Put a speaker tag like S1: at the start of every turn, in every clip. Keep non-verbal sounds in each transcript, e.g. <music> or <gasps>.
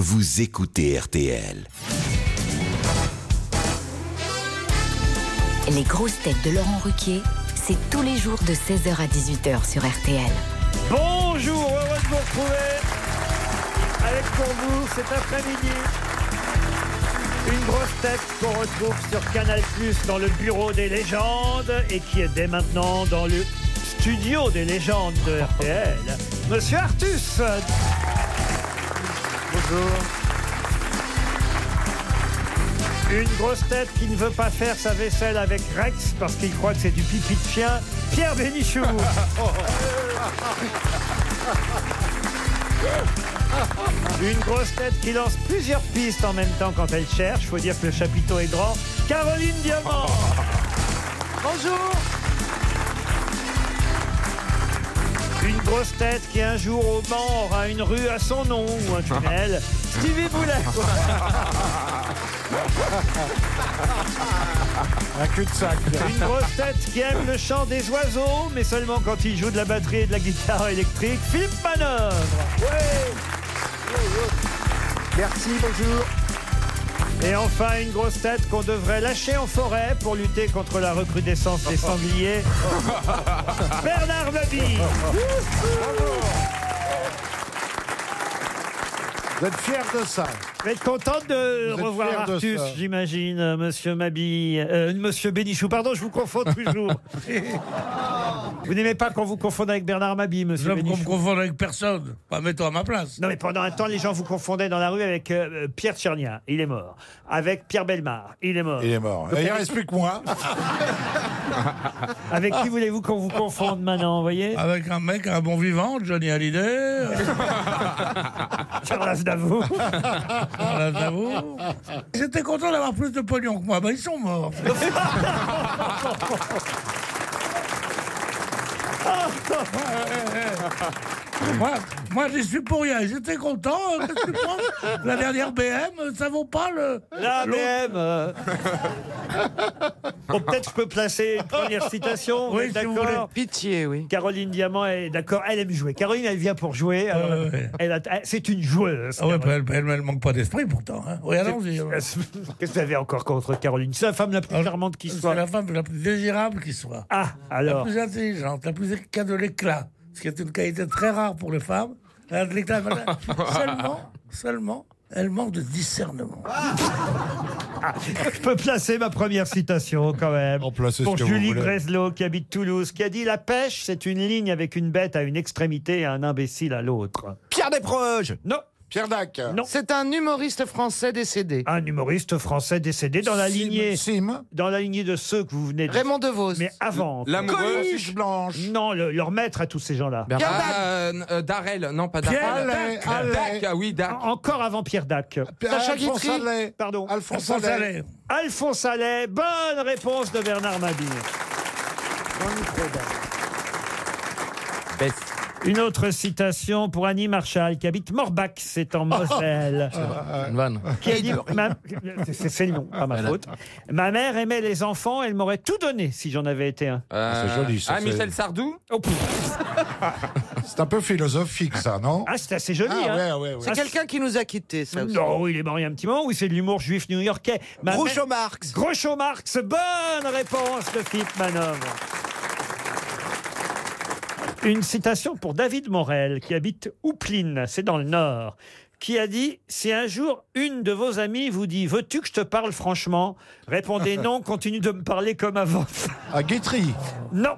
S1: Vous écoutez RTL.
S2: Les grosses têtes de Laurent Ruquier, c'est tous les jours de 16h à 18h sur RTL.
S3: Bonjour, heureux de vous retrouver avec pour vous cet après-midi une grosse tête qu'on retrouve sur Canal dans le bureau des légendes et qui est dès maintenant dans le studio des légendes de RTL. Monsieur Artus Bonjour. Une grosse tête qui ne veut pas faire sa vaisselle avec Rex parce qu'il croit que c'est du pipi de chien, Pierre Bénichou. Une grosse tête qui lance plusieurs pistes en même temps quand elle cherche. Faut dire que le chapiteau est grand. Caroline Diamant. Bonjour. Une grosse tête qui un jour au Mans aura une rue à son nom ou un <laughs> tunnel. Stevie Boulet. Un cul-de-sac. Une grosse tête qui aime le chant des oiseaux, mais seulement quand il joue de la batterie et de la guitare électrique. Philippe Manœuvre. Merci, bonjour. Et enfin, une grosse tête qu'on devrait lâcher en forêt pour lutter contre la recrudescence des
S4: <laughs>
S3: sangliers. Bernard Mabille.
S4: Vous êtes fiers de ça.
S3: Vous êtes content de
S4: Vous êtes
S3: revoir
S4: fier de
S3: Artus,
S4: ça.
S3: j'imagine, euh, monsieur Mabille. Euh, monsieur Bénichou, pardon, je vous confonds
S4: <laughs>
S3: toujours. vous n'aimez pas qu'on vous confonde avec Bernard Mabille, monsieur
S5: Je ne
S3: Bénichou
S5: me confonds avec personne. Bah, Mets-toi à ma place.
S3: Non, mais pendant un temps, les gens vous confondaient dans la rue avec euh, Pierre Tchernia, il est mort. Avec Pierre Belmar, il est mort.
S4: Il est mort.
S3: Donc,
S4: D'ailleurs,
S3: avec-
S4: il reste plus
S3: <laughs>
S4: que moi.
S3: Avec qui voulez-vous qu'on vous confonde maintenant, vous voyez
S5: Avec un mec, un bon vivant, Johnny
S3: <laughs>
S5: Hallyday, euh,
S3: Charles
S5: <laughs>
S3: Aznavour.
S5: Charles Aznavour. Ils étaient contents d'avoir plus de pognon que moi. Bah, ils
S3: <laughs>
S5: sont morts. moi, moi j'y suis pour rien. Ils étaient contents. euh, qu'est-ce que tu penses La dernière BM, euh, ça vaut pas le.
S3: La
S5: l'autre.
S3: BM euh. Bon, peut-être je peux placer une première citation. vous
S5: Oui,
S3: êtes
S5: si vous
S3: d'accord
S6: Pitié, oui.
S3: Caroline Diamant est d'accord, elle aime jouer. Caroline, elle vient pour jouer. alors,
S5: Ouais, Ah, ouais, ouais.
S3: elle a- c'est une joueuse.
S5: Ah ouais, bah,
S3: Caroline.
S5: elle, elle- elle manque pas d'esprit pourtant. Hein. Oui, allons-y.
S3: Qu'est-ce que vous avez encore contre Caroline C'est la femme la plus
S5: Ah,
S3: charmante qui
S5: C'est
S3: soit.
S5: la femme la plus désirable qui soit.
S3: Ah,
S5: La
S3: alors.
S5: plus intelligente, la plus qui a de l'éclat, ce qui est une qualité très rare pour les femmes. Elle a de
S3: <laughs>
S5: l'éclat, mais elle- seulement, seulement, elle manque de discernement.
S3: Je peux placer ma première citation quand même.
S4: On place ce
S3: Pour
S4: que vous
S3: Julie
S4: voulez.
S3: Greslow qui habite Toulouse, qui a dit La pêche, c'est une ligne avec une bête à une extrémité et un imbécile à l'autre.
S6: Pierre Desproges
S3: Non,
S4: Pierre Dac.
S3: Non.
S6: C'est un humoriste français décédé.
S3: un humoriste français décédé dans la
S4: Sim-
S3: lignée,
S4: Sim.
S3: dans la lignée de ceux que vous venez de.
S6: Raymond DeVos.
S3: Mais avant.
S7: L'amoureux.
S4: Coluche Blanche.
S3: Non, le- leur maître à tous ces gens-là.
S6: Pierre Dac.
S7: Ah, euh, euh, Darel, non pas
S4: Pierre
S7: Darel.
S4: Allais,
S7: Dac,
S4: Allais.
S7: Dac, ah oui, Dac.
S3: Encore avant Pierre Dac.
S4: Euh,
S6: Sacha
S4: Alphonse
S6: Guitry.
S4: Allais.
S3: Pardon.
S4: Alphonse
S5: Sans
S4: Allais.
S5: salaire.
S3: Alphonse Allais, bonne réponse de Bernard Mabille. Une autre citation pour Annie Marshall, qui habite Morbach, c'est
S4: <laughs>
S3: en Moselle.
S6: Une vanne.
S3: <laughs> qui a dit- ma- C'est c'est le nom, pas ma faute. Ma mère aimait les enfants, elle m'aurait tout donné si j'en avais été un.
S7: Euh,
S4: c'est joli, ça,
S7: Ah
S4: c'est-
S7: Michel Sardou.
S3: Oh, pff.
S4: <laughs> C'est un peu philosophique, ça, non
S3: ah, c'est assez joli. hein.
S4: Ah, ouais, ouais, ouais.
S6: C'est quelqu'un qui nous a quittés, ça aussi.
S3: Non, il est mort il y a un petit moment. Oui, c'est de l'humour juif new-yorkais. Ma mère-
S6: Groucho Marx.
S3: Groucho Marx, bonne réponse de Philippe Manœuvre. Une citation pour David Morel, qui habite Houpline, c'est dans le Nord, qui a dit Si un jour une de vos amies vous dit Veux-tu que je te parle franchement Répondez non, continue de me parler comme avant.
S4: Ah, Guitry.
S3: non,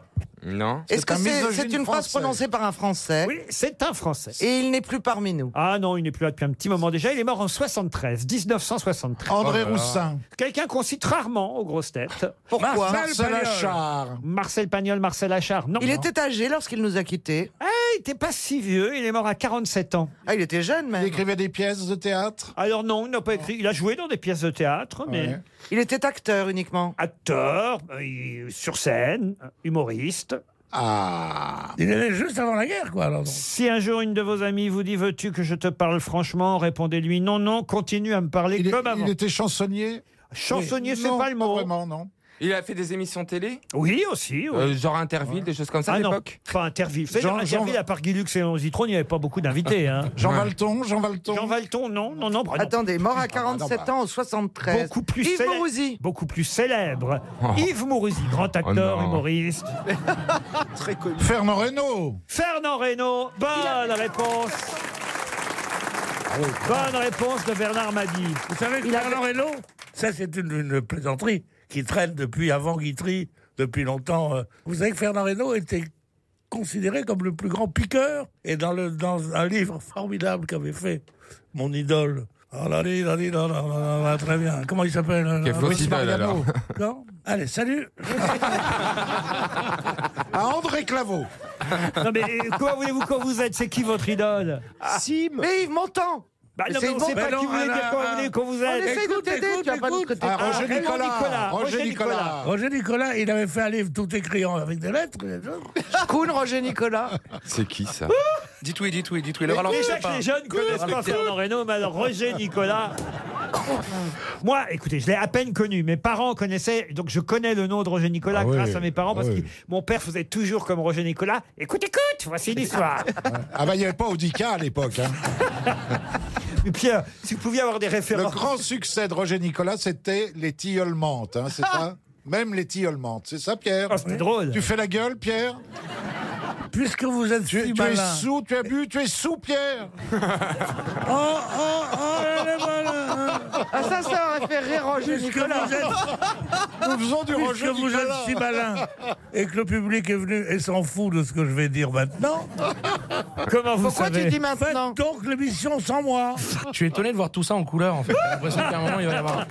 S7: Non.
S6: Est-ce que
S4: un
S6: c'est
S4: misogyne
S6: c'est une phrase
S4: français.
S6: prononcée par un Français
S3: oui, c'est un Français.
S6: et il n'est plus parmi nous
S3: Ah non, il n'est plus là depuis un petit moment déjà. Il est mort en 73, 1973.
S4: André Roussin.
S3: Quelqu'un qu'on cite rarement aux grosses têtes.
S6: Pourquoi
S5: Marcel
S4: Marcel
S5: Pagnol.
S4: Achard.
S3: Marcel Pagnol, Marcel Achard. Non, Ah,
S6: Il était âgé lorsqu'il nous a quittés.
S3: il était pas si vieux. Il est mort à 47 ans.
S6: Ah, il était jeune
S4: Il
S6: même.
S4: écrivait des pièces de théâtre.
S3: Alors non, il n'a pas écrit. Il a joué dans des pièces de théâtre, mais
S4: Ouais.
S6: Il était acteur uniquement.
S3: acteur, euh, sur scène, humoriste.
S4: Ah.
S5: Il est juste avant la guerre, Ah, quoi. Alors, donc.
S3: Si un jour une de vos amies vous dit veux-tu que je te parle franchement, répondez-lui non, non, continue à me parler
S4: Il, est-
S3: comme avant.
S4: il était chansonnier.
S3: Chansonnier, c'est
S4: Non,
S3: pas le mot.
S4: Vraiment, non.
S7: Il a fait des émissions télé
S3: Oui, aussi. oui.
S7: Euh, Genre Interville, des choses comme ça à
S3: ah non,
S7: l'époque
S3: pas Interville.
S4: Jean-
S3: Interville,
S4: Jean-
S3: à part Guy Lux et Léon Zitrone, il n'y avait pas beaucoup d'invités. hein.
S4: <laughs> Jean
S7: Ouais.
S4: Valton, Jean Valton.
S3: Jean Valton, non, non, non. bah non.
S6: Attendez, mort à
S4: bah non,
S6: 47
S4: bah.
S6: ans en 73.
S3: Beaucoup plus
S6: Yves
S3: célèbre.
S6: Mourouzi.
S3: Beaucoup plus célèbre.
S7: Oh.
S3: Yves Mourouzi, grand acteur,
S7: Oh non.
S4: <laughs>
S3: humoriste.
S4: Fernand Reynaud.
S3: Fernand Reynaud, bonne réponse.
S6: Ah
S3: Bonne réponse de Bernard Madi.
S5: Vous savez que Bernard Hénault, ça c'est une, une plaisanterie qui traîne depuis avant Guitry, depuis longtemps. euh. Vous savez que Bernard Hénault était considéré comme le plus grand piqueur. Et dans, le, dans un livre formidable qu'avait fait mon idole. Ah là là là là là là là, Très bien. Comment il s'appelle euh,
S7: Quel faux
S5: Brice
S7: idole,
S5: Mariano. Non Allez, salut
S4: À André Claveau.
S3: Non mais euh, quoi voulez-vous quand vous êtes C'est qui votre idole
S6: Ah, Mais Yves Montand
S3: Bah non,
S6: C'est
S3: mais on
S6: une
S3: sait
S6: bombe.
S3: pas
S5: Bah
S3: qui
S5: non,
S3: vous voulez
S5: Alain,
S3: dire quoi vous
S5: Alain.
S3: voulez quand vous
S6: On
S3: êtes.
S6: essaie de
S5: écoute,
S6: t'aider,
S5: écoute,
S6: tu n'as pas de
S5: écoute.
S6: côté. Ah,
S4: À Roger
S3: Raymond
S4: Nicolas.
S3: Nicolas, Roger
S4: Roger Nicolas.
S5: Roger Nicolas, il avait fait un livre tout écrit en- avec des lettres. et des choses.
S6: Cool, Roger
S5: <laughs>
S6: Nicolas.
S7: C'est qui
S3: <laughs>
S7: ça
S8: Dites oui, dites oui, dites oui. Le
S3: Déjà
S8: ralentissez
S3: que
S8: pas.
S3: les jeunes connaissent pas Fernand Reynaud, mais alors Roger Nicolas. Moi, écoutez, je l'ai à peine connu. Mes parents connaissaient, donc je connais le nom de Roger Nicolas
S4: Ah oui,
S3: grâce à mes parents, parce
S4: ah oui.
S3: que mon père faisait toujours comme Roger Nicolas. Écoute, écoute, voici
S4: <laughs>
S3: l'histoire.
S4: Ah bah il n'y avait pas Audica à l'époque.
S3: <laughs>
S4: hein.
S3: Et puis, euh, si vous pouviez avoir des
S4: Le
S3: références.
S4: grand succès de Roger Nicolas, c'était les tilleuls mentes, hein, c'est ça Même les tilleuls mentes, c'est ça Pierre
S3: Oh, Ah c'était drôle.
S4: Tu fais la gueule Pierre
S5: Puisque vous êtes
S4: tu,
S5: si
S4: tu es
S5: malin.
S4: sous, tu as bu, tu es sous Pierre
S5: <laughs> Oh, oh, oh, elle est malin. hein.
S6: Ah, ça, ça aurait fait rire Roger
S5: Puisque
S6: Nicolas.
S5: vous êtes
S4: Nous faisons du
S5: Puisque
S4: Roger
S5: vous êtes
S4: Nicolas
S5: si malin <laughs> et que le public est venu et s'en fout de ce que je vais dire maintenant,
S3: <laughs> Comment vous
S6: Pourquoi
S3: savez
S6: tu dis
S5: faites
S6: maintenant
S5: donc l'émission sans moi.
S8: <laughs> Je suis étonné de voir tout ça en couleur en fait. J'ai l'impression qu'à un moment il va y avoir.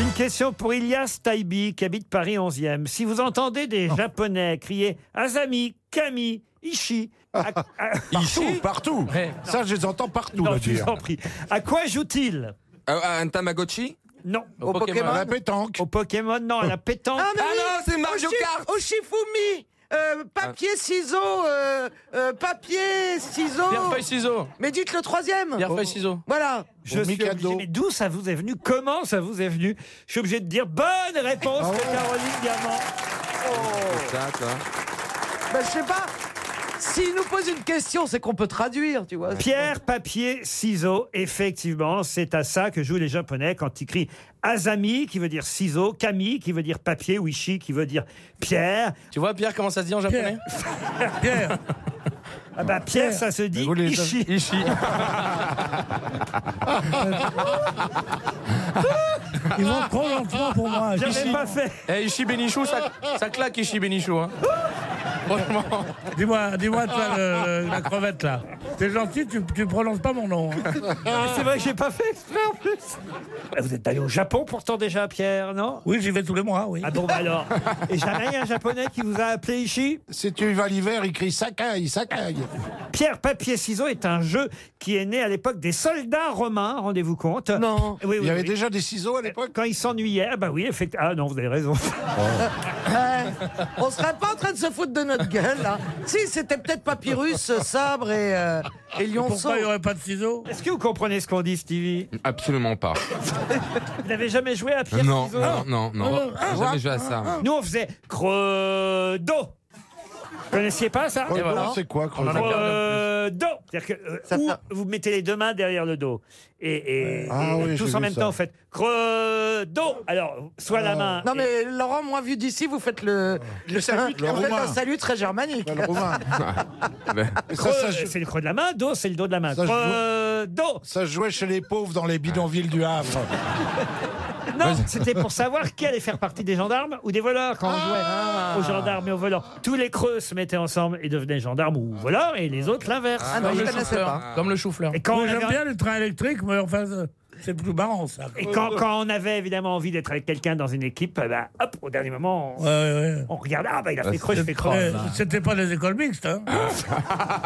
S3: Une question pour Ilias Taibi, qui habite Paris 11e. Si vous entendez des Japonais crier Azami, Kami, Ishi, à,
S4: <laughs>
S3: à-
S4: Partout, partout
S8: Ouais.
S4: Ça, je les entends partout
S3: Non,
S4: le
S3: je vous
S4: dire.
S3: en prie. À quoi joue-t-il
S7: Euh, Un Tamagotchi
S3: Non.
S6: Au Pokémon.
S4: À la pétanque
S3: Au Pokémon, non, à la pétanque.
S6: mais
S7: Ah non, c'est Mario
S6: Oshi-
S7: Kart.
S6: Oshifumi Euh,
S4: Ah.
S6: Papier, ciseaux, euh, euh, papier,
S8: Pierre
S6: ciseaux.
S8: feuille ciseaux.
S6: Mais dites le troisième.
S8: Pierre feuille ciseaux.
S6: Voilà.
S3: je
S4: au
S3: suis
S4: Mikado.
S3: obligé, mais d'où ça vous est venu Comment ça vous est venu Je suis obligé de dire bonne réponse
S4: Ah
S3: de Caroline Diamant.
S7: Ça, toi.
S6: Ben, je sais pas. S'il nous pose une question, c'est qu'on peut traduire, tu vois.
S3: Pierre, papier, ciseaux. Effectivement, c'est à ça que jouent les Japonais quand ils crient Azami, qui veut dire ciseaux, Kami, qui veut dire papier, ou Ishi, qui veut dire pierre.
S8: Tu vois Pierre comment ça se dit en japonais
S5: Pierre,
S3: Ah bah, pierre, ça se dit Ishi.
S7: Ishi.
S5: <laughs> ils vont trop lentement pour moi.
S3: J'avais pas fait.
S8: Eh, Ishi Benichou, ça, ça claque Ishi Benichou. Hein. Franchement.
S5: Dis-moi, dis-moi toi, le- la crevette là. T'es gentil, tu, tu prononces pas mon nom. hein.
S3: C'est vrai que j'ai pas fait exprès en plus. Bah, Vous êtes allé au Japon pourtant déjà, Pierre, non
S5: Oui, j'y vais tous les mois, oui.
S3: Ah bon, bah
S5: <laughs>
S3: alors. Et jamais un Japonais qui vous a appelé Ishi
S4: Si tu y vas l'hiver, il crie Sakai, Sakai
S3: Pierre, papier, ciseaux est un jeu qui est né à l'époque des soldats romains, rendez-vous compte.
S6: Non.
S3: Oui, oui,
S4: Il y avait
S3: oui.
S4: déjà des ciseaux à l'époque
S3: Quand ils s'ennuyaient, ah bah oui, effectivement. Ah non, vous avez raison.
S6: Ouais. on serait pas en train de se foutre de notre gueule, là. Si, c'était peut-être papyrus, euh, sabre et, euh, et lionceau.
S5: Pourquoi il n'y aurait pas de ciseaux
S3: Est-ce que vous comprenez ce qu'on dit, Stevie
S7: Absolument pas.
S3: Vous n'avez jamais joué à pierre, Ah,
S7: Non,
S3: ciseaux
S7: non, non, non. J'ai Jamais joué à ça.
S3: Nous, on faisait credo. Vous connaissiez pas ça
S4: Credo,
S8: voilà.
S4: c'est quoi Credo
S8: en a-
S3: Credo. C'est-à-dire que euh,
S6: Ça
S3: où
S6: fait-
S3: vous mettez les deux mains derrière le dos et, et-
S4: Ah
S3: et
S4: oui,
S3: tous
S4: j'ai
S3: en
S4: vu
S3: même
S4: ça. Ah.
S3: temps, vous faites credo. Alors, soit la main.
S6: Non,
S3: et-
S6: mais Laurent, moi, vu d'ici, vous faites le. Le salut,
S4: le roumain.
S6: un salut très germanique.
S4: Le roumain.
S7: Ah, Mais-
S4: Et ça,
S3: creux,
S4: ça, se-
S3: c'est le creux de la main, dos, c'est le dos de la main.
S4: Ça, je
S3: Creux, dos.
S4: ça se jouait chez les pauvres dans les bidonvilles du Havre.
S3: Non, c'était pour savoir qui allait faire partie des gendarmes ou des voleurs quand
S6: hein.
S3: on jouait aux gendarmes et aux voleurs. Tous les creux se mettaient ensemble et devenaient gendarmes ou voleurs et les autres l'inverse.
S6: Ah non,
S8: Comme
S6: je
S8: le
S6: connaissais pas.
S8: chou-fleur. Comme le chou-fleur.
S3: Et quand, on
S5: Moi, J'aime
S3: avait,
S5: bien le train électrique, mais enfin, euh, c'est plus marrant ça.
S3: et quand, quand on avait évidemment envie d'être avec quelqu'un dans une équipe, eh ben, hop, au dernier moment, on,
S5: Ouais, ouais.
S3: on regarde, ah bah il a fait creux, je fais creux.
S5: Eh, C'était pas des écoles mixtes. Hein.
S8: <laughs>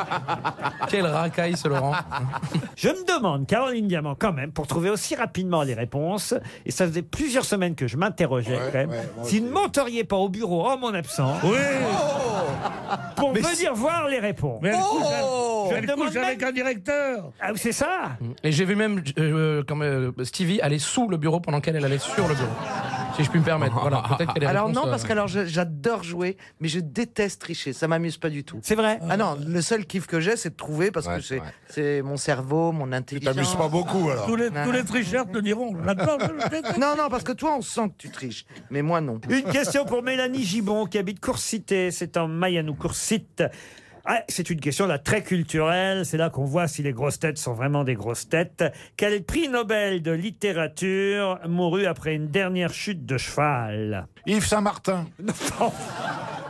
S8: Quel racaille ce Laurent.
S3: <laughs> Je me demande, Caroline Diamant, quand même, pour trouver aussi rapidement les réponses, et ça faisait plusieurs semaines que je m'interrogeais quand même,
S4: ouais, moi
S3: si vous ne monteriez pas au bureau en mon absence
S5: Oui,
S3: pour venir voir les réponses. Oh
S5: mais écoute, je- je,
S3: me
S5: Elle
S3: demande
S5: couche avec
S3: même-
S5: un directeur.
S3: Ah, c'est ça
S8: Et j'ai vu même euh, quand, euh, Stevie aller sous le bureau pendant qu'elle elle allait sur le bureau. Si je puis me permettre. Voilà,
S5: Ah,
S8: peut-être qu'elle a
S6: Alors
S8: réponse,
S6: non,
S8: euh,
S6: parce que alors je- j'adore jouer, mais je déteste tricher. Ça m'amuse pas du tout.
S3: C'est vrai
S6: Ah non, le seul kiff que j'ai, c'est de trouver parce
S7: Ouais,
S6: que c'est
S7: ouais.
S6: c'est mon cerveau, mon
S4: Tu
S6: intelligence.
S4: t'amuses pas beaucoup alors.
S5: Tous les,
S6: Non,
S5: tous
S6: non.
S5: les tricheurs te diront. Maintenant, je- je- je-
S6: Non, non, parce que toi, on sent que tu triches, mais moi, non.
S3: Une question pour Mélanie Gibon qui habite Courcité, c'est en Mayenne ou Courcite. Ah, c'est une question là très culturelle, c'est là qu'on voit si les grosses têtes sont vraiment des grosses têtes. Quel prix Nobel de littérature mourut après une dernière chute de cheval <laughs>
S4: Yves Saint-Martin.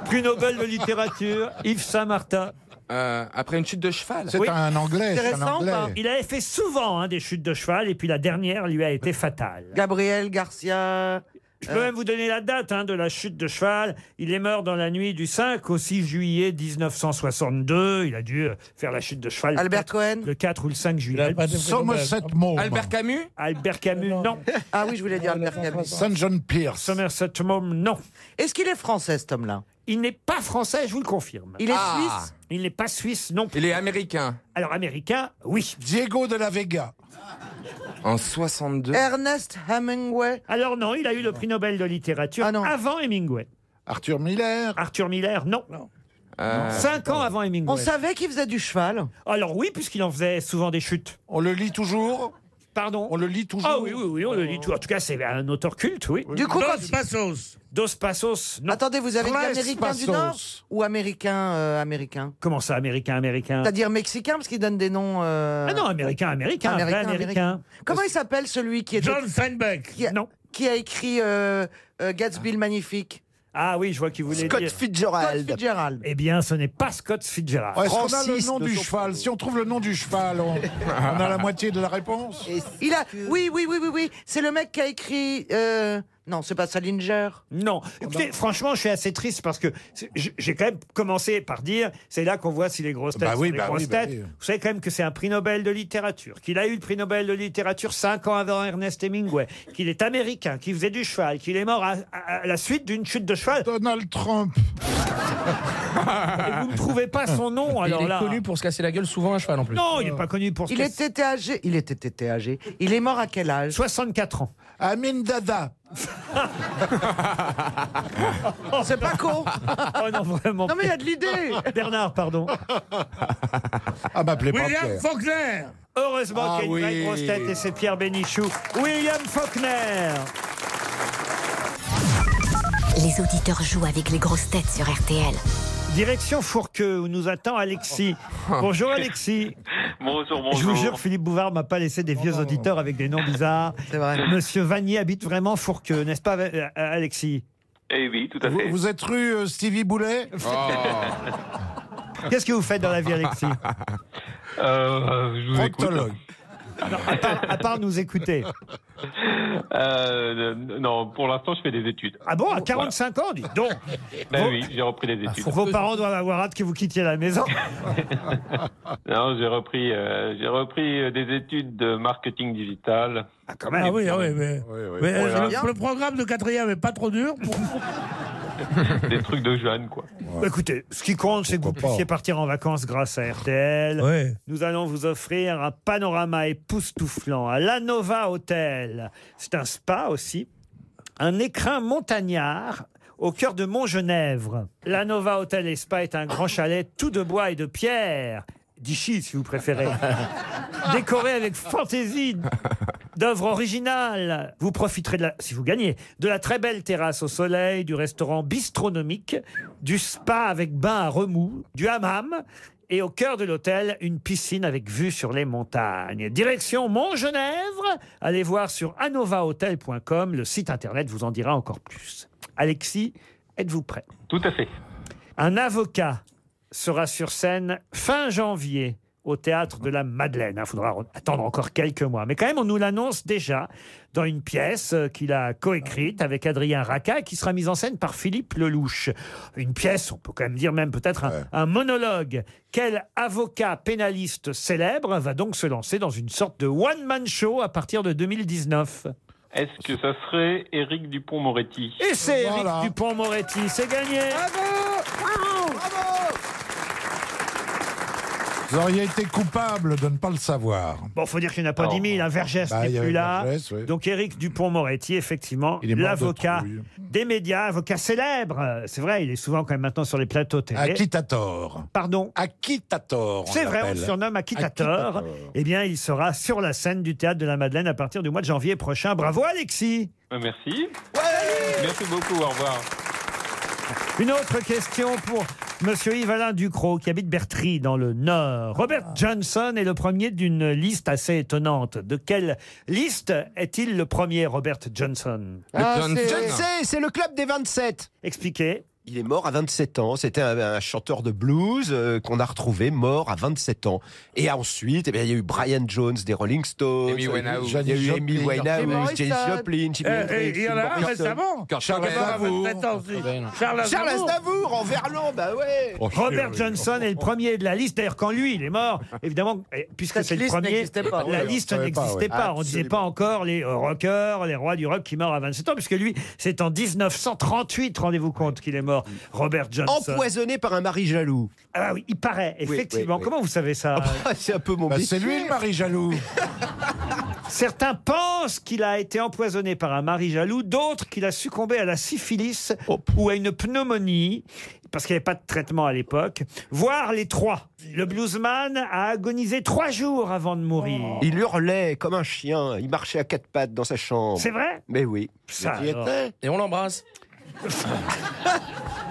S3: Prix Nobel de littérature, Yves Saint-Martin.
S7: Euh, après une chute de cheval.
S4: C'est
S3: Oui.
S4: un anglais, c'est un
S6: Intéressant,
S4: anglais.
S6: pas
S3: Il avait fait souvent hein, des chutes de cheval et puis la dernière lui a été fatale.
S6: Gabriel Garcia. euh,
S3: Je peux même vous donner la date hein, de la chute de cheval. Il est mort dans la nuit du 5 au 6 juillet 1962. Il a dû euh, faire la chute de cheval.
S6: Albert Cohen
S3: Le 4 ou le 5
S5: Il a
S3: juillet.
S5: pas de
S4: Somerset Maugham.
S7: Albert Camus
S3: Albert Camus, non.
S6: Ah oui, je voulais dire Albert Camus.
S4: St. John Pierce.
S3: Somerset Maugham, non.
S6: Est-ce qu'il est français, cet homme-là
S3: Il n'est pas français, je vous le confirme.
S6: Il est
S7: Ah.
S6: suisse
S3: Il n'est pas suisse, non. plus.
S7: Il est américain.
S3: Alors américain, oui.
S4: Diego de la Vega.
S7: En 62.
S6: Ernest Hemingway
S3: Alors non, il a eu le prix Nobel de littérature
S6: Ah non.
S3: avant Hemingway.
S4: Arthur Miller.
S3: Arthur Miller, non.
S7: Euh,
S3: Cinq ans avant
S6: On
S3: Hemingway.
S6: savait qu'il faisait du cheval.
S3: Alors oui, puisqu'il en faisait souvent des chutes.
S4: On le lit toujours
S3: Pardon.
S4: On le lit toujours
S3: Ah oui, oui, oui, on le dit tout. En tout cas, c'est un auteur culte, oui.
S6: Du coup, quand-
S5: Dos Passos.
S3: Dos Passos, non.
S6: Attendez, vous avez dit
S4: Tres
S6: américain du
S4: Passos.
S6: Nord ou américain euh, américain
S3: Comment ça, américain, américain
S6: C'est-à-dire mexicain parce qu'il donne des noms. euh,
S3: Ah non, américain, américain, un vrai
S6: américains,
S3: américain.
S6: américains. Comment il s'appelle celui qui, est
S5: John Steinbeck.
S6: qui, a,
S3: Non.
S6: qui a écrit euh, euh, Gatsby le magnifique
S3: Ah oui, je vois qu'il voulait dire.
S6: Scott Fitzgerald.
S3: Eh bien, ce n'est pas Scott Fitzgerald.
S4: Ouais, Ah, Est-ce qu'on a le
S9: Francis
S4: nom
S9: de
S4: du
S9: son
S4: cheval Si on trouve le nom du cheval, on, on a la moitié de la réponse.
S6: Il a. Oui, oui, oui, oui, oui. C'est le mec qui a écrit. euh, Non, c'est pas Salinger.
S3: Non.
S4: Oh, ben.
S3: Écoutez, franchement, je suis assez triste parce que c'est- j- j'ai quand même commencé par dire c'est là qu'on voit si les grosses têtes
S4: Bah
S3: sont
S4: oui,
S3: des
S4: bah
S3: grosses
S4: oui, bah
S3: têtes.
S4: oui.
S3: Vous savez quand même que c'est un prix Nobel de littérature, qu'il a eu le prix Nobel de littérature cinq ans avant Ernest Hemingway, qu'il est américain, qu'il faisait du cheval, qu'il est mort à, à- à la suite d'une chute de cheval.
S4: Donald Trump.
S3: Et vous ne trouvez pas son
S4: <laughs>
S3: nom,
S8: Et
S3: alors
S8: il est
S3: là.
S8: connu pour se casser la gueule souvent à cheval en plus.
S3: Non, il n'est pas connu pour ce
S6: Il
S3: que-
S6: était âgé. Il était TTAG. Il est mort à quel âge
S3: 64 ans.
S4: Amin Dada.
S6: C'est pas con.
S3: Oh non, vraiment.
S6: Non mais il y a de l'idée.
S3: Bernard, pardon.
S4: Ah, m'appelez pas
S5: William
S4: Pierre.
S5: Faulkner.
S3: Heureusement
S4: Ah
S3: qu'il y a une vraie
S4: oui.
S3: grosse tête et c'est Pierre Bénichou. William Faulkner.
S2: Les auditeurs jouent avec les grosses têtes sur RTL.
S3: Direction Fourqueux, où nous attend Alexis. Bonjour Alexis.
S10: Bonjour,
S3: Je
S10: bonjour.
S3: vous jure, Philippe Bouvard m'a pas laissé des vieux auditeurs avec des noms bizarres.
S6: C'est vrai.
S3: Monsieur Vanier habite vraiment Fourqueux, n'est-ce pas, euh, Alexis
S10: Eh oui, tout à
S4: Vous,
S10: fait.
S4: vous êtes rue euh, Stevie Boulet
S7: oh.
S3: <laughs> Qu'est-ce que vous faites dans la vie, Alexis
S10: Euh, <laughs> euh, je vous écoute.
S4: Proctologue.
S3: Non, à, part, à part nous écouter.
S10: Euh, euh, non, pour l'instant, je fais des études.
S3: Ah bon, à 45 ans, dites donc.
S10: Ben
S3: Bon. Ah,
S10: oui, j'ai repris les études.
S3: Vos parents doivent avoir hâte que vous quittiez la maison.
S10: Non, j'ai repris, euh, j'ai repris euh, des études de marketing digital.
S3: Ah, quand même.
S5: Ah oui, ah
S4: Eh
S5: oui,
S4: ben.
S5: mais. mais, euh, le, le programme de quatrième est pas trop <laughs> dur. Pour...
S10: des trucs de jeunes, quoi.
S3: Bah, Écoutez, ce qui compte, c'est que vous
S4: Pourquoi pas. hein.
S3: puissiez partir en vacances grâce à RTL. Nous allons vous offrir un panorama époustouflant à l'Anova Hotel. C'est un spa aussi. Un écrin montagnard au cœur de Montgenèvre. L'Anova Hotel et Spa est un grand chalet tout de bois et de pierre. D'Ichy, si vous préférez. Décoré avec fantaisie d'œuvres originales. Vous profiterez, de la, si vous gagnez, de la très belle terrasse au soleil, du restaurant bistronomique, du spa avec bain à remous, du hammam et au cœur de l'hôtel, une piscine avec vue sur les montagnes. Direction Montgenèvre, allez voir sur anovahotel.com, le site internet vous en dira encore plus. Alexis, êtes-vous prêt
S10: Tout à fait.
S3: un avocat sera sur scène fin janvier au théâtre de la Madeleine. Il faudra re- attendre encore quelques mois. Mais quand même, on nous l'annonce déjà dans une pièce euh, qu'il a coécrite avec Adrien Raca et qui sera mise en scène par Philippe Lelouch. Une pièce, on peut quand même dire même peut-être un, un monologue. Quel avocat pénaliste célèbre va donc se lancer dans une sorte de one-man show à partir de 2019
S10: Est-ce que ça serait Éric Dupont-Moretti
S3: Et c'est Éric
S4: Voilà.
S3: Dupont-Moretti, c'est gagné
S4: Bravo Vous auriez été coupable de ne pas le savoir.
S3: Bon, faut dire qu'il n'y en a pas
S10: Oh.
S3: 10 000. Hein. Vergès
S4: Bah, il y
S3: n'est
S4: avait
S3: plus là.
S4: Vergès, oui.
S3: Donc Éric Dupont-Moretti, effectivement,
S4: Il est mort de
S3: l'avocat
S4: trouille.
S3: des médias, avocat célèbre. Euh, C'est vrai, il est souvent quand même maintenant sur les plateaux télé.
S4: Acquittator.
S3: Pardon.
S4: Acquittator. on
S3: C'est vrai, on le
S4: l'appelle.
S3: surnomme Akitator.
S4: Acquittator.
S3: Eh bien, il sera sur la scène du théâtre de la Madeleine à partir du mois de janvier prochain. Bravo, Alexis.
S10: Euh, Merci. Merci beaucoup, au revoir.
S3: Une autre question pour Monsieur Yves Alain Ducrot, qui habite Bertry, dans le Nord. Robert Johnson est le premier d'une liste assez étonnante. De quelle liste est-il le premier, Robert Johnson
S6: Ah, c'est-
S9: Je le sais, c'est le club des 27.
S3: Expliquez.
S9: Il est mort à 27 ans. C'était un, un chanteur de blues euh, qu'on a retrouvé mort à 27 ans. Et ensuite, eh bien, il y a eu Brian Jones des Rolling Stones.
S7: Amy Winehouse.
S9: Il y a eu Amy
S4: Johnny
S9: Winehouse,
S6: Joplin.
S9: Janis Joplin,
S3: Euh,
S9: Jimi
S5: Eh, eh,
S9: Hendrix.
S5: Il y en a un
S9: Morrison.
S5: récemment.
S4: Charles
S5: Il y en a un à
S4: Aznavour.
S5: 27 ans aussi. Charles
S9: Charles
S5: Aznavour.
S9: Aznavour en Verlan, bah ouais.
S3: Robert Johnson est le premier de la liste. D'ailleurs, quand lui, il est mort, évidemment, eh, puisque
S6: Cette
S3: c'est le
S6: liste
S3: premier,
S6: n'existait pas.
S3: la
S4: Oui, on
S3: liste
S4: savait pas,
S3: n'existait
S4: oui.
S3: pas. On ne disait pas encore les euh, rockers, les rois du rock qui meurent à 27 ans, puisque lui, c'est en 1938, rendez-vous compte, qu'il est mort, Robert Johnson.
S9: Empoisonné par un mari jaloux.
S3: Ah oui, il paraît,
S9: oui,
S3: effectivement.
S9: oui.
S3: Comment vous savez ça
S9: <laughs> Ah, c'est un peu mon
S4: Bah,
S9: métier.
S4: c'est lui le mari jaloux.
S3: <laughs> Certains pensent qu'il a été empoisonné par un mari jaloux, d'autres qu'il a succombé à la syphilis
S4: Oh,
S3: ou à une pneumonie, parce qu'il n'y avait pas de traitement à l'époque, voire les trois. Le bluesman a agonisé trois jours avant de mourir.
S4: Oh.
S9: Il hurlait comme un chien. Il marchait à quatre pattes dans sa chambre.
S3: C'est vrai
S9: Mais oui.
S3: Ça, alors.
S8: Et on l'embrasse.
S9: <laughs>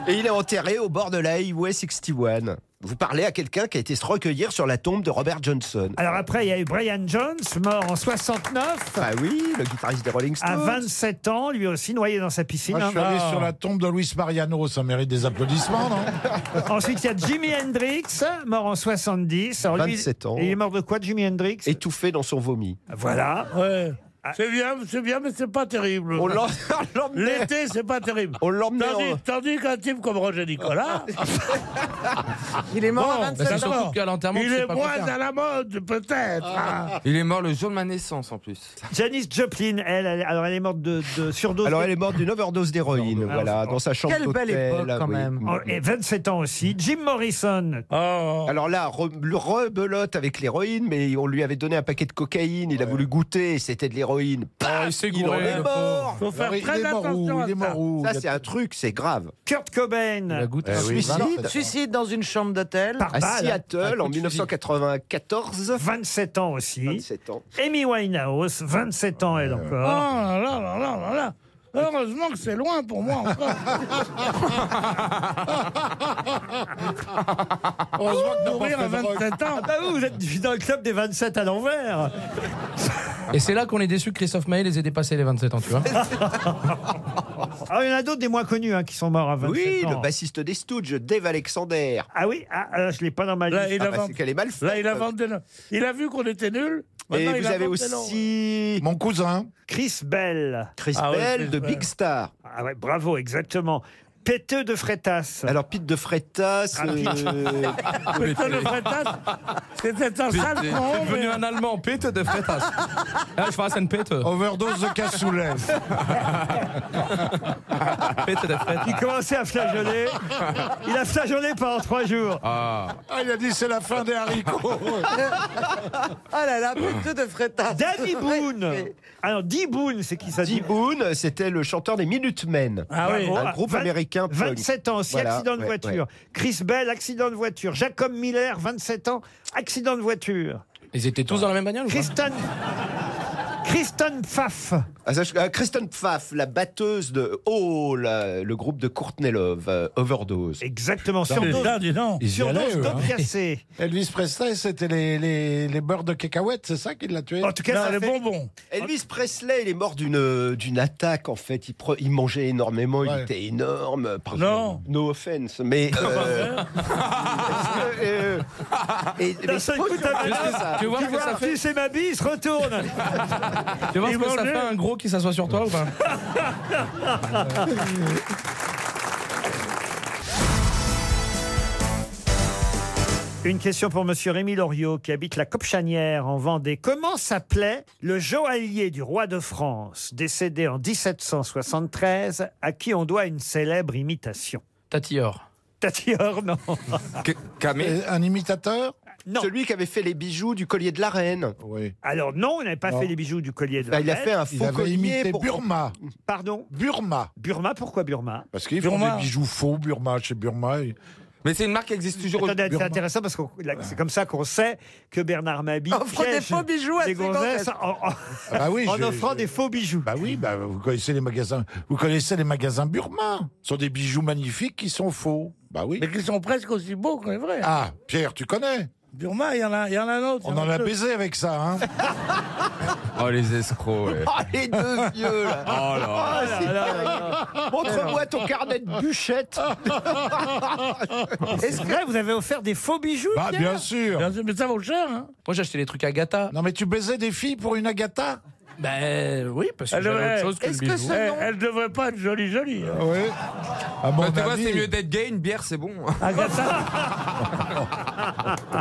S9: Et il est enterré au bord de la Highway 61. Vous parlez à quelqu'un qui a été se recueillir sur la tombe de Robert Johnson.
S3: Alors après, il y a eu Brian Jones, mort en 69,
S9: Ah oui, le guitariste des Rolling Stones.
S3: à 27 ans, lui aussi noyé dans sa piscine.
S4: Moi, je suis allé
S5: Ah.
S4: sur la tombe de Luis Mariano, ça mérite des applaudissements, non
S3: <laughs> Ensuite, il y a Jimi Hendrix, mort en 70. Alors, lui,
S9: 27 ans.
S3: Il est mort de quoi, Jimi Hendrix
S9: Étouffé dans son vomi.
S3: Voilà.
S5: Ouais. C'est bien, c'est bien, mais c'est pas terrible. <laughs>
S9: On l'en- on l'emmenait
S5: L'été, c'est pas terrible.
S9: on l'emmenait
S5: Tandis,
S9: en...
S5: tandis qu'un type comme Roger <laughs> Nicolas, <laughs>
S6: Il est mort à
S5: Bon,
S8: Bah,
S6: 27
S8: c'est
S6: ans.
S5: D'accord.
S8: surtout qu'à l'enterrement, tu
S5: il
S8: sais
S5: est
S8: pas quoi
S5: moins
S8: faire.
S5: à la mode,
S8: Ah.
S5: peut-être. hein.
S7: Ah. Il est mort le jour de ma naissance en plus.
S3: Janice Joplin, elle, elle- alors elle est morte de, de surdose.
S9: Alors elle est morte d'une overdose d'héroïne,
S3: Ah,
S9: voilà,
S3: c'est-
S9: dans sa chambre
S6: Quelle belle
S9: d'hôtel,
S6: époque, quand
S9: oui.
S6: même.
S3: Oh, Et 27 ans aussi. Jim Morrison.
S5: Oh.
S9: Alors là, re- le rebelote avec l'héroïne, mais on lui avait donné un paquet de cocaïne, il a voulu goûter, c'était de l'héroïne. Paf,
S8: il s'est
S9: il en
S8: gouré,
S9: est
S8: le
S9: mort
S5: Faut faire
S4: Alors, Il
S5: très
S4: est mort
S5: attention
S4: où
S5: à
S4: Il est
S5: ça.
S4: mort où
S9: Ça c'est un truc, c'est grave.
S3: Kurt Cobain. Ah,
S8: La goutte.
S4: Eh oui,
S9: Suicide.
S4: voilà, c'est ça.
S6: Suicide Ah, dans une chambre d'hôtel.
S3: Par
S9: À
S3: balle.
S9: Seattle en 1994,
S3: 27 ans aussi.
S9: 27 ans.
S3: Amy Winehouse, 27 ans elle
S5: Oh
S3: encore.
S5: là là là là là là. Heureusement que c'est loin pour moi encore. Heureusement que mourir à 27 ans.
S3: Ah bah vous, vous êtes dans le club des 27
S7: <laughs>
S3: à l'envers.
S8: Et c'est là qu'on est déçu que Christophe Maé les ait dépassés les 27 ans, tu vois.
S3: Alors Ah, il y en a d'autres des moins connus hein, qui sont morts à 27
S9: Oui,
S3: ans.
S9: le bassiste des Stooges, Dave Alexander.
S3: Ah oui, ah, ah, je l'ai pas dans ma liste.
S5: Là, il
S9: Ah
S5: a,
S9: bah,
S5: vingt-
S9: c'est qu'elle est mal faite.
S5: là, il a vendu. Il a vu qu'on était nuls.
S9: Et
S5: Maintenant, il
S9: vous
S5: a
S9: avez
S5: vendu nos-
S9: aussi
S4: Mon cousin.
S3: Chris Bell.
S9: Chris
S5: Ah ouais,
S9: Bell
S5: Chris
S9: de
S5: Bell.
S9: Big Star.
S3: Ah ouais, bravo, exactement. Péteux de Ah frétasse.
S9: Alors Pete de Freitas,
S5: <laughs>
S9: euh,
S5: Putain, le Fretas, C'était un sale
S7: Pété.
S5: con,
S8: C'est devenu
S5: mais-
S8: un Allemand, pète de
S5: <laughs>
S8: frétasse. Ah, je fasse une pète.
S4: Overdose de cassoulet.
S8: Pète de frétasse.
S3: Il commençait à flageoler. Il a flageolé pendant trois jours.
S4: Ah, il a dit c'est la fin
S3: <laughs>
S4: des haricots.
S6: Ah là là, putain de frétasse. <laughs>
S3: Danny Boone.
S6: Ouais,
S3: Alors, Dee Boone, c'est qui ça
S9: Dee Boone, c'était le chanteur des Minutemen.
S5: Ah oui.
S3: Bravo.
S9: Bah, un groupe
S3: Vingt-
S9: américain punk.
S3: 27 ans aussi,
S9: Voilà,
S3: accident de
S9: ouais,
S3: voiture. Chris Bell, accident de voiture. Jacob Miller, 27 ans, accident de voiture.
S8: Ils étaient tous dans la même bagnole ou pas
S3: Kristen. Kristen Pfaff.
S9: Ah, ça, je- ah, Kristen Pfaff, la batteuse de Oh, la- le groupe de Courtney Love, euh, Overdose.
S3: Exactement,
S5: Déjà,
S3: surdose.
S5: dis donc.
S4: Ils y
S3: Surdose
S4: allaient, eux, hein.
S3: d'opiacé.
S4: Elvis Presley, c'était les, les, les beurres de cacahuètes, c'est ça qui l'a tué
S3: En tout cas,
S5: Non,
S3: ça
S5: les
S3: fait-
S5: bonbons.
S9: Elvis Presley, il est mort d'une euh, d'une attaque en fait. Il, pre- il mangeait énormément, il
S4: Ouais.
S9: était énorme.
S5: Non. Ah, bah,
S9: No offense,
S5: <laughs>
S9: mais. euh, euh, et- mais
S3: D'un seul
S9: c'est
S3: coup, t'as-
S9: pas que ça.
S8: Tu vois
S3: Tu
S8: que ça
S3: vois,
S8: fait,
S3: tu sais ma bille, il se retourne.
S8: tu vois ce
S5: Ils
S8: que ça
S5: mangeaient.
S8: fait un gros qui s'assoit sur toi ou pas
S3: Une question pour Monsieur Rémi Loriot qui habite la Copchanière en Vendée. Comment s'appelait le joaillier du roi de France, décédé en 1773, à qui on doit une célèbre imitation
S8: Tatior.
S3: Tatior, non.
S7: Camé
S4: Euh, Un imitateur
S9: Celui qui avait fait les bijoux du collier de la reine.
S3: Alors non, on n'avait pas
S9: Non.
S3: fait les bijoux du collier de
S9: Bah,
S3: la
S9: il a
S3: reine.
S9: fait un faux Il avait collier imité pour- Burma.
S3: Pardon
S4: Burma.
S3: Burma, pourquoi Burma
S4: Parce qu'ils font des bijoux faux, Burma, chez Burma.
S3: Mais c'est une marque qui existe toujours. Attendez, c'est intéressant parce que c'est comme ça qu'on sait que Bernard Mabie
S6: Offre des
S3: piège
S6: faux bijoux à
S3: des
S6: ses
S3: gonzesses
S6: gonzesses.
S3: en, en-
S4: Ah oui,
S3: en
S4: je-
S3: offrant
S4: je-
S3: des faux bijoux.
S4: Bah oui, bah, vous connaissez les magasins. Vous connaissez les magasins Burma. Ce sont des bijoux magnifiques qui sont faux. Bah oui.
S5: Mais qui sont presque aussi beaux que les vrais.
S4: Ah, Pierre, tu connais
S5: Burma, il y en a, il y en a un autre.
S4: On
S5: il y
S4: en a
S5: deux.
S4: baisé avec
S5: <laughs>
S4: ça, hein
S7: Oh, les escrocs, ouais.
S4: Ah,
S9: les
S4: <laughs>
S9: deux vieux, là.
S7: Oh là.
S9: Ah, c'est dingue. Montre-moi ton carnet de <laughs> bûchette.
S5: <laughs>
S3: Est-ce que vous avez offert des faux bijoux
S4: Bah
S8: Pierre
S4: bien sûr.
S5: Bien sûr, Mais ça vaut cher, hein
S8: Moi, j'achetais des trucs Agatha.
S4: Non mais tu baisais des filles pour une Agatha
S8: Ben oui, parce que
S5: Elle
S8: j'avais
S5: devrait-
S8: autre chose que le
S6: Est-ce que
S8: bijou.
S6: ce
S5: elle,
S6: nom
S5: Eh, elle devrait pas être jolie, jolie. hein.
S4: Oui. Ah À mon
S7: Bah, tu vois,
S4: avis.
S7: c'est mieux d'être gay, une bière, c'est bon.
S5: Agatha.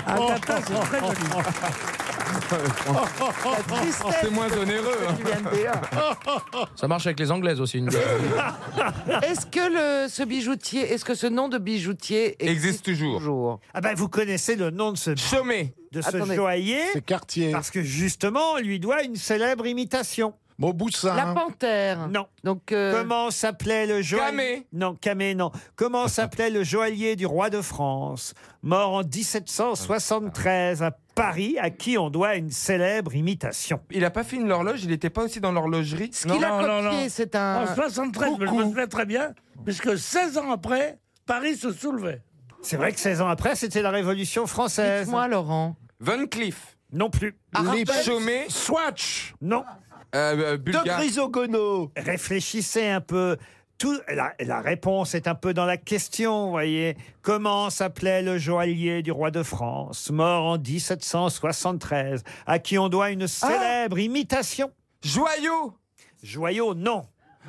S5: Agatha, c'est très joli.
S7: C'est moins onéreux. hein.
S8: Ça marche avec les Anglaises aussi. Une...
S6: <laughs> Est-ce que le, ce bijoutier, est-ce que ce nom de bijoutier existe,
S7: Existe toujours.
S3: Ah ben vous connaissez le nom de ce,
S7: Chômé.
S3: de ce
S6: Attendez.
S3: joaillier
S4: C'est Cartier.
S3: parce que justement on lui doit une célèbre imitation.
S6: La
S4: Mauboussin.
S6: panthère.
S3: Non.
S6: Donc, euh,
S3: Comment s'appelait le joaillier
S7: Camé.
S3: Non, Camé, non. Comment s'appelait le joaillier du roi de France, mort en 1773 à Paris, à qui on doit une célèbre imitation
S7: Il a pas fait une horloge, il était pas aussi dans l'horlogerie.
S6: ce qu'il a
S5: Non, non,
S6: copié,
S5: non.
S6: c'est un.
S5: En 73, mais je me souviens très bien, puisque 16 ans après, Paris se soulevait.
S3: C'est vrai que 16 ans après, c'était la Révolution française.
S6: Dites-moi, Laurent. Ah,
S7: Van Cleef.
S3: Non plus.
S9: Les
S7: Chômé.
S4: Swatch.
S3: Non.
S7: Euh, euh,
S9: de
S7: Bulgare.
S9: Grisogono.
S3: Réfléchissez un peu. Tout, la, la réponse est un peu dans la question, vous voyez. Comment s'appelait le joaillier du roi de France, mort en 1773, à qui on doit
S6: Ah.
S3: une célèbre imitation
S7: Joyau.
S3: Joyau, non.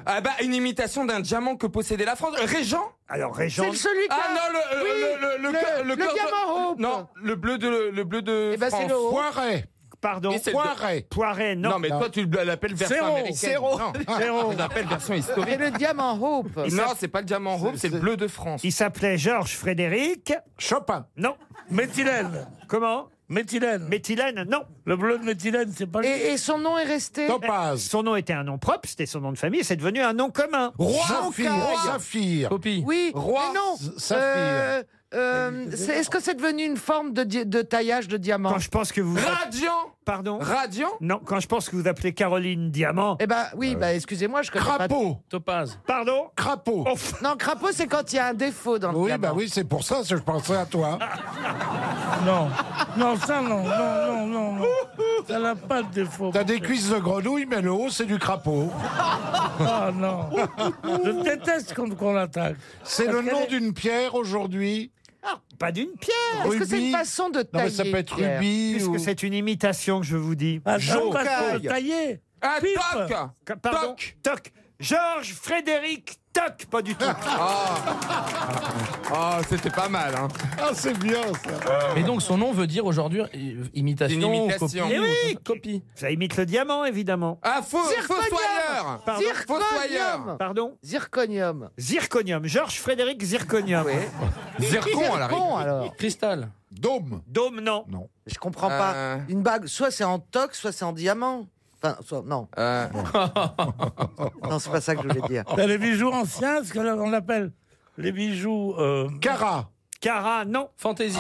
S7: Ah bah, une imitation d'un diamant que possédait la France. Euh, Régent.
S3: Alors,
S6: C'est
S3: Régent,
S6: le- celui qui
S7: Ah
S6: a-
S7: non, le, euh,
S6: Oui,
S7: le, le, le,
S6: le-
S7: le,
S6: le
S7: cœur de-
S6: diamant rose.
S7: Non, le bleu de, le bleu de
S6: Eh ben, c'est
S7: France.
S6: le haut.
S4: Poiret.
S3: pardon.
S7: Et c'est le-
S4: Poiret.
S3: Poiret, non.
S7: Non, mais toi, tu l'appelles version
S5: Zéro,
S7: américaine.
S5: zéro,
S7: non,
S5: zéro.
S7: on l'appelle version historique.
S6: Et le diamant Hope.
S7: Non, c'est pas le diamant rose, c'est le bleu de France.
S3: Il s'appelait Georges Frédéric.
S4: Chopin.
S3: Non.
S5: Méthylène.
S3: Comment
S5: Méthylène.
S3: Méthylène, non.
S5: Le bleu de méthylène, c'est pas lui.
S6: Et, et son nom est resté.
S4: Topaz.
S3: Eh, Son nom était un nom propre, c'était son nom de famille, c'est devenu un nom commun.
S4: Saphir. Saphir.
S8: Copie.
S6: Oui,
S7: Roi
S6: mais non.
S4: S- saphir.
S6: Euh, euh, c'est- Est-ce que c'est devenu une forme de, di- de taillage de diamant
S3: Quand je pense que vous.
S7: Radiant
S3: Pardon
S7: Radiant Ah
S3: Non, quand je pense que vous appelez Caroline Diamant.
S6: Eh ben oui, bah, excusez-moi, je connais pas.
S4: Crapaud.
S8: Topaz.
S3: Pardon
S4: Crapaud.
S3: Oh, pff,
S6: Non, crapaud, c'est quand il y a un défaut dans le hein.
S4: Oui,
S6: diamant.
S4: bah oui, c'est pour ça que je pensais à toi.
S5: <laughs> Non. Non, ça, non. Non, non, non. non. Ça n'a pas de défaut.
S4: T'as des cuisses de grenouille, mais le haut, c'est du crapaud.
S5: Ah non. Je déteste quand on l'attaque.
S4: C'est le nom d'une pierre aujourd'hui.
S3: ah, pas d'une pierre
S6: Est-ce que c'est
S4: Ruby.
S6: une façon de
S4: Non,
S6: tailler
S4: mais ça peut être
S6: Pierre
S4: rubis.
S3: Puisque
S4: ou-
S3: c'est une imitation que je vous dis.
S5: Ah, ça
S4: Joe
S5: passe pour le
S4: Caille.
S5: tailler.
S7: Ah,
S5: Pipe.
S7: toc
S3: Ca- Pardon
S7: Toc.
S3: Georges Frédéric Toc Pas du tout.
S7: Ah. Oh, c'était pas mal, hein.
S4: Ah, c'est bien ça.
S8: Mais donc, son nom veut dire aujourd'hui euh, imitation,
S7: Une imitation.
S8: copie.
S7: Eh
S8: ou-
S3: oui.
S8: copie.
S3: Ça imite le diamant, évidemment.
S7: Ah, faux,
S6: Zirconium.
S7: fossoyeur
S3: Pardon
S7: Fossoyeur
S6: Zirconium
S3: Pardon
S6: Zirconium. Ah
S3: Zirconium, Georges Frédéric Zirconium.
S7: Zircon, à la rigueur.
S6: Zircon, alors.
S8: Cristal.
S4: Dôme.
S3: Dôme, non.
S6: Je comprends
S7: Euh.
S6: pas. Une bague, soit c'est en toc, soit c'est en diamant. Enfin, soit, non,
S7: Euh,
S6: non c'est pas ça que je voulais dire.
S5: Oh. T'as les bijoux anciens, ce qu'on appelle les bijoux. euh,
S4: Cara.
S3: Cara, non.
S8: Fantaisie.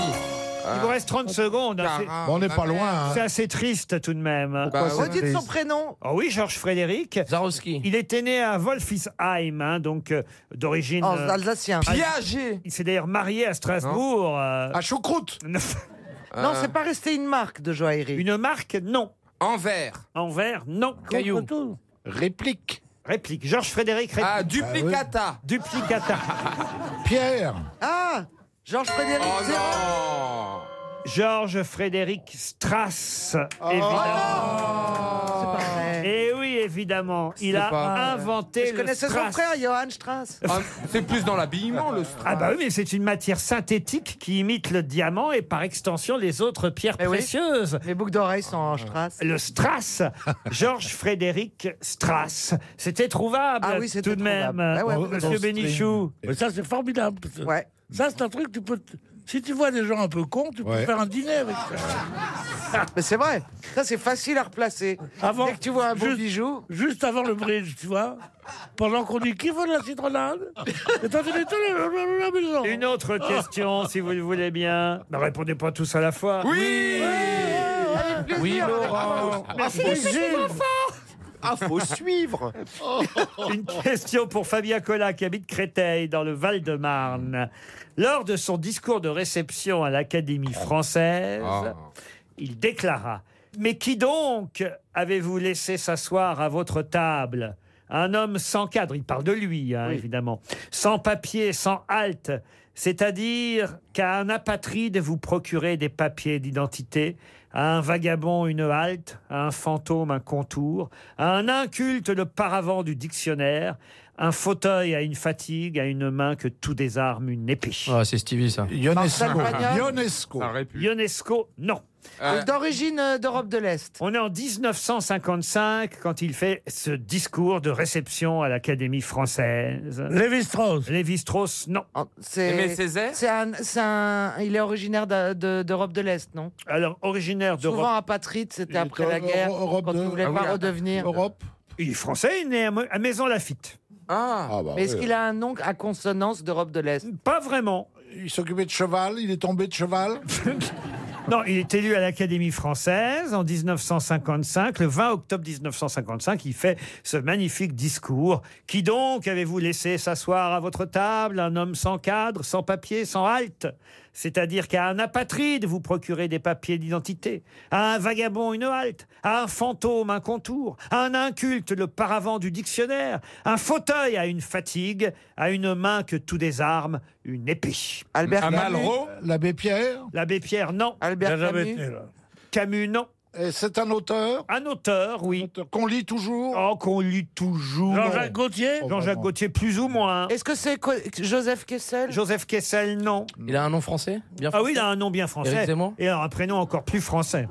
S3: Il vous reste 30 secondes. hein, c'est-
S7: Cara,
S4: Bon, Ah, on n'est
S7: ma
S4: pas
S7: mère.
S4: loin. hein.
S3: C'est assez triste tout de même.
S7: Bah, ouais.
S6: Redites son prénom.
S3: Oh oui, Georges Frédéric.
S8: Zarowski.
S3: Il était né à Wolfisheim, hein, donc euh, d'origine.
S6: En
S3: euh,
S6: Oh, alsacien.
S7: Piaget
S3: il s'est d'ailleurs marié à Strasbourg. euh, <laughs>
S4: À choucroute.
S7: Euh.
S6: Non, c'est pas resté une marque de joaillerie.
S3: une marque, non.
S7: Envers
S3: Envers, non.
S8: Caillou.
S5: contre tout.
S4: Réplique.
S3: Réplique. Georges Frédéric réplique.
S7: Ah, duplicata <laughs>
S3: Duplicata.
S4: Pierre.
S6: Ah Georges Frédéric
S7: Oh
S6: Zéro.
S7: non
S3: Georges Frédéric Strass,
S6: Eh
S3: évidemment.
S6: C'est pas vrai.
S3: Et Eh oui, évidemment. Oh, Il a
S7: pas-
S3: inventé
S6: Je
S3: le
S6: connaissais son
S3: Strass.
S6: frère, Johann Strass.
S7: Ah, C'est plus dans l'habillement, le strat.
S3: Ah bah oui, mais c'est une matière synthétique qui imite le diamant et par extension les autres pierres
S6: Eh oui.
S3: précieuses.
S6: Mes boucles d'oreilles sont en Strass.
S3: Le Strass, Georges Frédéric Strass. C'était trouvable
S6: Ah oui, c'était
S3: tout de
S6: trouvable.
S3: même, euh,
S6: Ah ouais,
S4: ouais,
S3: monsieur
S4: dans ce
S3: Bénichou.
S5: Mais ça, c'est formidable. parce que
S6: Ouais.
S5: Ça, c'est un truc, tu peux. t- Si tu vois des gens un peu cons, tu
S6: Ouais.
S5: peux faire un dîner avec ça.
S6: <laughs> Mais c'est vrai, ça c'est facile à replacer.
S5: Avant,
S6: Dès que tu vois un beau
S5: juste-
S6: bijou.
S5: Juste avant le bridge, tu vois. Pendant qu'on dit qui veut de la
S6: <laughs>
S5: citronnade Et toi, tu dis tout le- la maison.
S3: Une autre question, si vous le voulez bien. Ne répondez pas tous à la fois.
S5: Oui
S3: Oui,
S5: plaisir.
S3: Laurent.
S5: Ah, Philippe, c'est mon enfant.
S9: Ah, faut suivre.
S3: Une question pour Fabien Collat qui habite Créteil dans le Val-de-Marne. Lors de son discours de réception à l'Académie française,
S11: Ah.
S3: il déclara Mais qui donc avez-vous laissé s'asseoir à votre table Un homme sans cadre, il parle de lui hein, évidemment, sans papier, sans halte, c'est-à-dire qu'à un apatride vous procurez des papiers d'identité, à un vagabond une halte, à un fantôme un contour, à un inculte le paravent du dictionnaire, un fauteuil à une fatigue, à une main que tout désarme une épée.
S8: Ah, c'est Stevie, ça.
S3: Ionesco.
S4: Ionesco.
S3: Ionesco, non.
S6: Euh, D'origine euh, d'Europe de l'Est.
S3: On est en 1955 quand il fait ce discours de réception à l'Académie française.
S5: Lévi-Strauss.
S3: Lévi-Strauss, non.
S6: Oh, C'est c'est un, c'est un- il est originaire d'a- de- d'Europe de, l'Est, non
S3: Alors, originaire d'Europe.
S6: Souvent apatride, c'était après la guerre, quand on ne
S3: Ah
S6: voulait pas redevenir.
S3: Il est français, il est né à Mo- à Maison Lafitte.
S6: Ah,
S4: bah
S6: Mais est-ce qu'il a un nom à consonance d'Europe de l'Est
S3: Pas vraiment.
S4: Il s'occupait de cheval, il est tombé de cheval.
S3: <laughs> Non, il est élu à l'Académie française en 1955. Le 20 octobre 1955, il fait ce magnifique discours. Qui donc avez-vous laissé s'asseoir à votre table Un homme sans cadre, sans papier, sans halte C'est-à-dire qu'à un apatride, vous procurez des papiers d'identité. À un vagabond, une halte. À un fantôme, un contour. À un inculte, le paravent du dictionnaire. Un fauteuil à une fatigue. À une main que tout désarme, une épée.
S4: Albert À Camus. Malraux
S3: L'abbé Pierre L'abbé Pierre, non.
S6: Albert Il a jamais Camus. été, là.
S3: Camus, non.
S4: C'est un auteur
S3: Un auteur, oui.
S4: Qu'on lit toujours Oh,
S3: Oh, qu'on lit toujours.
S5: Jean-Jacques Gaultier
S3: Jean-Jacques Gauthier, plus ou moins.
S6: Est-ce que c'est quoi- Joseph Kessel
S3: Joseph Kessel, non.
S8: Il a un nom français Bien
S3: Ah
S8: français
S3: oui, il a un nom bien français.
S8: Éric Zemmour
S3: Et alors, un prénom encore plus français.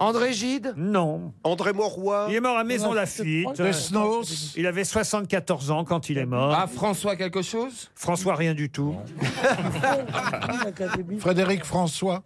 S6: André Gide
S3: Non.
S9: André Mauroy.
S3: Il est mort à Maison
S9: Ouais,
S3: Lafitte.
S9: c'est proche.
S3: Il avait 74 ans quand il est mort.
S7: Ah, François quelque chose
S3: François, rien du tout.
S4: Frédéric François.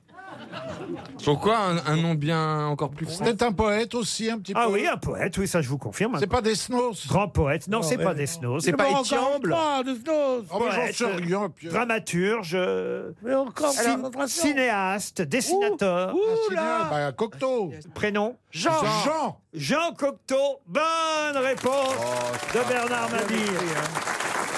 S7: Pourquoi un, un nom bien encore plus français
S4: C'était un poète aussi, un petit
S3: Ah
S4: peu.
S3: oui, un poète, oui, ça je vous confirme. hein
S4: C'est pas des snows.
S3: Grand poète, non,
S4: Non,
S3: c'est
S4: mais-
S3: pas des snows.
S4: C'est pas Étiamble
S5: Ah, de Snows.
S4: Oh, bah, j'en
S3: Poète,
S4: sais rien, puis-
S3: dramaturge, euh,
S5: Mais encore,
S3: cin-
S5: alors, attention.
S3: cinéaste, dessinateur.
S4: Ah, bah, Cocteau.
S3: Prénom
S4: Jean.
S3: Jean.
S4: Jean.
S3: Jean Cocteau. Bonne réponse de Bernard Mabille.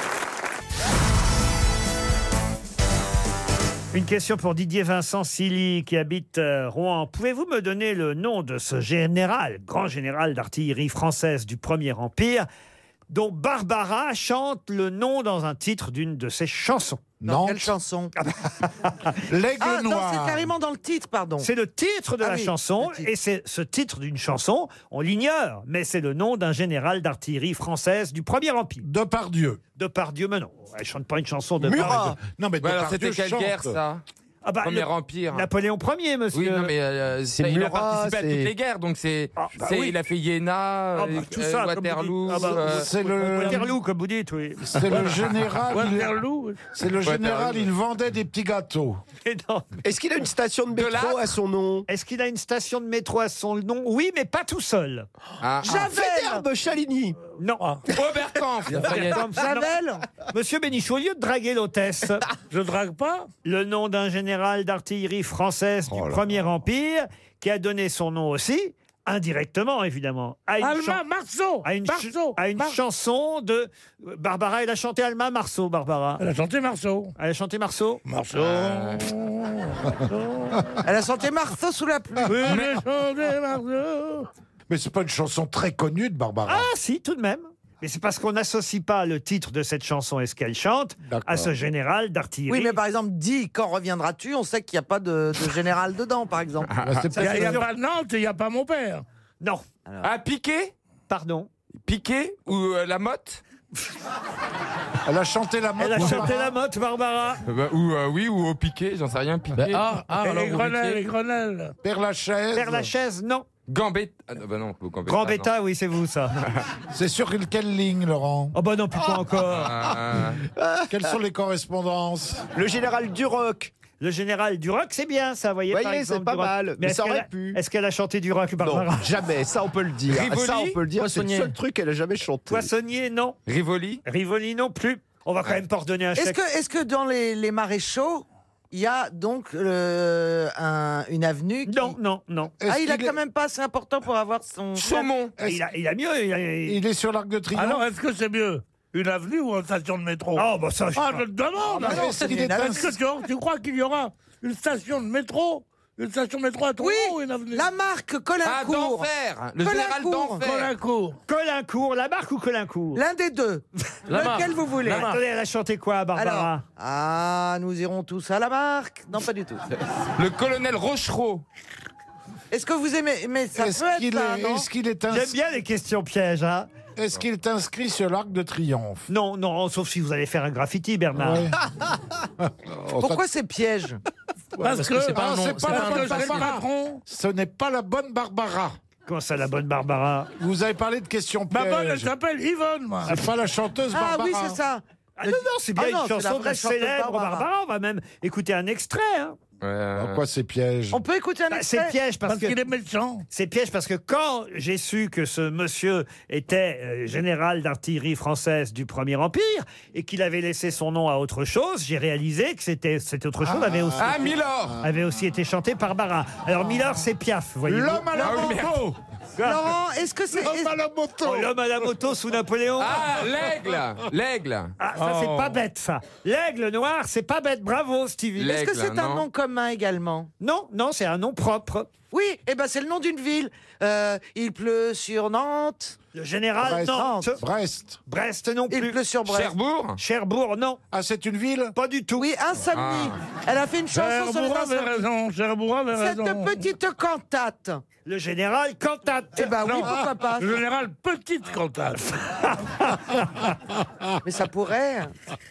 S3: Une question pour Didier Vincent Silly qui habite euh, Rouen. Pouvez-vous me donner le nom de ce général, grand général d'artillerie française du Premier Empire, dont Barbara chante le nom dans un titre d'une de ses chansons Ah, bah.
S6: Dans quelle chanson
S4: L'aigle
S6: Ah non,
S3: noir.
S6: c'est carrément dans le titre, pardon.
S3: C'est le titre de
S6: Ah
S3: la
S6: oui,
S3: chanson,
S6: le titre.
S3: et c'est ce titre d'une chanson, on l'ignore, mais c'est le nom d'un général d'artillerie française du Premier Empire.
S4: De par Dieu.
S3: De par Dieu, mais non, elle chante pas une chanson de
S4: Murat. Non, mais
S7: Ouais, alors,
S4: Depardieu
S7: c'était quelle
S4: chante.
S7: guerre, ça
S3: Ah bah,
S7: Premier
S3: le-
S7: Empire.
S3: Napoléon Ier, monsieur.
S7: Oui, non, mais euh,
S9: C'est
S7: ça, il a
S9: Murat,
S7: participé à toutes
S9: c'est-
S7: les guerres, donc c'est.
S3: bah
S7: c'est-
S3: oui.
S7: Il a fait Iéna,
S3: Ah bah,
S7: euh,
S3: tout ça, comme vous
S7: Waterloo.
S3: dites. Ah bah,
S7: euh,
S4: C'est le-
S3: Waterloo, comme vous dites, oui.
S4: C'est le général. il-
S5: Waterloo.
S4: C'est le général, il vendait des petits gâteaux.
S3: <laughs> Mais non.
S9: Est-ce qu'il a une station de
S7: De
S9: métro
S7: l'âtre.
S9: à son nom
S3: Est-ce qu'il a une station de métro à son nom Oui, mais pas tout seul.
S7: ah, ah.
S9: Javerbe Chaligny.
S3: Non.
S7: Robert Kampf ça y est.
S3: Comme ça, non.
S6: Javel
S3: Monsieur Bénichou, au lieu de draguer l'hôtesse,
S5: Je drague pas.
S3: le nom d'un général d'artillerie française du
S9: Oh là
S3: Premier Empire, qui a donné son nom aussi, indirectement évidemment, à une, chan-
S5: Alma, Marceau.
S3: à une, ch-
S5: Marceau.
S3: à une
S5: Mar-
S3: chanson de Barbara. Elle a chanté Alma Marceau, Barbara.
S5: Elle a chanté Marceau.
S3: Elle a chanté Marceau.
S5: Marceau.
S6: Elle a chanté Marceau sous la pluie.
S5: Oui, j'ai chanté Marceau.
S4: Mais c'est pas une chanson très connue de Barbara.
S3: Ah si, tout de même. Mais c'est parce qu'on n'associe pas le titre de cette chanson et ce qu'elle chante
S4: D'accord.
S3: à ce général d'artillerie.
S6: Oui, mais par exemple, dis quand reviendras-tu, on sait qu'il n'y a pas de, de général dedans, par exemple.
S3: Ah,
S4: Bah, c'est
S5: Il n'y a,
S4: pas-
S5: il y a pas Nantes et il n'y a pas mon père.
S3: Non,
S7: Ah, Piqué
S3: pardon.
S7: Piqué Ou euh, la motte
S4: <laughs> Elle a chanté la mode.
S3: Elle a
S4: Barbara.
S3: chanté la motte, Barbara.
S7: Euh, bah, Ou euh, oui, ou au piqué, j'en sais rien, piqué.
S8: Bah, ah, ah,
S5: et
S8: alors,
S5: les
S8: vous
S5: Grenelles,
S8: étiez-
S5: les Grenelles.
S4: Père Lachaise.
S3: Père Lachaise, non.
S7: Gambetta. Ah, non, bah non, pas Gambetta.
S3: Grand
S7: non.
S3: Bêta, oui, c'est vous
S4: <laughs>
S3: ça.
S4: C'est sur quelle ligne, Laurent
S3: Oh bah non, plutôt encore.
S7: Ah,
S4: Quelles sont les correspondances
S9: Le général Duroc.
S3: Le général du rock, c'est bien ça, vous voyez.
S9: Voyez,
S3: par exemple,
S9: c'est pas
S3: du rock.
S9: mal, mais
S3: est-ce
S9: ça
S3: qu'elle
S9: aurait
S3: a-
S9: pu.
S3: Est-ce qu'elle a chanté du rock, Barbara
S9: Non, jamais, ah, ça on peut le dire.
S3: Rivoli,
S9: ça on peut le dire, c'est le
S3: Poissonnier.
S9: seul truc qu'elle a jamais chanté.
S3: Poissonnier, non.
S7: Rivoli
S3: Rivoli, non plus. On va quand même pas redonner un
S6: Est-ce
S3: chèque.
S6: que, est-ce que dans les, les maréchaux, il y a donc euh, un- une avenue qui...
S3: Non, non, non. Ah,
S6: Ah, il a quand même pas assez important pour avoir son...
S7: Saumon.
S3: Il a, il a mieux. Il, a- il-
S4: Il est sur l'arc de triomphe.
S5: Alors, est-ce que c'est mieux Une avenue ou une station de métro
S3: Oh, bah ça, je-
S5: Ah, je te demande
S4: Ah,
S5: alors.
S4: mais c'est qu'il est
S5: Est-ce que tu, tu crois qu'il y aura une station de métro Une station de métro à ton
S6: Oui,
S5: ou une avenue
S6: la marque
S7: Ah,
S6: Colincourt.
S7: d'enfer Le
S6: Colincourt.
S7: général d'enfer
S5: Colincourt.
S3: Colincourt, la marque ou Colincourt
S6: L'un des deux.
S8: La marque.
S6: Lequel vous voulez
S8: La marque.
S3: Attendez, elle a chanté quoi, Barbara
S6: Alors, ah, nous irons tous à la marque. Non, pas du tout.
S7: Le colonel Rochereau
S6: Est-ce que vous aimez mais ça
S4: Est-ce
S6: peut être
S4: qu'il
S6: là,
S4: est-
S6: non
S4: est-ce qu'il est, ins-
S3: J'aime bien les questions pièges, hein
S4: est-ce qu'il est inscrit sur l'arc de triomphe
S3: Non, non, sauf si vous allez faire un graffiti, Bernard.
S4: Ouais.
S8: <laughs>
S6: Pourquoi ces pièges
S5: Parce que
S8: c'est pas
S4: Ah,
S8: un nom.
S4: c'est
S8: c'est
S4: pas la
S8: pas un
S5: parce
S8: nom
S5: que c'est le
S8: facile.
S5: patron.
S4: Ce n'est pas la bonne Barbara.
S3: Comment ça, la bonne Barbara
S4: Vous avez parlé de questions
S5: Ma bonne, elle
S4: pièges.
S5: s'appelle Yvonne, moi.
S4: C'est pas la chanteuse
S6: Ah
S4: Barbara.
S6: oui, c'est ça.
S3: Ah non, non, c'est bien
S6: Ah non,
S3: une
S6: c'est la
S3: chanson de
S6: vraie chanteuse
S3: célèbre Barbara.
S6: Barbara.
S3: On va même écouter un extrait. hein.
S7: Euh,
S4: Pourquoi ces pièges
S6: On peut écouter un
S3: Bah,
S6: extrait
S3: c'est piège parce,
S5: Parce
S3: que.
S5: qu'il est méchant.
S3: C'est piège parce que quand j'ai su que ce monsieur était euh, général d'artillerie française du Premier Empire et qu'il avait laissé son nom à autre chose, j'ai réalisé que c'était cette autre chose avait aussi
S7: Ah, Milord
S3: avait aussi été chanté par Barbara. Alors Miller, c'est Piaf, voyez-vous.
S4: L'homme à la
S7: Ah oui,
S4: moto
S6: Laurent, est-ce que c'est...
S4: L'homme à la moto
S3: Oh, L'homme à la moto sous Napoléon.
S7: Ah, l'aigle L'aigle
S3: Ah, ça, c'est
S5: Oh.
S3: pas bête, ça. L'aigle noir, c'est pas bête. Bravo, Stevie.
S7: Les-
S6: Est-ce que c'est
S7: Aigle,
S6: un
S7: non
S6: nom commun également
S3: Non, non, c'est un nom propre.
S6: Oui, eh ben c'est le nom d'une ville. Euh, il pleut sur Nantes,
S3: Le général,
S4: Brest.
S3: non.
S4: Brest.
S3: Brest, non
S6: il
S3: plus.
S6: pleut sur Brest.
S7: Cherbourg
S3: Cherbourg, non.
S4: Ah, c'est une ville
S3: Pas du tout.
S6: Oui, Insomnie. Elle a fait une chanson sur les
S5: Cherbourg avait
S6: insomnies.
S5: raison, Cherbourg avait
S6: Cette
S5: raison.
S6: petite cantate.
S3: Le général Cantate.
S6: Eh ben oui,
S5: Non.
S6: pourquoi pas
S5: Le général Petite Cantate.
S6: <laughs> Mais ça pourrait.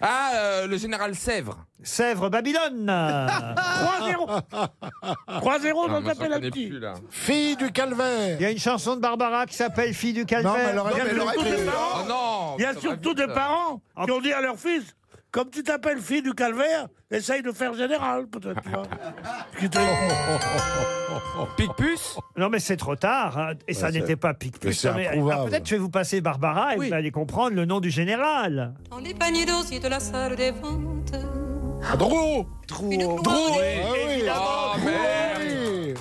S7: Ah, euh, le général Sèvres <laughs>
S3: Sèvres, Babylone.
S5: 3-0. 3-0
S7: Ah,
S5: dans
S7: moi,
S5: ta
S7: j'en connais
S5: penalty.
S7: plus, là.
S4: Fille du
S3: Il
S4: calvaire
S3: y a une chanson de Barbara qui s'appelle Fille du
S4: Non, mais
S3: calvaire.
S4: elle aurait-
S5: Il y a
S4: elle aurait
S5: surtout
S4: pu- Ah.
S5: des parents.
S7: Oh non
S5: Il y a
S7: ça va
S5: surtout
S7: vite.
S5: des parents qui ont dit à leur fils comme tu t'appelles fille du calvaire, essaye de faire général, peut-être.
S7: <laughs>
S5: tu vois. Ce qui te-
S7: Picpus
S3: Non, mais c'est trop tard. hein. Et ça
S4: c'est-
S3: n'était pas pique
S4: Mais c'est improuvable.
S3: Ah, Peut-être je vais vous passer Barbara et
S6: Oui.
S3: vous allez comprendre le nom du général.
S11: Dans les paniers d'osier de la salle des ventes,
S4: Ah, Drouot
S11: une
S6: Trou.
S11: croix
S4: Ah
S11: allumée,
S4: oui
S7: Oh,
S4: Drouot,
S7: merde.
S4: oui.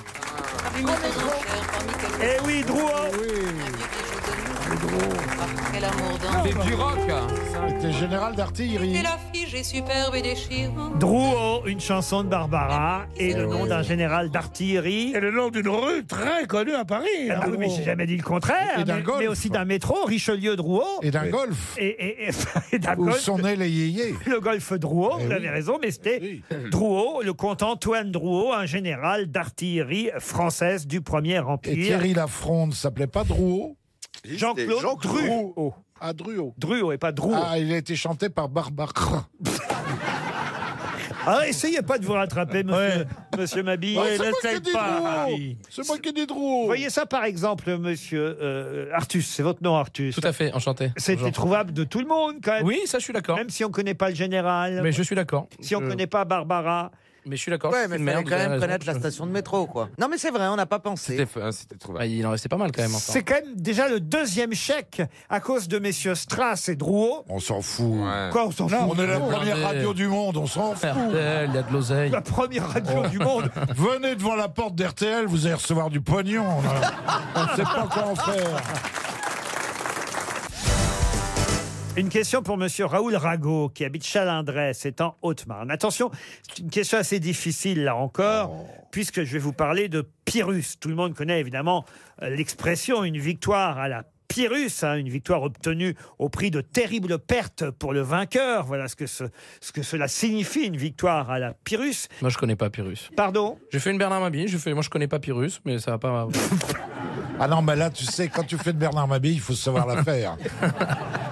S11: une enchère parmi quelques
S3: Eh oui, Drouot.
S11: vieux bijoux de nous. Ah, quel amour d'un
S7: C'est du rock
S4: C'était général d'artillerie.
S11: Et la fille, est superbe et déchirante.
S3: Drouot, une chanson de Barbara et le nom d'un général d'artillerie.
S5: Et le nom d'une rue très connue à Paris.
S3: Ah
S5: hein,
S3: oui, mais
S5: gros.
S3: j'ai jamais dit le contraire.
S4: Et d'un
S3: mais,
S4: golf.
S3: mais aussi d'un métro, Richelieu-Drouot.
S4: Et d'un golf.
S3: Et, et, et- et d'un
S4: Où
S3: golf.
S4: sont nés les yéyés
S3: <laughs>
S4: Eh
S3: Le golfe Drouot, vous avez raison, mais c'était Drouot, le comte Antoine Drouot, un général d'artillerie française du Premier
S4: Et
S3: Empire.
S4: Thierry Lafronde s'appelait pas Drouot
S3: Jean-Claude Dru-
S4: Drouot. Ah, Drouot.
S3: Drouot et pas Drouot.
S4: Ah, il a été chanté par Barbara.
S3: <laughs> Ah, essayez pas de vous rattraper, monsieur, monsieur Mabille.
S4: Ah,
S5: Oui,
S4: c'est moi qui ai
S5: n'essaye
S4: dit
S5: pas,
S4: Drouot.
S5: Harry.
S4: C'est moi qui ai dit Drouot
S3: Vous voyez ça, par exemple, monsieur euh, Artus, c'est votre nom, Artus.
S8: Tout à fait, enchanté.
S3: C'était
S8: Bonjour.
S3: trouvable de tout le monde, quand même.
S8: Oui, ça, je suis d'accord.
S3: Même si on connaît pas le général,
S8: Mais je suis d'accord.
S3: si on
S8: Je-
S3: connaît pas Barbara.
S8: Mais je suis d'accord.
S6: Ouais,
S8: c'est
S6: mais
S8: une
S6: il fallait
S8: merde,
S6: quand
S8: vous avez
S6: même
S8: raison.
S6: connaître la station de métro, quoi. Non, mais c'est vrai, on n'a pas pensé.
S5: hein,
S7: C'était c'était trop
S8: Ah, il en restait pas mal quand même. encore.
S3: C'est quand même déjà le deuxième chèque à cause de messieurs Strass et Drouot.
S4: On s'en fout.
S8: Hein.
S7: Ouais.
S3: Quoi, on s'en fout
S4: On est la première
S8: Attendez.
S4: radio du monde, on s'en fout.
S8: RTL, il y a de l'oseille. Oh.
S3: La première radio
S8: <laughs>
S3: du monde.
S4: Venez devant la porte d'RTL, vous allez recevoir du pognon. hein. là. On ne sait Ah, pas quoi en faire.
S3: Une question pour Monsieur Raoul Rago, qui habite Chalindrey, c'est en Haute-Marne. Attention, c'est une question assez difficile là encore, puisque je vais vous parler de Pyrrhus. Tout le monde connaît évidemment euh, l'expression une victoire à la Pyrrhus, hein, une victoire obtenue au prix de terribles pertes pour le vainqueur. Voilà ce que, ce, ce que cela signifie, une victoire à la Pyrrhus.
S8: Moi, je connais pas Pyrrhus.
S3: Pardon
S8: J'ai fait une Bernard Mabille. Je fais. Moi, je connais pas Pyrrhus, mais
S3: <laughs>
S8: ça va pas.
S4: Ah non, mais là, tu sais, quand tu fais de Bernard Mabille, il faut savoir la faire.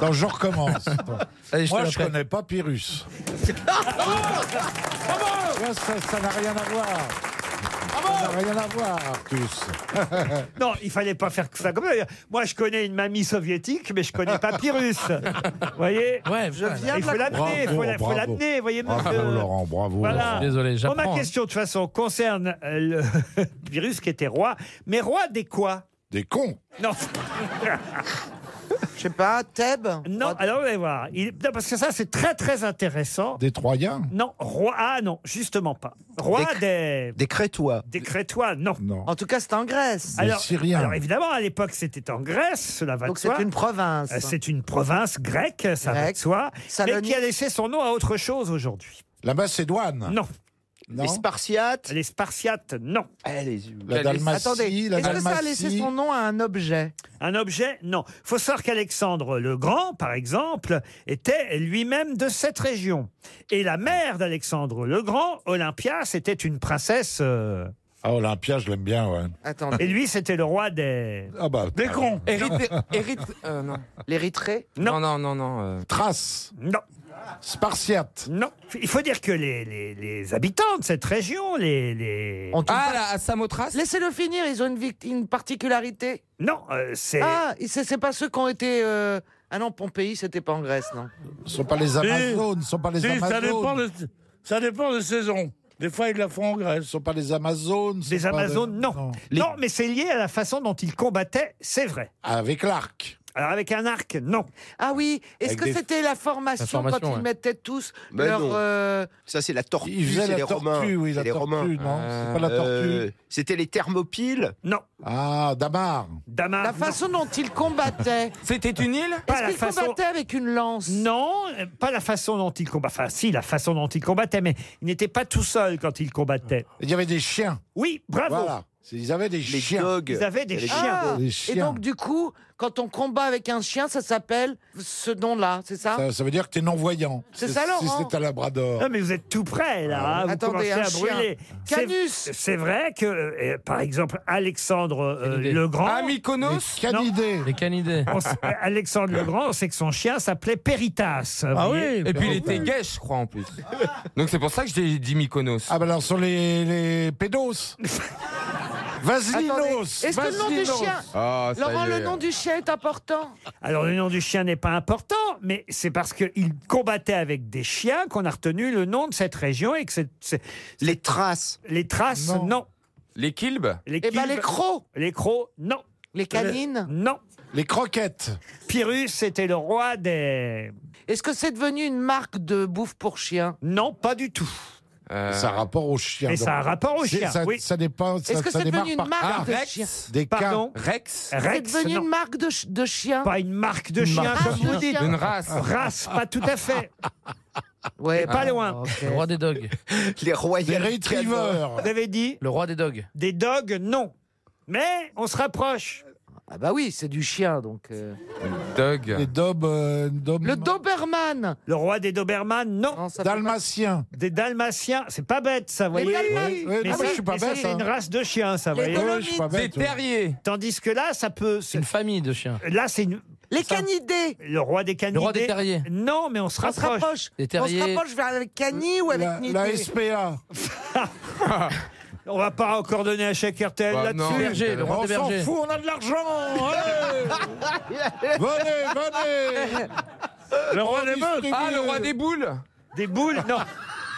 S4: Donc, je recommence.
S8: Allez, je te
S4: Moi, je
S8: l'apprête.
S4: connais pas
S5: <laughs>
S4: Pyrrhus. Tu vois, ça ça n'a rien à voir.
S3: Ah
S4: Ça n'a rien à voir, tous.
S3: <laughs> Non, il fallait pas faire que ça comme ça. Moi, je connais une mamie soviétique, mais je connais pas
S4: <laughs>
S3: Pyrrhus. Vous voyez Je
S4: viens
S3: Il
S4: de
S3: faut
S4: la-
S3: l'amener, il faut la-
S4: Bravo,
S3: faut
S4: bravo.
S3: l'amener, vous voyez
S8: Ah,
S4: Bravo,
S8: bah
S3: monsieur.
S4: Laurent, bravo,
S3: Voilà.
S4: Laurent. Désolé,
S3: Bon, ma
S4: j'apprends, hein.
S3: question, de toute façon, concerne euh, le <laughs> Pyrrhus qui était roi. Mais roi des quoi
S4: Des cons
S3: Non Je sais pas, Thèbes Non, alors vous allez voir. Il- non, parce que ça, c'est très très
S8: hein.
S3: intéressant.
S4: Des Troyens
S3: Non, roi. Ah non, justement pas. Roi des.
S9: Des Crétois.
S3: Des Crétois, non.
S6: En tout cas, c'est en Grèce.
S3: Alors, alors évidemment, à l'époque, c'était en Grèce, cela va
S6: Donc
S3: de soi.
S6: c'est une province.
S3: Euh, C'est une province grecque, ça va de soi, mais
S6: Salonique.
S3: qui a laissé son nom à autre chose aujourd'hui.
S4: La Macédoine
S3: Non.
S4: Non. Les
S3: Spartiates Les Spartiates, non.
S6: Eh,
S4: La Dalmatie,
S6: Attendez,
S4: la
S6: est-ce que ça a laissé son nom à un objet
S3: Un objet Non. faut savoir qu'Alexandre le Grand, par exemple, était lui-même de cette région. Et la mère d'Alexandre le Grand, Olympia, c'était une princesse... euh,
S4: Ah, Olympia, je l'aime bien, ouais.
S3: Et lui, c'était le roi des...
S4: Ah bah,
S3: Des cons.
S8: euh,
S6: L'Érythrée
S3: Non,
S7: non, non, non.
S4: Thrace
S3: Non.
S4: Spartiate
S3: Non. Il faut dire que les, les- les habitants de cette région, les... les...
S5: Ah,
S6: la
S7: Samothrace
S6: Laissez-le finir, ils ont une, vict- une particularité.
S3: Non, euh, c'est...
S6: Ah, ils- c'est c'est pas ceux qui ont été. euh, Ah non, Pompéi, c'était pas en Grèce, non.
S4: Ce sont pas les Amazones, ce sont pas les
S5: Si,
S4: Amazones.
S5: Ça dépend, de, ça dépend des saisons. Des fois, ils la font en Grèce. Ce
S4: sont pas les Amazones.
S3: Les Amazones, non. Non, mais c'est lié à la façon dont ils combattaient, c'est vrai.
S4: Avec l'arc.
S3: Alors avec un arc, non.
S6: Ah oui, est-ce
S3: Avec
S6: que
S3: des-
S6: c'était la formation,
S3: La formation,
S6: quand ils
S3: ouais.
S6: mettaient tous
S9: Ben
S6: leur.
S9: non.
S6: euh,
S9: Ça, c'est la tortue,
S6: Ils faisaient
S9: c'est
S6: la
S9: les
S6: tortue,
S9: Romains.
S6: oui, la
S9: C'est les
S6: tortue,
S9: Romains.
S6: non,
S4: c'est pas la
S9: Euh,
S4: tortue.
S9: C'était les thermopiles
S3: Non.
S4: Ah, Damar.
S3: Damar.
S6: La façon dont ils
S4: <laughs>
S6: combattaient.
S7: C'était une île
S6: Est-ce qu'ils combattaient avec une lance
S3: Non, euh, pas la façon dont ils combattaient. Enfin, si, la façon dont ils combattaient, mais ils n'étaient pas tout seuls quand ils combattaient.
S4: Il y avait des chiens.
S3: Oui, bravo.
S4: Voilà. C'est- Ils avaient des chiens.
S3: Ils avaient des
S6: Ah,
S3: chiens.
S6: Et donc, du coup, quand on combat avec un chien, ça s'appelle ce nom-là, c'est ça
S4: ça, ça veut dire que t'es non-voyant.
S6: C'est ça,
S4: Si
S6: Laurent
S4: c'est un labrador.
S3: Non, mais vous êtes tout près, là.
S4: Ah
S3: hein, vous
S6: Attendez,
S3: commencez
S6: un
S3: à
S6: chien.
S3: brûler. C'est- C'est vrai que, euh, par exemple, Alexandre euh, le Grand.
S7: Ah, Mykonos
S3: Non.
S8: Les canidés.
S3: On sait- Alexandre le Grand, on sait que son chien s'appelait Péritas.
S8: Ah
S3: vous voyez.
S7: Ah Et puis il était gay, je crois, en
S8: <laughs>
S7: plus. Donc c'est pour ça que j'ai dit Mykonos.
S4: Ah, bah alors, ce sont les, les pédos. Vasilinos.
S6: Est-ce que le nom du chien
S7: Ah, ça
S6: Laurent,
S7: y est.
S6: le nom du chien est important.
S3: Alors le nom du chien n'est pas important, mais c'est parce qu'il combattait avec des chiens qu'on a retenu le nom de cette région et que c'est...
S9: Les traces.
S3: Les traces, non.
S7: Les Kilbes
S3: Les
S6: Eh ben,
S3: quilbes,
S6: les crocs.
S3: Les crocs, non. Euh,
S6: Les canines
S3: Non.
S4: Les croquettes.
S3: Pyrrhus était le roi des...
S6: Est-ce que c'est devenu une marque de bouffe pour chien
S3: Non, pas du tout.
S4: Ça a rapport aux chiens.
S3: Et ça a rapport aux
S4: c'est-
S3: chiens,
S4: Ça,
S3: oui.
S4: ça dépend. ça-
S6: Est-ce que
S4: ça
S6: c'est
S4: démarre
S6: devenu une
S4: par
S6: marque
S4: cas.
S6: de chien
S4: Des cas.
S7: Pardon Rex
S6: C'est
S3: Rex,
S6: devenu
S3: non.
S6: une marque de, ch- de chien
S3: Pas une marque de
S6: Une
S3: chien,
S6: marque
S3: comme
S6: de
S3: vous
S6: chien.
S3: dites.
S6: Une
S7: race.
S3: Race, pas tout à fait.
S6: <laughs> Ouais, bah,
S3: Et pas loin.
S8: Le roi des
S6: <laughs>
S8: dogs.
S9: Les
S4: Des
S9: royales.
S4: retrievers.
S3: Vous avez dit
S8: Le roi des dogs.
S3: des dogs, non. Mais on se rapproche.
S6: Ah bah oui, c'est du chien, donc... euh.
S4: Des
S7: Dog.
S4: dobs. euh, dobs-
S6: Le Doberman
S3: Le roi des Dobermans, non.
S6: Non, ça fait
S4: Dalmatiens.
S3: Des Dalmatiens, c'est pas bête, ça, vous
S6: Les
S3: voyez.
S6: Dalmatiens.
S4: Oui, oui,
S3: Mais
S4: non, mais
S3: c'est-
S4: je suis pas
S3: mais ça,
S4: bête.
S3: c'est
S4: hein.
S3: une race de chiens, ça, vous
S6: Les
S3: voyez.
S6: Dolomites.
S4: Ouais, je suis pas
S7: Des
S4: bête. ouais.
S7: terriers.
S3: Tandis que là, ça peut. c'est-
S8: Une famille de chiens.
S3: Là, c'est une-
S6: Les
S3: ça-
S6: canidés
S3: Le roi des canidés.
S8: Le roi des terriers.
S3: Non, mais on se
S6: On se
S3: rapproche.
S6: rapproche.
S8: Les
S6: On se
S8: terriers.
S6: rapproche vers le cani ou avec
S4: La,
S6: nidé. <laughs>
S4: la SPA.
S3: On va pas encore donner un chèque RTL
S7: Bah, non.
S3: là-dessus.
S8: Berger, le roi
S4: On
S8: des
S4: s'en
S8: bergers.
S4: fout, on a de l'argent. ouais. venez, venez.
S8: Oh,
S5: Le roi des meutes.
S4: distribue.
S7: Ah, le roi des boules
S3: Des boules Non.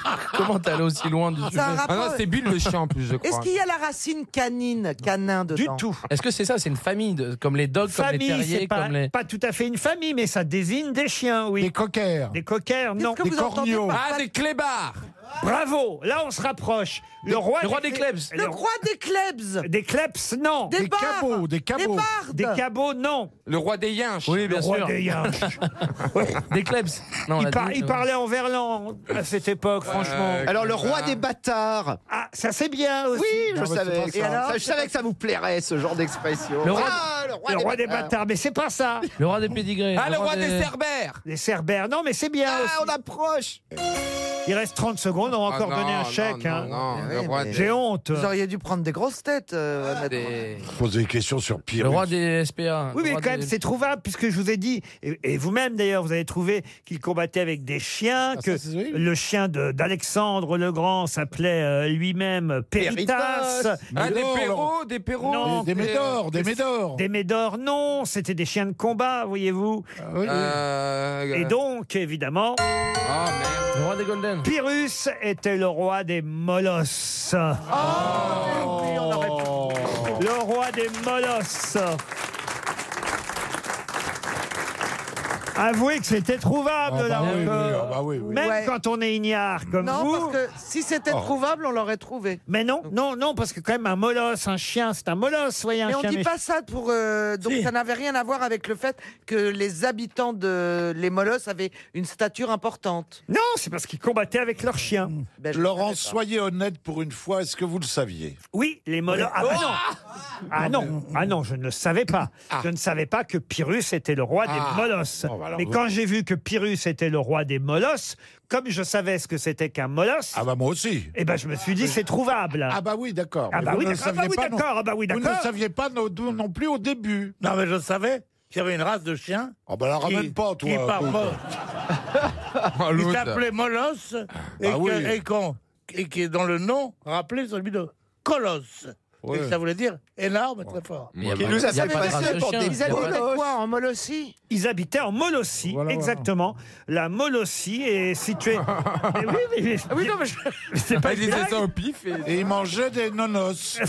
S8: <laughs> Comment t'es allé aussi loin du
S6: Ça a un
S8: sujet
S7: Ah
S6: rapport-
S7: non, c'est Bulle le chien en plus, je
S6: Est-ce
S7: crois.
S6: qu'il y a la racine canine, canin
S3: Du
S6: dedans
S3: tout.
S8: Est-ce que c'est ça C'est une famille de- comme les dogs, comme
S3: Famille,
S8: les
S3: c'est
S8: terriers,
S3: pas,
S8: comme les.
S3: pas tout à fait une famille, mais ça désigne des chiens, oui.
S4: Des coquers.
S3: Des coquers,
S6: Qu'est-ce
S3: non.
S6: que
S4: Des
S6: vous entendez
S4: corneaux.
S6: par
S7: Ah, des clébards
S3: Bravo Là, on se rapproche. Le roi,
S8: le roi des Klebs.
S6: Le roi des Klebs
S3: Des Klebs, non.
S6: Des,
S4: Des
S6: barres
S4: cabots, des
S6: Des
S4: cabots.
S6: bardes
S3: Des cabots, non.
S7: Le roi des yinches
S8: Oui, bien
S3: le roi
S8: sûr.
S3: des
S7: <laughs>
S3: Yinches.
S8: Des klebs. Non, on
S3: il,
S8: l'a
S3: par-
S8: dit,
S3: il
S8: euh,
S3: parlait en verlan à cette époque, franchement.
S7: Euh,
S9: Alors, le roi
S7: clébards.
S9: des bâtards.
S3: Ah, ça c'est bien aussi.
S9: Oui, je
S4: mais c'est
S9: savais.
S4: pas
S9: ça.
S4: ça.
S9: Ça, je savais que ça vous plairait, ce genre d'expression.
S8: Le roi-
S9: Ah, le
S3: le roi des
S9: bâtards.
S3: bâtards, mais c'est pas ça.
S8: Le roi des pédigrés.
S7: Ah, le roi des cerbères
S3: Les Cerbères, non, mais c'est bien.
S9: Ah,
S3: aussi.
S9: on approche.
S3: Il reste 30 secondes, on va
S6: Ah
S3: encore
S6: non,
S3: donner un
S6: non,
S3: chèque.
S6: non,
S3: hein.
S6: non, le
S3: Mais
S6: roi des-
S3: J'ai honte.
S6: Eh Vous auriez dû prendre des grosses têtes.
S8: Ah,
S6: euh, Maître.
S4: Poser des questions sur Pyrrhus.
S8: Le roi des SPA. le
S3: Oui, mais
S8: roi
S3: quand même,
S8: des-
S3: c'est trouvable, puisque je vous ai dit, et, et vous-même d'ailleurs, vous avez trouvé qu'il combattait avec des chiens, que le chien de- d'Alexandre le Grand s'appelait euh, lui-même Péritas.
S7: Péritas. Ah, des Médor. Péros, des Péros.
S3: Non,
S7: Des- des
S3: c'est-
S7: Médors, des Médors.
S3: Des Médors, non, c'était des chiens de combat, voyez-vous.
S4: Ah
S7: oui. Euh,
S3: et donc, évidemment.
S8: Ah, Le roi des Golden.
S3: Pyrrhus était le roi des Molosses.
S11: Oh.
S8: Oh.
S4: Ah,
S3: Le roi des Molosses. Avouez que c'était trouvable,
S4: Ah bah
S3: là
S4: oui, oui,
S3: encore.
S4: ah bah oui, oui.
S3: Même
S6: Ouais.
S3: quand on est ignare comme
S6: non,
S3: vous.
S6: parce que si c'était
S3: Oh.
S6: trouvable, on l'aurait trouvé.
S3: Mais non, non, non, parce que quand même un molosse, un chien, c'est un molosse, voyez un
S6: Mais on
S3: chien.
S6: dit pas ça pour. euh, donc
S3: Si.
S6: ça n'avait rien à voir avec le fait que les habitants de les Molosses avaient une stature importante. Ben,
S3: Non, c'est parce qu'ils combattaient avec leurs chiens.
S4: Laurent, soyez honnête pour une fois, est-ce que vous le saviez
S3: Oui, les molosses. Ah
S4: ben oh
S3: bah non Ah non, ah non, je ne le savais pas. Je ne savais pas que Pyrrhus était le roi
S4: Ah.
S3: des molosses.
S4: Oh, bah alors
S3: Mais
S4: vous-
S3: quand j'ai vu que Pyrrhus était le roi des molosses, comme je savais ce que c'était qu'un molosse. Ah
S4: bah moi aussi. bah,
S3: Eh ben je me suis dit c'est trouvable.
S4: Ah bah oui, d'accord.
S3: Ah
S4: Mais
S3: bah
S4: vous
S3: oui,
S4: ne le
S3: d'accord, ah bah
S4: saviez
S3: oui,
S4: pas, non.
S3: d'accord, ah bah oui,
S4: Vous ne
S3: d'accord.
S4: le saviez pas non, non plus au début.
S5: Non, mais je savais qu'il y avait une race de chiens.
S4: Ah bah la
S5: qui-
S4: ramène pas, toi.
S5: Qui par
S4: Paul. <laughs>
S5: mort.
S4: Ah,
S5: Il
S4: l'autre.
S5: s'appelait Molosse et,
S4: Ah oui.
S5: que- et qu'on- et qui est dans le nom rappelé celui de Colosse.
S4: Ouais.
S5: Et que ça voulait dire énorme, très fort.
S4: Mais il y a Qui pas- nous a il y a fait pas de passer race de pour chien. des
S6: Ils habitaient
S4: Molosses.
S6: quoi en Molossie
S3: Ils habitaient en Molossie, exactement. La Molossie est
S4: <laughs>
S3: située. mais oui, mais,
S4: Ah
S3: oui, non, mais je- c'est pas
S7: Il
S3: une
S7: disait
S3: blague.
S7: ça au pif. Et...
S4: Et il mangeait des nonos.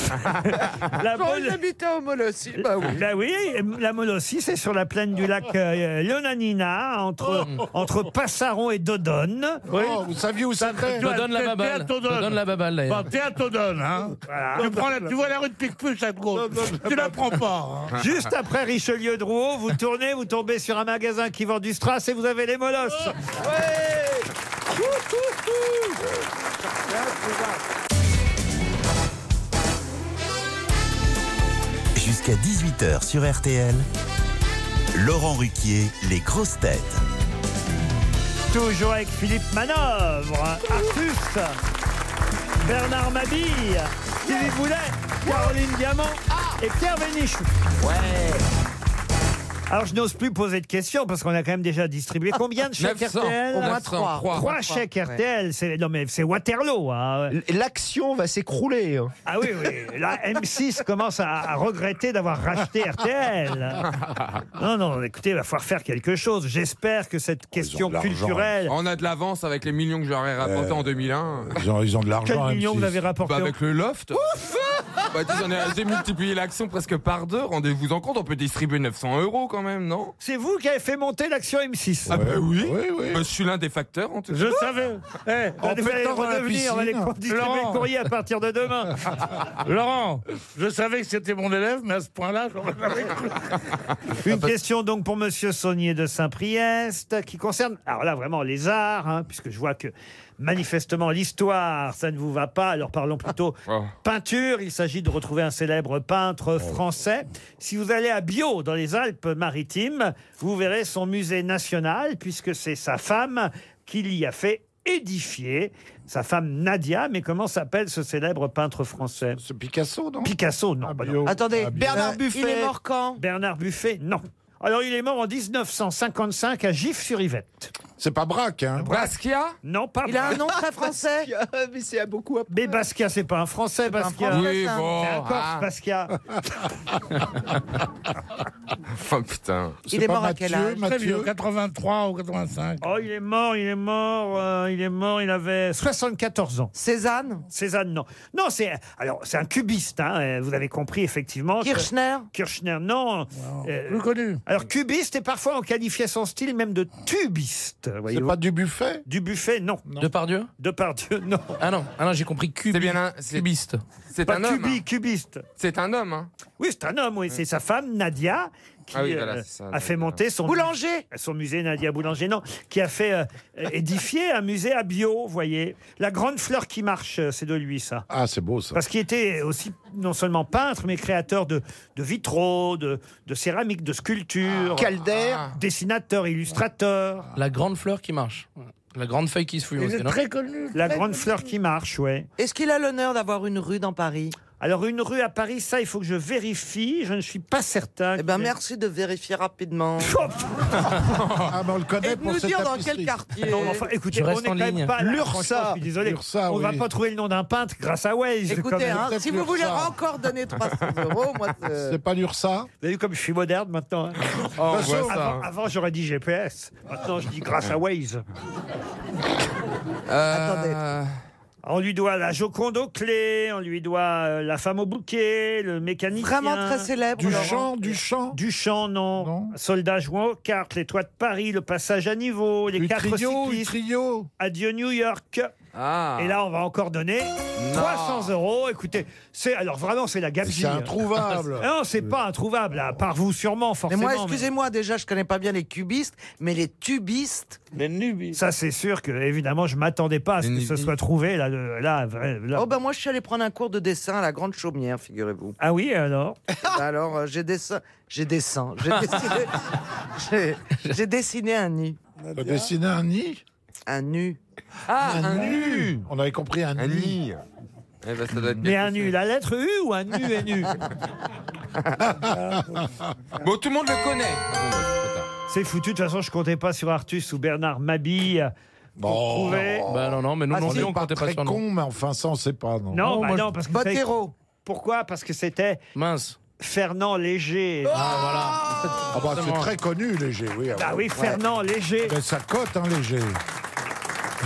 S3: La
S6: Quand
S3: Mol-
S6: ils habitaient en Molossie, bah oui.
S3: Ben oui, la Molossie, c'est sur la plaine du lac euh, Leonanina, entre,
S5: Oh.
S3: entre Passaron et Dodone.
S4: Oh, vous saviez où ça était
S8: Te donne la
S5: Bah,
S8: baballe. Te donne la baballe,
S5: Bon,
S8: d'ailleurs.
S5: t'es à Todone, Bah, hein. Tu, prends la- tu vois la rue de Picpus à gauche. Tu la prends pas. hein.
S3: <laughs> Juste après Richelieu-Drouot, vous tournez, vous tombez sur un magasin qui vend du strass et vous avez les molosses.
S1: <laughs>
S5: Oh.
S1: Jusqu'à 18h sur RTL, Laurent Ruquier, les grosses têtes.
S3: Toujours avec Philippe Manœuvre, hein. Artus, Bernard Mabille, Sylvie Boulet, Caroline Diamant et Pierre Vénichou. Alors, je n'ose plus poser de questions parce qu'on a quand même déjà distribué combien de chèques
S7: 900,
S3: RTL
S7: au moins trois.
S3: Trois
S7: Trois
S3: chèques
S7: ouais.
S3: RTL. c'est- Non, mais c'est Waterloo. hein.
S9: L'action va s'écrouler. hein.
S3: Ah oui, oui. La M6 commence à, à regretter d'avoir racheté RTL. Non, non, écoutez, il va falloir faire quelque chose. J'espère que
S7: Oh,
S3: cette question
S4: de l'argent. Euh,
S3: culturelle.
S7: On a de l'avance avec les millions que j'aurais rapportés en 2001.
S4: Ils ont, ils ont de
S3: Quel
S4: l'argent. hein,
S3: million
S4: M6.
S3: vous avez rapporté
S7: Bah, avec le loft. Ouf bah, dis, j'en ai- J'ai multiplié l'action presque par deux. Rendez-vous en compte, on peut distribuer 900 euros quand même, non
S3: C'est vous qui avez fait monter l'action M6.
S7: Ah, bah oui.
S4: Oui, oui.
S7: Bah, je suis l'un des facteurs en tout cas.
S5: Je savais. Eh,
S3: Bah, vous allez
S4: pétant dans la
S3: redevenir, on va les
S4: piscine.
S3: distribuer
S5: Laurent.
S3: le courrier à partir de
S5: <laughs>
S3: demain.
S5: Laurent, Oh. je savais que c'était mon élève, mais à ce point-là, j'aurais jamais cru.
S3: <laughs> Une question donc pour Monsieur Saunier de Saint-Priest qui concerne, alors là vraiment les arts, hein, puisque je vois que manifestement l'histoire, ça ne vous va pas, alors parlons plutôt
S7: Oh.
S3: peinture. Il s'agit de retrouver un célèbre peintre français. Si vous allez à Bio, dans les Alpes-Maritimes, vous verrez son musée national, puisque c'est sa femme qui l'y a fait édifier. Sa femme Nadia, mais comment s'appelle ce célèbre peintre français
S4: C'est Picasso, non
S3: Picasso, non. bah non.
S4: Bio.
S6: Attendez,
S4: Ah, bio.
S6: Bernard Buffet. Il est mort quand
S3: Bernard Buffet, non. Alors, il est mort en 1955 à Gif-sur-Yvette.
S4: C'est pas Braque, hein
S7: Basquiat
S3: Non, pas
S6: Il a un
S3: Braque.
S6: nom très français.
S9: Mais c'est beaucoup.
S3: Mais Basquiat, c'est pas un Français,
S6: pas un
S3: Basquiat.
S6: Français.
S7: Oui,
S6: ça.
S7: bon.
S3: C'est un Corse,
S7: ah.
S3: Basquiat.
S7: Oh, putain.
S4: C'est
S6: Il est
S4: pas
S6: mort à quel
S4: Mathieu,
S6: âge
S5: Très vieux,
S4: Mathieu
S5: 83 ou 85.
S3: Oh, il est mort, il est mort, euh, il est mort, il avait 74 ans.
S6: Cézanne
S3: Cézanne, non. Non, c'est alors c'est un cubiste, hein, euh, vous avez compris, effectivement. que-
S6: Kirchner
S3: Kirchner, non. Euh,
S5: Plus connu.
S3: alors, cubiste, et parfois on qualifiait son style même de tubiste.
S4: C'est
S3: voyez-vous.
S4: pas du buffet
S3: Du buffet, non.
S8: De par Dieu
S3: De par Dieu, non.
S8: Ah non, ah non j'ai compris. Cubi-
S7: C'est bien un- c'est-
S8: Cubiste.
S7: C'est
S3: Pas
S7: un homme.
S3: cubi,
S7: hein.
S3: cubiste.
S7: C'est un homme. hein.
S3: Oui, c'est un homme, oui. C'est sa femme, Nadia, qui
S7: Ah oui, voilà,
S3: euh,
S7: c'est ça,
S3: a fait
S7: Nadia.
S3: monter son,
S6: Boulanger
S3: son musée, Nadia Boulanger, non, qui a fait euh, euh, édifier un musée à bio, vous voyez. La grande fleur qui marche, euh, c'est de lui, ça.
S4: Ah, c'est beau ça.
S3: Parce qu'il était aussi non seulement peintre, mais créateur de, de vitraux, de, de céramique, de sculptures,
S8: Ah.
S9: Calder.
S7: Ah.
S3: dessinateur, illustrateur.
S8: La grande fleur qui marche. La grande feuille qui se fouille.
S6: Il est très connu,
S3: La
S6: très
S3: grande
S6: connu.
S3: fleur qui marche, ouais.
S6: Est-ce qu'il a l'honneur d'avoir une rue dans Paris
S3: Alors, une rue à Paris, ça, il faut que je vérifie. Je ne suis pas certain.
S6: Eh ben, merci de
S3: <laughs>
S6: vérifier rapidement.
S4: ah, ben on le connaît
S6: Et de
S4: pour
S6: nous
S4: ses
S6: dire dans
S4: tapisseries.
S6: quel quartier.
S3: Non, mais enfin, écoutez, on n'est quand même pas là, franchement, Je suis désolé. on va pas trouver le nom d'un peintre grâce à Waze. quand
S6: Écoutez,
S3: même.
S6: hein, si vous voulez encore donner 300 euros, moi. euh,
S3: pas l'URSA Vous avez vu comme je suis moderne maintenant hein
S7: on voit
S3: avant,
S7: ça, hein.
S3: avant, j'aurais dit GPS. Maintenant, je dis grâce à Waze.
S7: Attendez.
S3: On lui doit la Joconde aux clés, on lui doit euh, la femme au bouquet, le mécanicien.
S6: Vraiment très célèbre, Du Laurent. chant,
S3: du chant. Du chant, non. Soldats jouant aux cartes, les toits de Paris, le passage à niveau, les quatre
S4: Utrillo,
S3: cyclistes. Adieu New York.
S6: Ah.
S3: Et là, on va encore donner 300 euros. Écoutez, c'est alors vraiment, c'est la gabegie.
S4: C'est introuvable.
S3: Ah <laughs> non, c'est pas introuvable, à part vous sûrement,
S6: Mais
S3: forcément.
S6: moi,
S3: mais-
S6: excusez-moi, déjà, je connais pas bien les cubistes, mais les tubistes.
S5: Les nubis.
S3: Ça, c'est sûr que, évidemment, je m'attendais pas à ce que ce soit trouvé. Là, le- là, vrai- là.
S6: Oh ben moi je suis allé prendre un cours de dessin à la Grande Chaumière, figurez-vous.
S3: Ah oui,
S6: <laughs>
S3: alors
S6: Alors euh, j'ai dessin, j'ai dessin,
S3: <laughs>
S6: j'ai dessiné, j'ai- j'ai dessiné un nid.
S4: T'as dessiné un nid
S6: Un nu.
S7: Ah, un
S4: nu On avait compris un,
S7: Un
S4: nid.
S7: nid. Eh ben, ça doit être
S3: Mais
S7: quelque
S3: un nu, la lettre U ou un nu et
S4: <laughs>
S3: nu <laughs>
S7: Bon, tout le monde le connaît. Ah bon, bah, c'est trop tard.
S3: C'est foutu. De toute façon, je comptais pas sur Artus ou Bernard Mabille. Pour trouver.
S8: Bah non, non, mais nous,
S4: Ah,
S8: non
S4: si.
S8: plus, on
S4: pas
S8: comptait pas
S4: très
S8: sur nous.
S4: con, mais enfin, ça, on sait pas, non
S3: Non,
S8: Non,
S3: bah
S8: moi,
S3: non,
S8: je-
S3: parce que.
S6: Botero.
S3: Pourquoi Parce que c'était
S8: Mince. Ah,
S3: Fernand Léger.
S4: Ah, bah, c'est très connu, Léger, oui. ah
S3: Bah
S4: ouais.
S3: oui, Fernand Léger.
S4: Mais ça cote, hein, Léger.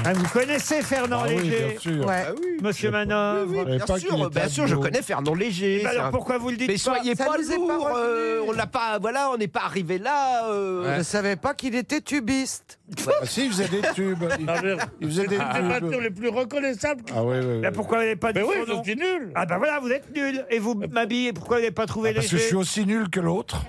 S3: Ah, vous connaissez Fernand
S4: Ah oui,
S3: Léger
S4: bien sûr. Bah
S6: Ouais.
S3: Monsieur Manon.
S9: Oui,
S4: savais
S9: bien
S4: pas qu'il
S9: sûr,
S4: était
S9: bien sûr, je
S4: ado.
S9: connais Fernand Léger.
S3: Eh ben
S9: c'est
S3: alors,
S9: un-
S3: pourquoi vous le dites
S9: Mais
S3: pas
S9: soyez
S6: ça
S9: pas
S6: nous est
S9: lourd,
S6: pas
S9: euh,
S6: revenu.
S9: on l'a pas, voilà, on n'est pas arrivé là. euh,
S6: Je savais pas qu'il était tubiste.
S4: Ah, si, il faisait des tubes. Il,
S5: Ah, merde.
S4: il faisait des
S5: C'est un des
S4: tubes.
S5: les plus reconnaissables.
S4: Ah oui, oui.
S3: Là, pourquoi vous n'avez pas dit
S5: Mais oui,
S3: son
S5: je
S3: nom
S5: suis nul.
S3: Ah bah voilà, vous êtes nul. Et vous, Mabille, pourquoi vous n'avez pas trouvé
S4: Euh, ah, Parce que je
S3: Léger
S4: suis aussi nul que l'autre.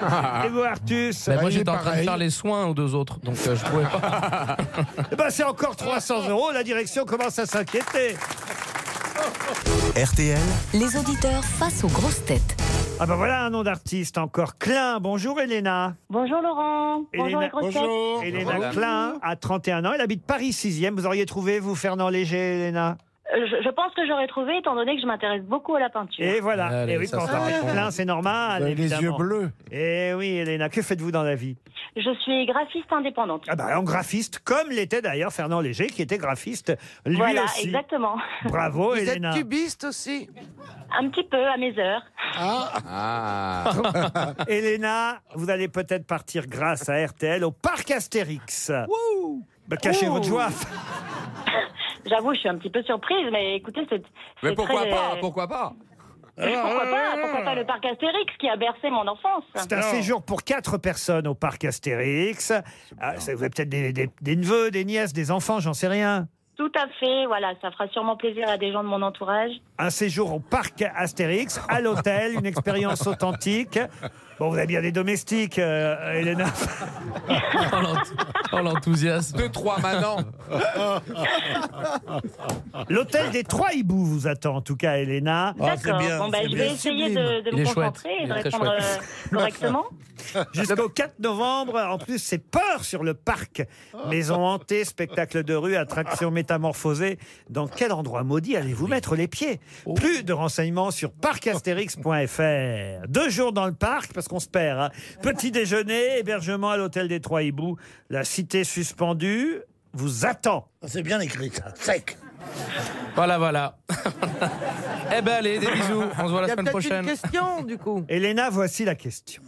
S3: <laughs> Et vous, Artus
S8: Bah, moi,
S4: il est
S8: j'étais en train de
S4: pareil.
S8: faire les soins aux deux autres, donc euh, je pouvais pas.
S7: <laughs>
S3: Eh ben, c'est encore
S4: Ah.
S3: 300 euros. La direction commence à s'inquiéter.
S1: RTL,
S2: Les auditeurs face aux grosses têtes.
S3: Ah bah voilà un nom d'artiste encore. Klein, bonjour Elena.
S12: Bonjour Laurent. Bonjour
S3: Elena-
S12: les grosses têtes.
S4: Bonjour.
S3: Elena
S7: Bonjour.
S3: Klein a 31 ans. Elle habite Paris 6e. Vous auriez trouvé, vous, Fernand Léger, Elena
S12: Euh, Je, je pense que j'aurais trouvé, étant donné que je m'intéresse beaucoup à la peinture.
S3: Et voilà.
S8: Allez,
S3: et oui,
S8: ça,
S3: quand
S8: ça
S3: on habite
S8: répond.
S3: Klein, c'est
S4: Vous
S3: normal.
S4: avez les yeux
S3: évidemment.
S4: bleus.
S3: Eh oui, Elena, que faites-vous dans la vie
S12: Je suis graphiste indépendante.
S3: Ah bah en graphiste, comme l'était d'ailleurs Fernand Léger, qui était graphiste lui
S12: voilà,
S3: aussi.
S12: exactement.
S3: Bravo,
S6: Vous êtes
S3: Elena.
S6: tubiste aussi
S12: Un petit peu à mes heures. <laughs>
S7: Ah.
S3: Elena, vous allez peut-être partir grâce à RTL au parc Astérix. Bah, cachez
S12: Ouh.
S3: votre joie.
S12: <laughs> J'avoue, je suis un petit peu surprise, mais écoutez, c'est.
S7: Mais
S12: c'est
S7: pourquoi
S12: très,
S7: pas
S12: euh,
S7: Pourquoi pas
S12: pourquoi pas Pourquoi pas le parc Astérix qui a bercé mon enfance
S3: C'est un séjour pour quatre personnes au parc Astérix. Ah, ça, vous avez peut-être des, des- des neveux, des nièces, des enfants, j'en sais rien.
S12: Tout à fait, voilà, ça fera sûrement plaisir à des gens de mon entourage.
S3: Un séjour au parc Astérix, à l'hôtel, une expérience authentique. Bon, vous avez bien des domestiques, euh, Elena.
S8: Oh, l'enth- oh, l'enthousiasme.
S7: Deux, trois
S8: <laughs>
S7: manants.
S3: Ah, L'hôtel des Trois Hiboux vous attend, en tout cas, Elena.
S5: Ah, c'est
S12: D'accord,
S5: bien,
S12: bon, bah,
S5: c'est
S12: je
S5: bien.
S12: vais essayer de, de
S8: Il
S12: me
S8: est chouette,
S12: concentrer
S8: il
S12: et
S8: est
S12: de
S8: très
S12: répondre
S8: chouette.
S12: euh,
S5: <laughs>
S12: correctement.
S3: Jusqu'au 4 novembre, en plus, c'est peur sur le parc.
S5: Ah.
S3: Maison hantée, spectacle de rue, attraction métamorphosée. Dans quel endroit maudit allez-vous mettre les pieds
S5: Oh.
S3: Plus de renseignements sur parcastérix.fr. Deux jours dans le parc, parce qu'on se perd. hein. Petit déjeuner, hébergement à l'hôtel des Trois Hiboux. La cité suspendue vous attend.
S5: Ah, C'est bien écrit, ça. Sec.
S8: Voilà, voilà. eh ben allez, des bisous. On se voit
S6: Il y
S8: la semaine
S6: a peut-être une
S8: prochaine.
S6: question du coup.
S3: Elena, voici la question.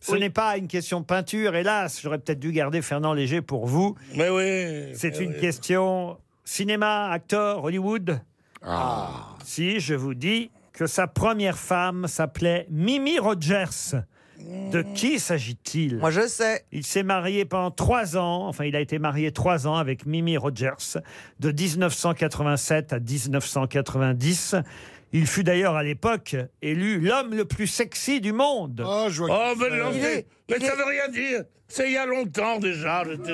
S3: Ce n'est pas une question peinture, hélas, j'aurais peut-être dû garder Fernand Léger pour vous.
S5: Mais oui.
S3: C'est
S5: mais
S3: une
S5: oui.
S3: question cinéma, acteur, Hollywood.
S6: Ah.
S3: Si je vous dis que sa première femme s'appelait Mimi Rogers, de
S5: Hmm.
S3: qui s'agit-il
S6: Moi je sais.
S3: Il s'est marié pendant trois ans, enfin il a été marié trois ans avec Mimi Rogers, de 1987 à 1990. Il fut d'ailleurs à l'époque élu l'homme le plus sexy du monde.
S4: Oh, je vois.
S5: Oh, mais non,
S6: Il
S5: mais-
S6: est-
S5: mais
S6: il
S5: ça
S6: est-
S5: veut rien dire. C'est il y a longtemps déjà. <laughs> J'étais-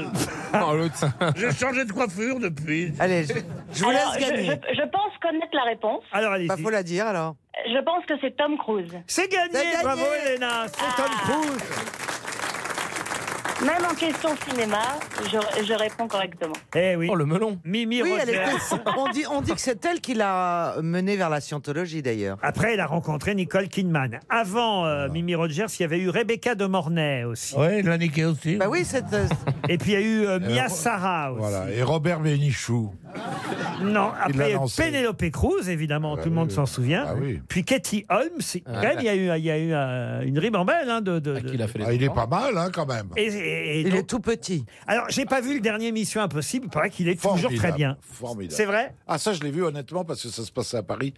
S7: Oh, l'autre.
S5: J'ai changé de coiffure depuis. euh,
S6: Allez, je, je vous
S12: Alors,
S6: laisse
S12: je,
S6: gagner.
S12: je- je pense connaître la réponse.
S3: Alors allez-y.
S6: Bah faut la dire alors.
S12: Je pense que c'est Tom Cruise. Ah.
S3: C'est gagné,
S6: C'est gagné.
S3: bravo Elena, c'est Tom Cruise.
S12: Même en question cinéma, je, je réponds correctement.
S3: Eh oui.
S8: Oh, le melon.
S3: Mimi
S6: Oui, elle
S3: Rogers.
S6: était- on, dit, on dit que c'est elle qui l'a menée vers la scientologie d'ailleurs.
S3: Après, elle a rencontré Nicole Kidman. Avant euh, Mimi Rogers, il y avait eu Rebecca de Mornay aussi.
S5: Oui, il l'a niqué aussi.
S6: Bah oui, cette.
S3: Et puis il y a eu euh, Mia
S4: Ro-
S3: Sara aussi.
S4: Voilà. Et Robert Bénichou.
S3: Non,
S4: Il l'a
S3: après il y a eu
S4: lancé. Bah Ah
S3: Penelope Cruz, évidemment, tout le monde s'en souvient. Puis Katie Holmes, quand même, il y a eu, il y a eu euh, une ribambelle hein, de. de- de-
S4: Ah, il est pas mal, hein, quand même.
S3: Et- et- et
S6: Il
S3: donc-
S6: est tout petit.
S3: Alors, j'ai pas vu le dernier Mission Impossible, il paraît qu'il est toujours très
S4: Formidable,
S3: bien.
S4: Formidable.
S3: C'est vrai
S4: Ah, ça, je l'ai vu honnêtement parce que ça se passait à Paris.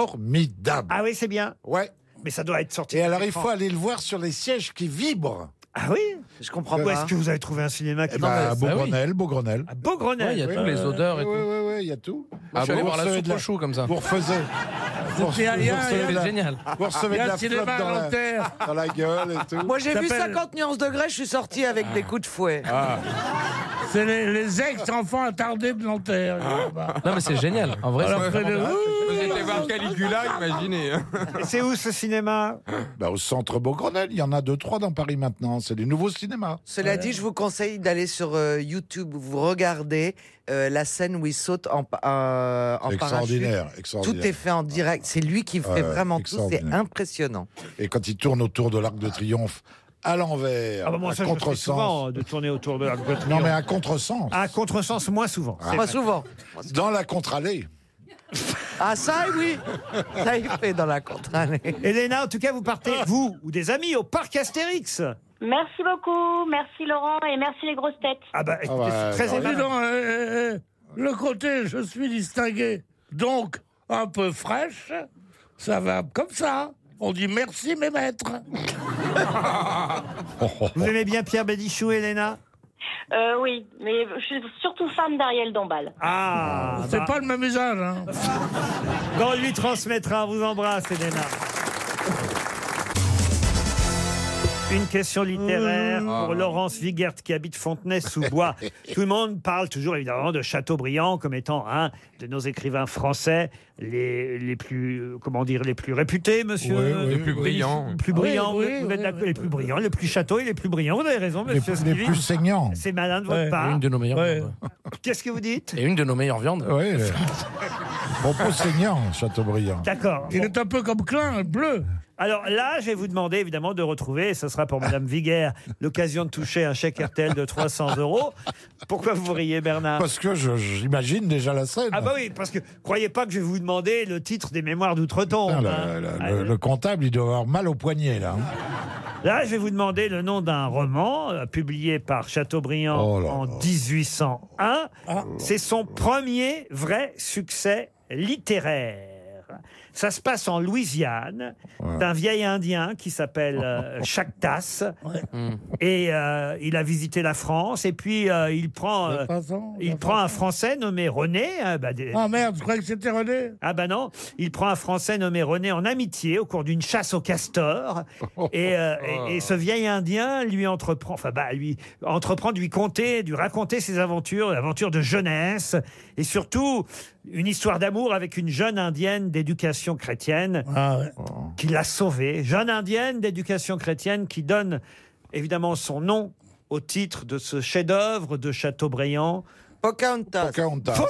S4: Formidable.
S3: Ah oui, c'est bien
S4: Ouais.
S3: Mais ça doit être sorti.
S4: Et
S3: sur
S4: alors, il
S3: l'écran.
S4: faut aller le voir sur les sièges qui vibrent. Euh,
S3: Ah oui
S6: Je comprends
S3: Où
S4: pas.
S3: est-ce que vous avez trouvé un cinéma qui
S4: Eh ben,
S3: va-
S4: à Beaugrenelle, Beaugrenelle.
S3: À Beaugrenelle. Euh,
S8: Ouais, il y a tous les odeurs et
S4: oui,
S8: tout.
S4: Oui, oui, il y a tout.
S8: je suis allé
S4: vous
S8: voir la
S4: recevez
S8: soupe
S4: de
S8: au chou, comme ça.
S4: Vous recevez.
S5: C'était il y a-
S4: recevez
S5: il y a-
S4: de la-
S8: génial.
S4: Vous recevez
S5: Il y a
S4: de
S5: le
S4: la
S5: cinéma
S4: flotte dans
S5: à
S4: la,
S5: l'enterre.
S4: dans la gueule et tout.
S6: Moi j'ai vu
S5: T'appelles-
S6: 50 nuances degrés, je suis sorti avec des coups de fouet.
S5: Ah. C'est les, les ex-enfants attardés de Nanterre.
S6: Ah.
S5: là-bas.
S8: Non, mais c'est génial. En vrai,
S5: Alors,
S8: c'est
S5: après,
S8: vraiment
S5: le-
S8: bien.
S7: Vous allez voir Caligula, imaginez. hein.
S3: Et C'est où ce cinéma
S4: <gasps> Bah, au centre Beaugrenelle, il y en a deux, trois dans Paris maintenant. C'est des nouveaux cinémas.
S6: Cela dit, je vous conseille d'aller sur euh, YouTube, vous regardez euh, la scène où il saute en, pa- euh, en
S4: C'est extraordinaire,
S6: parachute.
S4: extraordinaire.
S6: Tout est fait en direct. C'est lui qui fait
S4: Ouais,
S6: vraiment tout. C'est
S4: extraordinaire.
S6: impressionnant.
S4: Et quand il tourne autour de l'Arc de Triomphe, à l'envers,
S3: Ah bah moi,
S4: à
S3: ça, je le fais
S4: contresens.
S3: souvent, de tourner autour de la
S4: Non, mais à contresens. Ah.
S3: À contresens, moins souvent.
S6: Pas souvent.
S4: Dans la contre-allée.
S6: Ah ça oui, ça il fait dans la contre-année.
S3: Elena, en tout cas, vous partez, vous ou des amis, au parc Astérix.
S12: Merci beaucoup, merci Laurent et merci les grosses têtes.
S3: Ah bah, écoutez,
S4: Ah bah,
S3: c'est très
S4: bah,
S5: Dis
S3: aimable.
S5: donc, euh, euh, euh, le côté je suis distingué, donc un peu fraîche, ça va comme ça. On dit merci mes maîtres.
S4: Oh,
S3: Vous aimez bien Pierre Bénichou, Elena
S12: Euh, oui, mais je suis surtout fan d'Ariel Dombal.
S3: Ah,
S5: C'est
S3: bah,
S5: pas le même
S3: <laughs>
S5: usage. hein.
S3: bah, on lui transmettra, on vous embrasse, Elena. Une question littéraire
S5: Mmh.
S3: pour
S5: Ah.
S3: Laurence Viguert qui habite Fontenay-sous-Bois.
S5: <laughs>
S3: Tout le monde parle toujours évidemment de Chateaubriand comme étant un de nos écrivains français les, les plus euh, comment dire les plus réputés, monsieur.
S4: Oui, oui,
S7: Les plus
S4: oui.
S7: brillants.
S3: plus brillants, vous
S5: oui,
S3: êtes- vous
S5: oui,
S3: êtes d'accord,
S5: oui.
S3: les plus brillants, les plus châteaux et les plus brillants. Vous avez raison,
S4: Les,
S3: monsieur
S4: les
S3: Stevie.
S4: plus saignants.
S3: C'est malin de votre
S5: Ouais,
S3: part.
S8: Et une de nos meilleures
S5: Ouais.
S8: viandes.
S3: Qu'est-ce que vous dites
S8: Et une de nos meilleures viandes.
S4: Oui. Propos saignants, Chateaubriand.
S3: D'accord.
S5: Il
S3: Bon.
S5: est un peu comme Klein, bleu.
S3: Alors là, je vais vous demander évidemment de retrouver, et ce sera pour Madame Viguer, l'occasion de toucher un chèque RTL de 300 euros. Pourquoi vous riez, Bernard
S4: Parce que je- j'imagine déjà la scène.
S3: Ah bah oui, parce que croyez pas que je vais vous demander le titre des mémoires d'outre-tombe.
S4: Putain,
S3: hein.
S4: le, le- le- Euh, le comptable, il doit avoir mal au poignet, là. hein.
S3: Là, je vais vous demander le nom d'un roman euh, publié par Chateaubriand
S4: Oh là
S3: en
S4: là. Ah.
S3: 1801. C'est son premier vrai succès littéraire. Ça se passe en Louisiane, d'un vieil Indien qui s'appelle
S4: <laughs>
S3: euh, Chactas. Et euh, il a visité la France. Et puis, euh, il prend, euh, il prend un Français nommé René. hein, bah, des-
S5: Ah merde, je croyais que c'était René.
S3: ah bah non, il prend un Français nommé René en amitié au cours d'une chasse au
S5: <laughs>
S3: castor. Et, euh, et- et ce vieil Indien lui entreprend, enfin bah lui entreprend de lui conter, de lui raconter ses aventures, aventures de jeunesse, et surtout une histoire d'amour avec une jeune Indienne d'éducation chrétienne
S5: Ah ouais.
S3: qui l'a sauvée. Jeune Indienne d'éducation chrétienne qui donne évidemment son nom au titre de ce chef-d'œuvre de Chateaubriand.
S6: Pocahontas.
S4: Pocahontas. <laughs>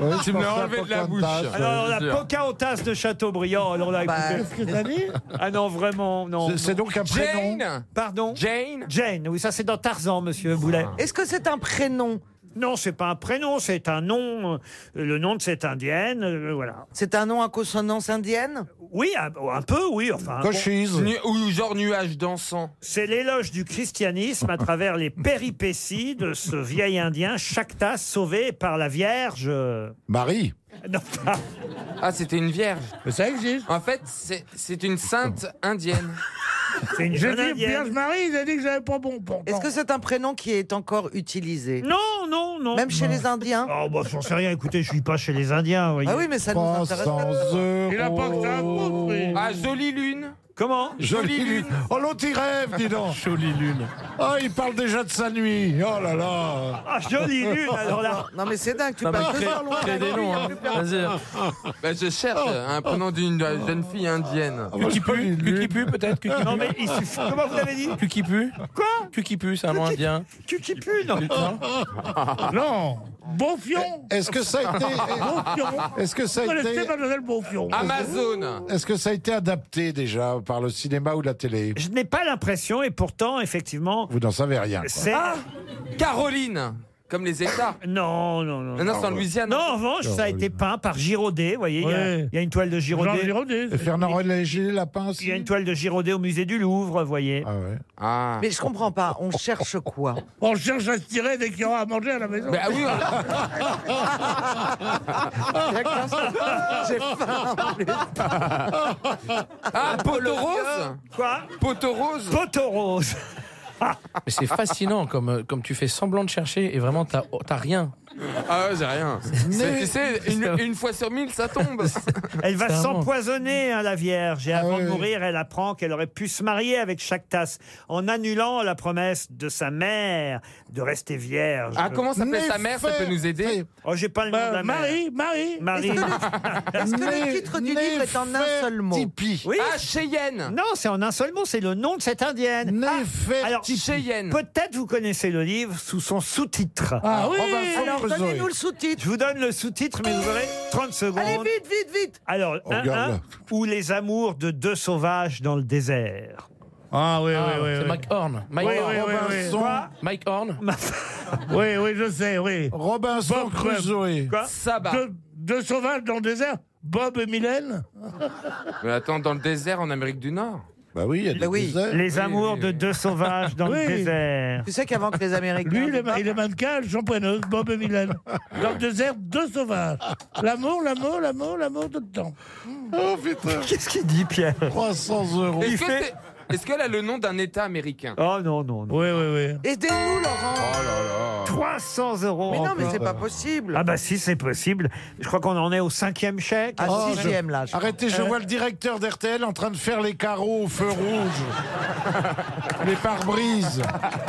S4: Oui, je
S7: Tu me l'as
S4: pensais à
S7: enlevé de la bouche.
S4: Pocahontas. euh,
S3: Alors on a
S7: sûr.
S3: Pocahontas de Chateaubriand, alors là,
S6: Bah,
S3: écoutez.
S5: Qu'est-ce que t'as dit
S3: Ah non, vraiment, non.
S4: C'est- C'est donc un prénom.
S7: Jane
S3: Pardon
S7: Jane
S3: Jane, oui, ça c'est dans Tarzan, monsieur Boulet.
S6: Ah. Est-ce que c'est un prénom
S3: Non, c'est pas un prénom, c'est un nom. euh, Le nom de cette indienne, euh, voilà.
S6: C'est un nom à consonance indienne
S3: Oui, un, un peu, oui, enfin. bon,
S4: Cochise.
S7: Nu- Ou genre nuage dansant.
S3: c'est l'éloge du christianisme à travers les péripéties de ce vieil indien, Shakta, sauvé par la Vierge. euh,
S4: Marie.
S3: Non, pas.
S7: Ah, c'était une vierge.
S5: Mais ça existe.
S7: En fait, c'est c'est une sainte indienne.
S3: C'est une
S5: J'ai
S3: jeune
S5: dit
S3: indienne.
S5: Vierge-Marie, il a dit que j'avais pas bon. pourtant.
S6: Est-ce que c'est un prénom qui est encore utilisé
S3: Non, non, non.
S6: Même chez les Indiens
S3: Oh, bah, j'en sais rien, écoutez, je suis pas chez les Indiens, vous voyez.
S6: Ah oui, mais ça nous intéresse.
S4: 300
S5: Il a pas que ça à
S4: euros.
S5: foutre, lui.
S7: Ah, jolie lune
S3: Comment
S4: Jolie lune. Oh, l'autre, il rêve, dis donc.
S5: Jolie lune.
S4: Oh, il parle déjà de sa nuit. Oh là là.
S3: Ah, jolie lune, alors là.
S6: Non, mais c'est dingue, tu
S7: Non, mais
S6: passes
S7: crée-
S6: deux heures loin
S7: crée
S6: de la
S7: des
S6: nuit,
S7: noms,
S6: il y a
S7: hein.
S6: plus personne.
S7: Bah, je cherche un prénom d'une jeune fille indienne.
S8: Cukipu, Cukipu peut-être Cukipu.
S3: Non, mais il suffit- comment vous l'avez dit
S8: Cukipu.
S3: Quoi
S8: Cukipu, c'est un nom
S3: Cukipu.
S8: indien.
S3: Cukipu, non
S5: Non Bonfion
S4: Est-ce que ça a été-
S5: Bonfion
S4: <laughs> Est-ce que ça a
S5: Vous
S4: été-
S5: connaissez mademoiselle Bonfion
S7: Amazon.
S4: Est-ce que ça a été adapté déjà par le cinéma ou la télé
S3: Je n'ai pas l'impression, et pourtant, effectivement,
S4: Vous n'en savez rien. quoi.
S3: c'est.
S7: Caroline, comme les États.
S3: Non, non, non.
S7: Non, non, c'est en Louisiane.
S3: Non, en revanche, ça
S4: Ah
S3: a été peint par Giraudet. Vous voyez, il y a-
S5: Ouais.
S3: il y, a une toile de
S5: Jean
S3: Giraudet.
S5: Giraudet.
S4: Et Fernand Léger, Lapin
S3: Il y
S4: aussi
S3: a une toile de Giraudet au musée du Louvre, vous voyez.
S4: Ah ouais.
S7: Ah.
S6: Mais je comprends pas, on cherche quoi
S5: On cherche à se tirer dès qu'il y aura à manger à la maison.
S7: Bah oui, voilà.
S8: Ah,
S6: J'ai faim.
S7: ah, poteau rose
S3: Quoi
S7: Poteau rose
S3: Poteau rose.
S8: Mais c'est fascinant comme, euh, comme tu fais semblant de chercher et vraiment t'as oh, t'as rien.
S7: Ah ouais, j'ai rien. C'est- Tu sais, une, une fois sur mille, ça tombe.
S3: Elle va
S8: <laughs> C'est un
S3: s'empoisonner, hein, la Vierge. Et
S6: Ah
S3: avant de mourir, elle apprend qu'elle aurait pu se marier avec Chactas en annulant la promesse de sa mère de rester vierge.
S7: Ah, comment s'appelle sa mère Ça peut nous aider
S3: Oh, j'ai pas le nom de
S5: Bah,
S3: la mère.
S5: Marie, Marie
S3: Marie. <laughs>
S6: Est-ce que le titre du livre est en un seul mot
S4: Tipeee.
S3: Oui.
S7: Ah, Cheyenne
S3: Non, c'est en un seul mot, c'est le nom de cette indienne. Ah,
S4: Néfer-
S3: alors,
S7: Cheyenne.
S3: peut-être vous connaissez le livre sous son sous-titre. Oh, bah,
S5: Ah oui
S4: Robinson
S6: Alors
S4: Crusoe.
S6: donnez-nous le sous-titre.
S3: Je vous donne le sous-titre, mais vous aurez 30 secondes.
S6: Allez, vite, vite, vite
S3: Alors,
S4: Oh,
S3: un,
S4: regarde
S3: un,
S4: là.
S3: ou les amours de deux sauvages dans le désert.
S5: Ah oui,
S8: Ah,
S5: oui,
S8: c'est
S5: oui.
S8: Mike Horn. Mike
S5: Oui,
S8: Horn.
S5: oui, oui, oui.
S4: Robinson,
S3: Quoi
S8: Mike Horn.
S5: Oui, <laughs> oui, oui, je sais, oui.
S4: Robinson
S5: Bob Webb.
S4: Crusoe.
S3: Quoi
S7: Saba.
S5: Deux, deux sauvages dans le désert Bob et Mylène
S7: Mais attends, dans le désert en Amérique du Nord
S4: Bah oui, il y a des
S6: Bah oui.
S4: déserts.
S3: Les
S7: Oui,
S3: amours
S7: oui,
S3: de
S7: oui.
S3: deux sauvages dans le
S5: Oui.
S3: désert.
S6: Tu sais qu'avant que les Américains...
S5: Lui, il est, ma- il est mannequin, j'empoineuse, Bob et Mylène. Dans le désert, deux sauvages. L'amour, l'amour, l'amour, l'amour tout le temps.
S4: Oh putain,
S3: Qu'est-ce qu'il dit, Pierre
S4: 300 euros.
S7: Est-ce que
S3: fait-
S7: c'est- est-ce qu'elle a le nom d'un État américain Oh
S3: Oh non, non, non.
S5: Oui, oui, oui.
S6: Aidez-nous, Laurent
S3: 300 euros.
S6: Mais non, mais
S3: encore.
S6: c'est pas possible.
S3: Ah bah si, c'est possible. Je crois qu'on en est au cinquième chèque. Euh,
S5: Ah,
S6: À
S4: Oh,
S6: sixième, là. je-
S4: Arrêtez, je vois le directeur d'RTL en train de faire les carreaux au
S5: <laughs>
S4: feu rouge. les pare-brises.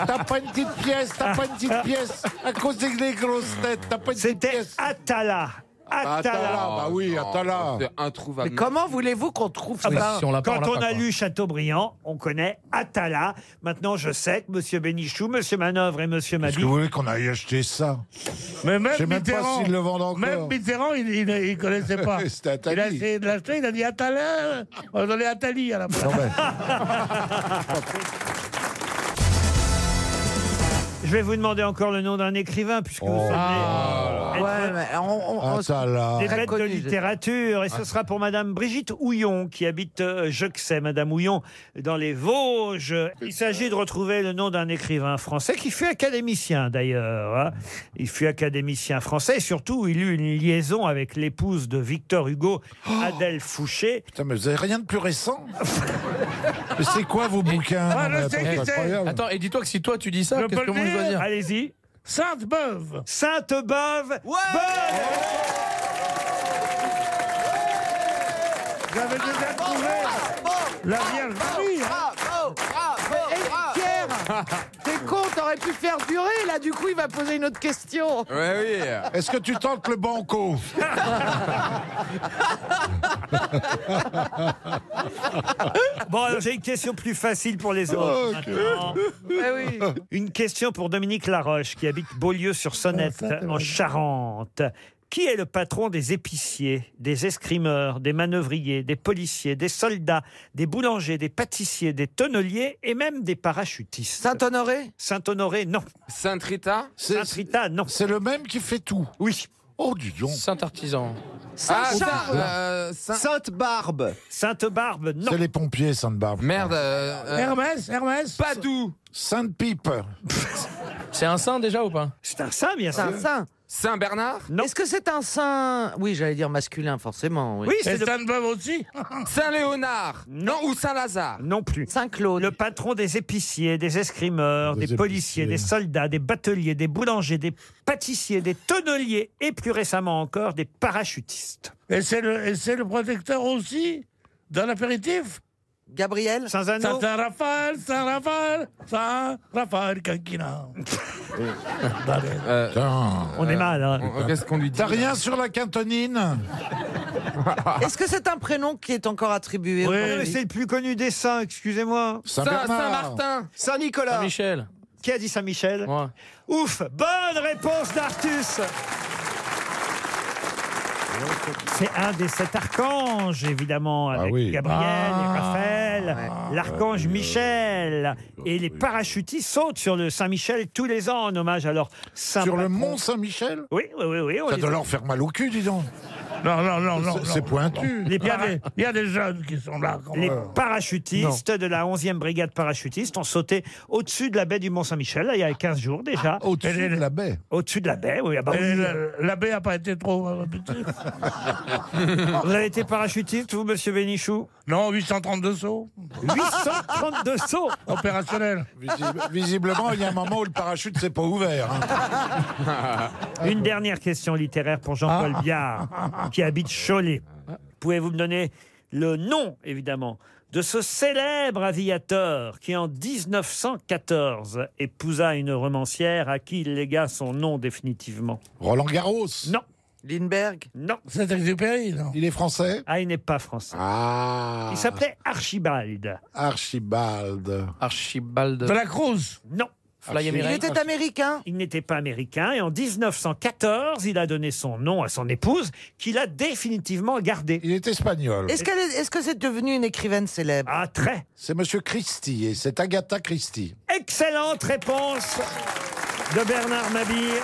S4: T'as pas une petite pièce, t'as pas une petite pièce. À cause des grosses têtes, t'as pas une petite
S3: C'était
S4: pièce.
S3: Atala.
S4: Atala.
S3: Atala.
S4: Ah, bah oui,
S8: Oh,
S7: non,
S4: Atala.
S7: C'est
S6: Mais
S7: introuvable.
S6: comment voulez-vous qu'on trouve
S4: Ah bah,
S6: ça
S8: Si on l'a pas,
S3: Quand on
S8: l'a pas,
S3: a
S8: quoi.
S3: lu Chateaubriand, on connaît Atala. Maintenant, je sais que Monsieur Bénichou, Monsieur Manœuvre et Monsieur
S4: Est-ce
S3: Mabi.
S4: que vous voulez qu'on aille acheter ça
S5: Mais
S4: Je sais
S5: même
S4: même pas
S5: Mitterrand,
S4: s'ils le vendent encore.
S5: même Mitterrand, il, il, il connaissait pas.
S4: C'était Attali.
S5: Il a essayé de l'acheter, il a dit Atala, on a donné Atali à la place.
S4: Non, mais-
S5: <laughs>
S3: Je vais vous demander encore le nom d'un écrivain, puisque
S4: Oh.
S3: vous semblez
S4: Ah,
S3: être
S6: Ouais, mais on... on- on-
S4: Atala.
S3: des
S6: Très
S3: bêtes de
S6: connu, je-
S3: littérature. Et ce sera pour Madame Brigitte Houillon, qui habite euh, Juxey, Madame Houillon, dans les Vosges. Il s'agit de retrouver le nom d'un écrivain français qui fut académicien, d'ailleurs. hein. Il fut académicien français et surtout, il eut une liaison avec l'épouse de Victor Hugo, Adèle Fouché.
S4: Oh. Putain, mais vous avez rien de plus récent Mais c'est quoi vos bouquins
S5: Ah,
S4: Non, mais
S5: je sais qui
S4: attends, c'est
S5: c'est.
S4: incroyable.
S8: Attends, et dis-toi que si toi tu dis ça,
S5: Je
S8: qu'est-ce
S5: peux
S8: que
S5: le
S8: moi je dois
S5: dire.
S8: dire
S3: Allez-y.
S5: Sainte-Beuve
S3: Sainte-Beuve. Bonne
S5: J'avais déjà trouvé la Vierge Marie. hein.
S6: Ah. Pierre,
S7: <laughs>
S6: t'es con, t'aurais pu faire durer, là, du coup, il va poser une autre question.
S7: Ouais, oui.
S4: Est-ce que tu tentes le banco
S5: <laughs>
S3: <laughs> Bon, alors, j'ai une question plus facile pour les autres. maintenant.
S6: Eh oui.
S3: <laughs> Une question pour Dominique Laroche, qui habite
S6: Ah,
S3: Beaulieu-sur-Sonnette, en Charente. Qui est le patron des épiciers, des escrimeurs, des manœuvriers, des policiers, des soldats, des boulangers, des pâtissiers, des tonneliers et même des parachutistes
S6: Saint-Honoré
S3: Saint-Honoré, non.
S7: Sainte Rita.
S4: C'est-
S3: Saint-Rita, non.
S4: C'est le même qui fait tout.
S3: Oui.
S4: Oh, du donc.
S8: Saint-Artisan.
S7: Ah,
S6: Saint-Charles
S7: euh, Saint-
S9: Sainte-Barbe.
S3: Sainte-Barbe, non.
S4: C'est les pompiers, Sainte-Barbe.
S7: Merde. euh, euh,
S5: Hermès, Hermès.
S7: Padoue. <laughs>
S4: Sainte-Pipe.
S8: C'est un saint déjà ou pas
S3: C'est un saint, bien
S6: C'est
S3: sûr.
S6: un saint.
S7: Saint Bernard.
S3: Non.
S6: Est-ce que c'est un saint Oui, j'allais dire masculin, forcément. Oui.
S3: Oui,
S5: Et
S3: c'est le...
S5: Sainte-Beuve
S7: <laughs>
S5: aussi.
S7: Saint Léonard.
S3: Non.
S7: Non, ou Saint Lazare.
S3: Non plus.
S6: Saint-Claude.
S3: Le patron des épiciers, des escrimeurs,
S4: Des
S3: des, policiers,
S4: épiciers.
S3: des soldats, des bateliers, des boulangers, des pâtissiers, des tonneliers et plus récemment encore des parachutistes.
S5: Et c'est le, et c'est le protecteur aussi dans l'apéritif
S6: Gabriel
S3: Saint-Anneau
S5: Saint-Raphaël, Saint-Raphaël, Saint-Raphaël, Quinquina.
S3: Bah,
S7: Euh,
S3: On est mal, hein.
S7: Qu'est-ce qu'on lui dit <laughs>
S4: T'as rien sur la cantonine
S6: <laughs> Est-ce que c'est un prénom qui est encore attribué
S3: Oui,
S6: aujourd'hui
S3: mais c'est le plus connu des saints, excusez-moi.
S4: Saint-Bernard. Saint- Saint-Martin.
S9: Saint-Nicolas.
S8: Saint-Michel.
S3: Qui a dit Saint-Michel Ouf Bonne réponse d'Artus C'est un des sept archanges, évidemment, avec
S4: oui.
S3: Gabriel
S4: Ah,
S3: et Raphaël, l'archange Michel.
S4: Ah
S3: Et les parachutistes sautent sur le Saint-Michel tous les ans en hommage à leur saint
S4: Sur le
S3: patron.
S4: mont Saint-Michel
S3: Oui, oui, oui. oui on
S4: Ça
S3: les-
S4: doit leur faire mal au cul, dis donc.
S5: Non, non, non, non.
S4: C'est
S5: non,
S4: pointu.
S5: non.
S3: Les
S5: Il y, a
S3: para-
S5: des- il y a des jeunes qui sont là. quand
S3: Les
S5: même.
S3: parachutistes de la 11e brigade parachutiste ont sauté au-dessus de la baie du Mont-Saint-Michel, là, il y a 15 jours déjà.
S4: Ah, Au-dessus de la baie.
S3: Au-dessus de la
S5: Eh
S3: baie, oui. ah bah oui.
S5: Et la- L'abbé n'a pas été trop. euh, <laughs> petit.
S3: Vous avez été parachutiste, vous, monsieur Bénichou
S5: Non, 832 sauts.
S3: 832 sauts
S5: <laughs> Opérationnel.
S4: Visi- <laughs> Visiblement, il y a un moment où le parachute s'est pas ouvert. hein.
S3: <laughs> Une dernière question littéraire pour Jean-Paul
S4: Ah.
S3: Biard, qui habite Cholet. Pouvez-vous me donner le nom, évidemment, de ce célèbre aviateur qui, en 1914, épousa une romancière à qui il légua son nom définitivement
S4: Roland Garros.
S3: Non,
S6: Lindbergh
S3: non.
S5: C'est exupéry, non
S4: Il est français
S3: Ah, il n'est pas français.
S4: Ah
S3: Il s'appelait Archibald.
S4: Archibald.
S8: Archibald.
S5: De la Cruz.
S3: Non.
S8: Fly
S6: Il
S8: Emirates.
S6: était américain
S3: Il n'était pas américain et en 1914, il a donné son nom à son épouse qu'il a définitivement gardé.
S4: Il est espagnol.
S6: Est-ce qu'elle est- est-ce que c'est devenu une écrivaine célèbre
S3: Ah, très
S4: C'est Monsieur Christie et c'est Agatha Christie.
S3: excellente réponse de Bernard Mabille.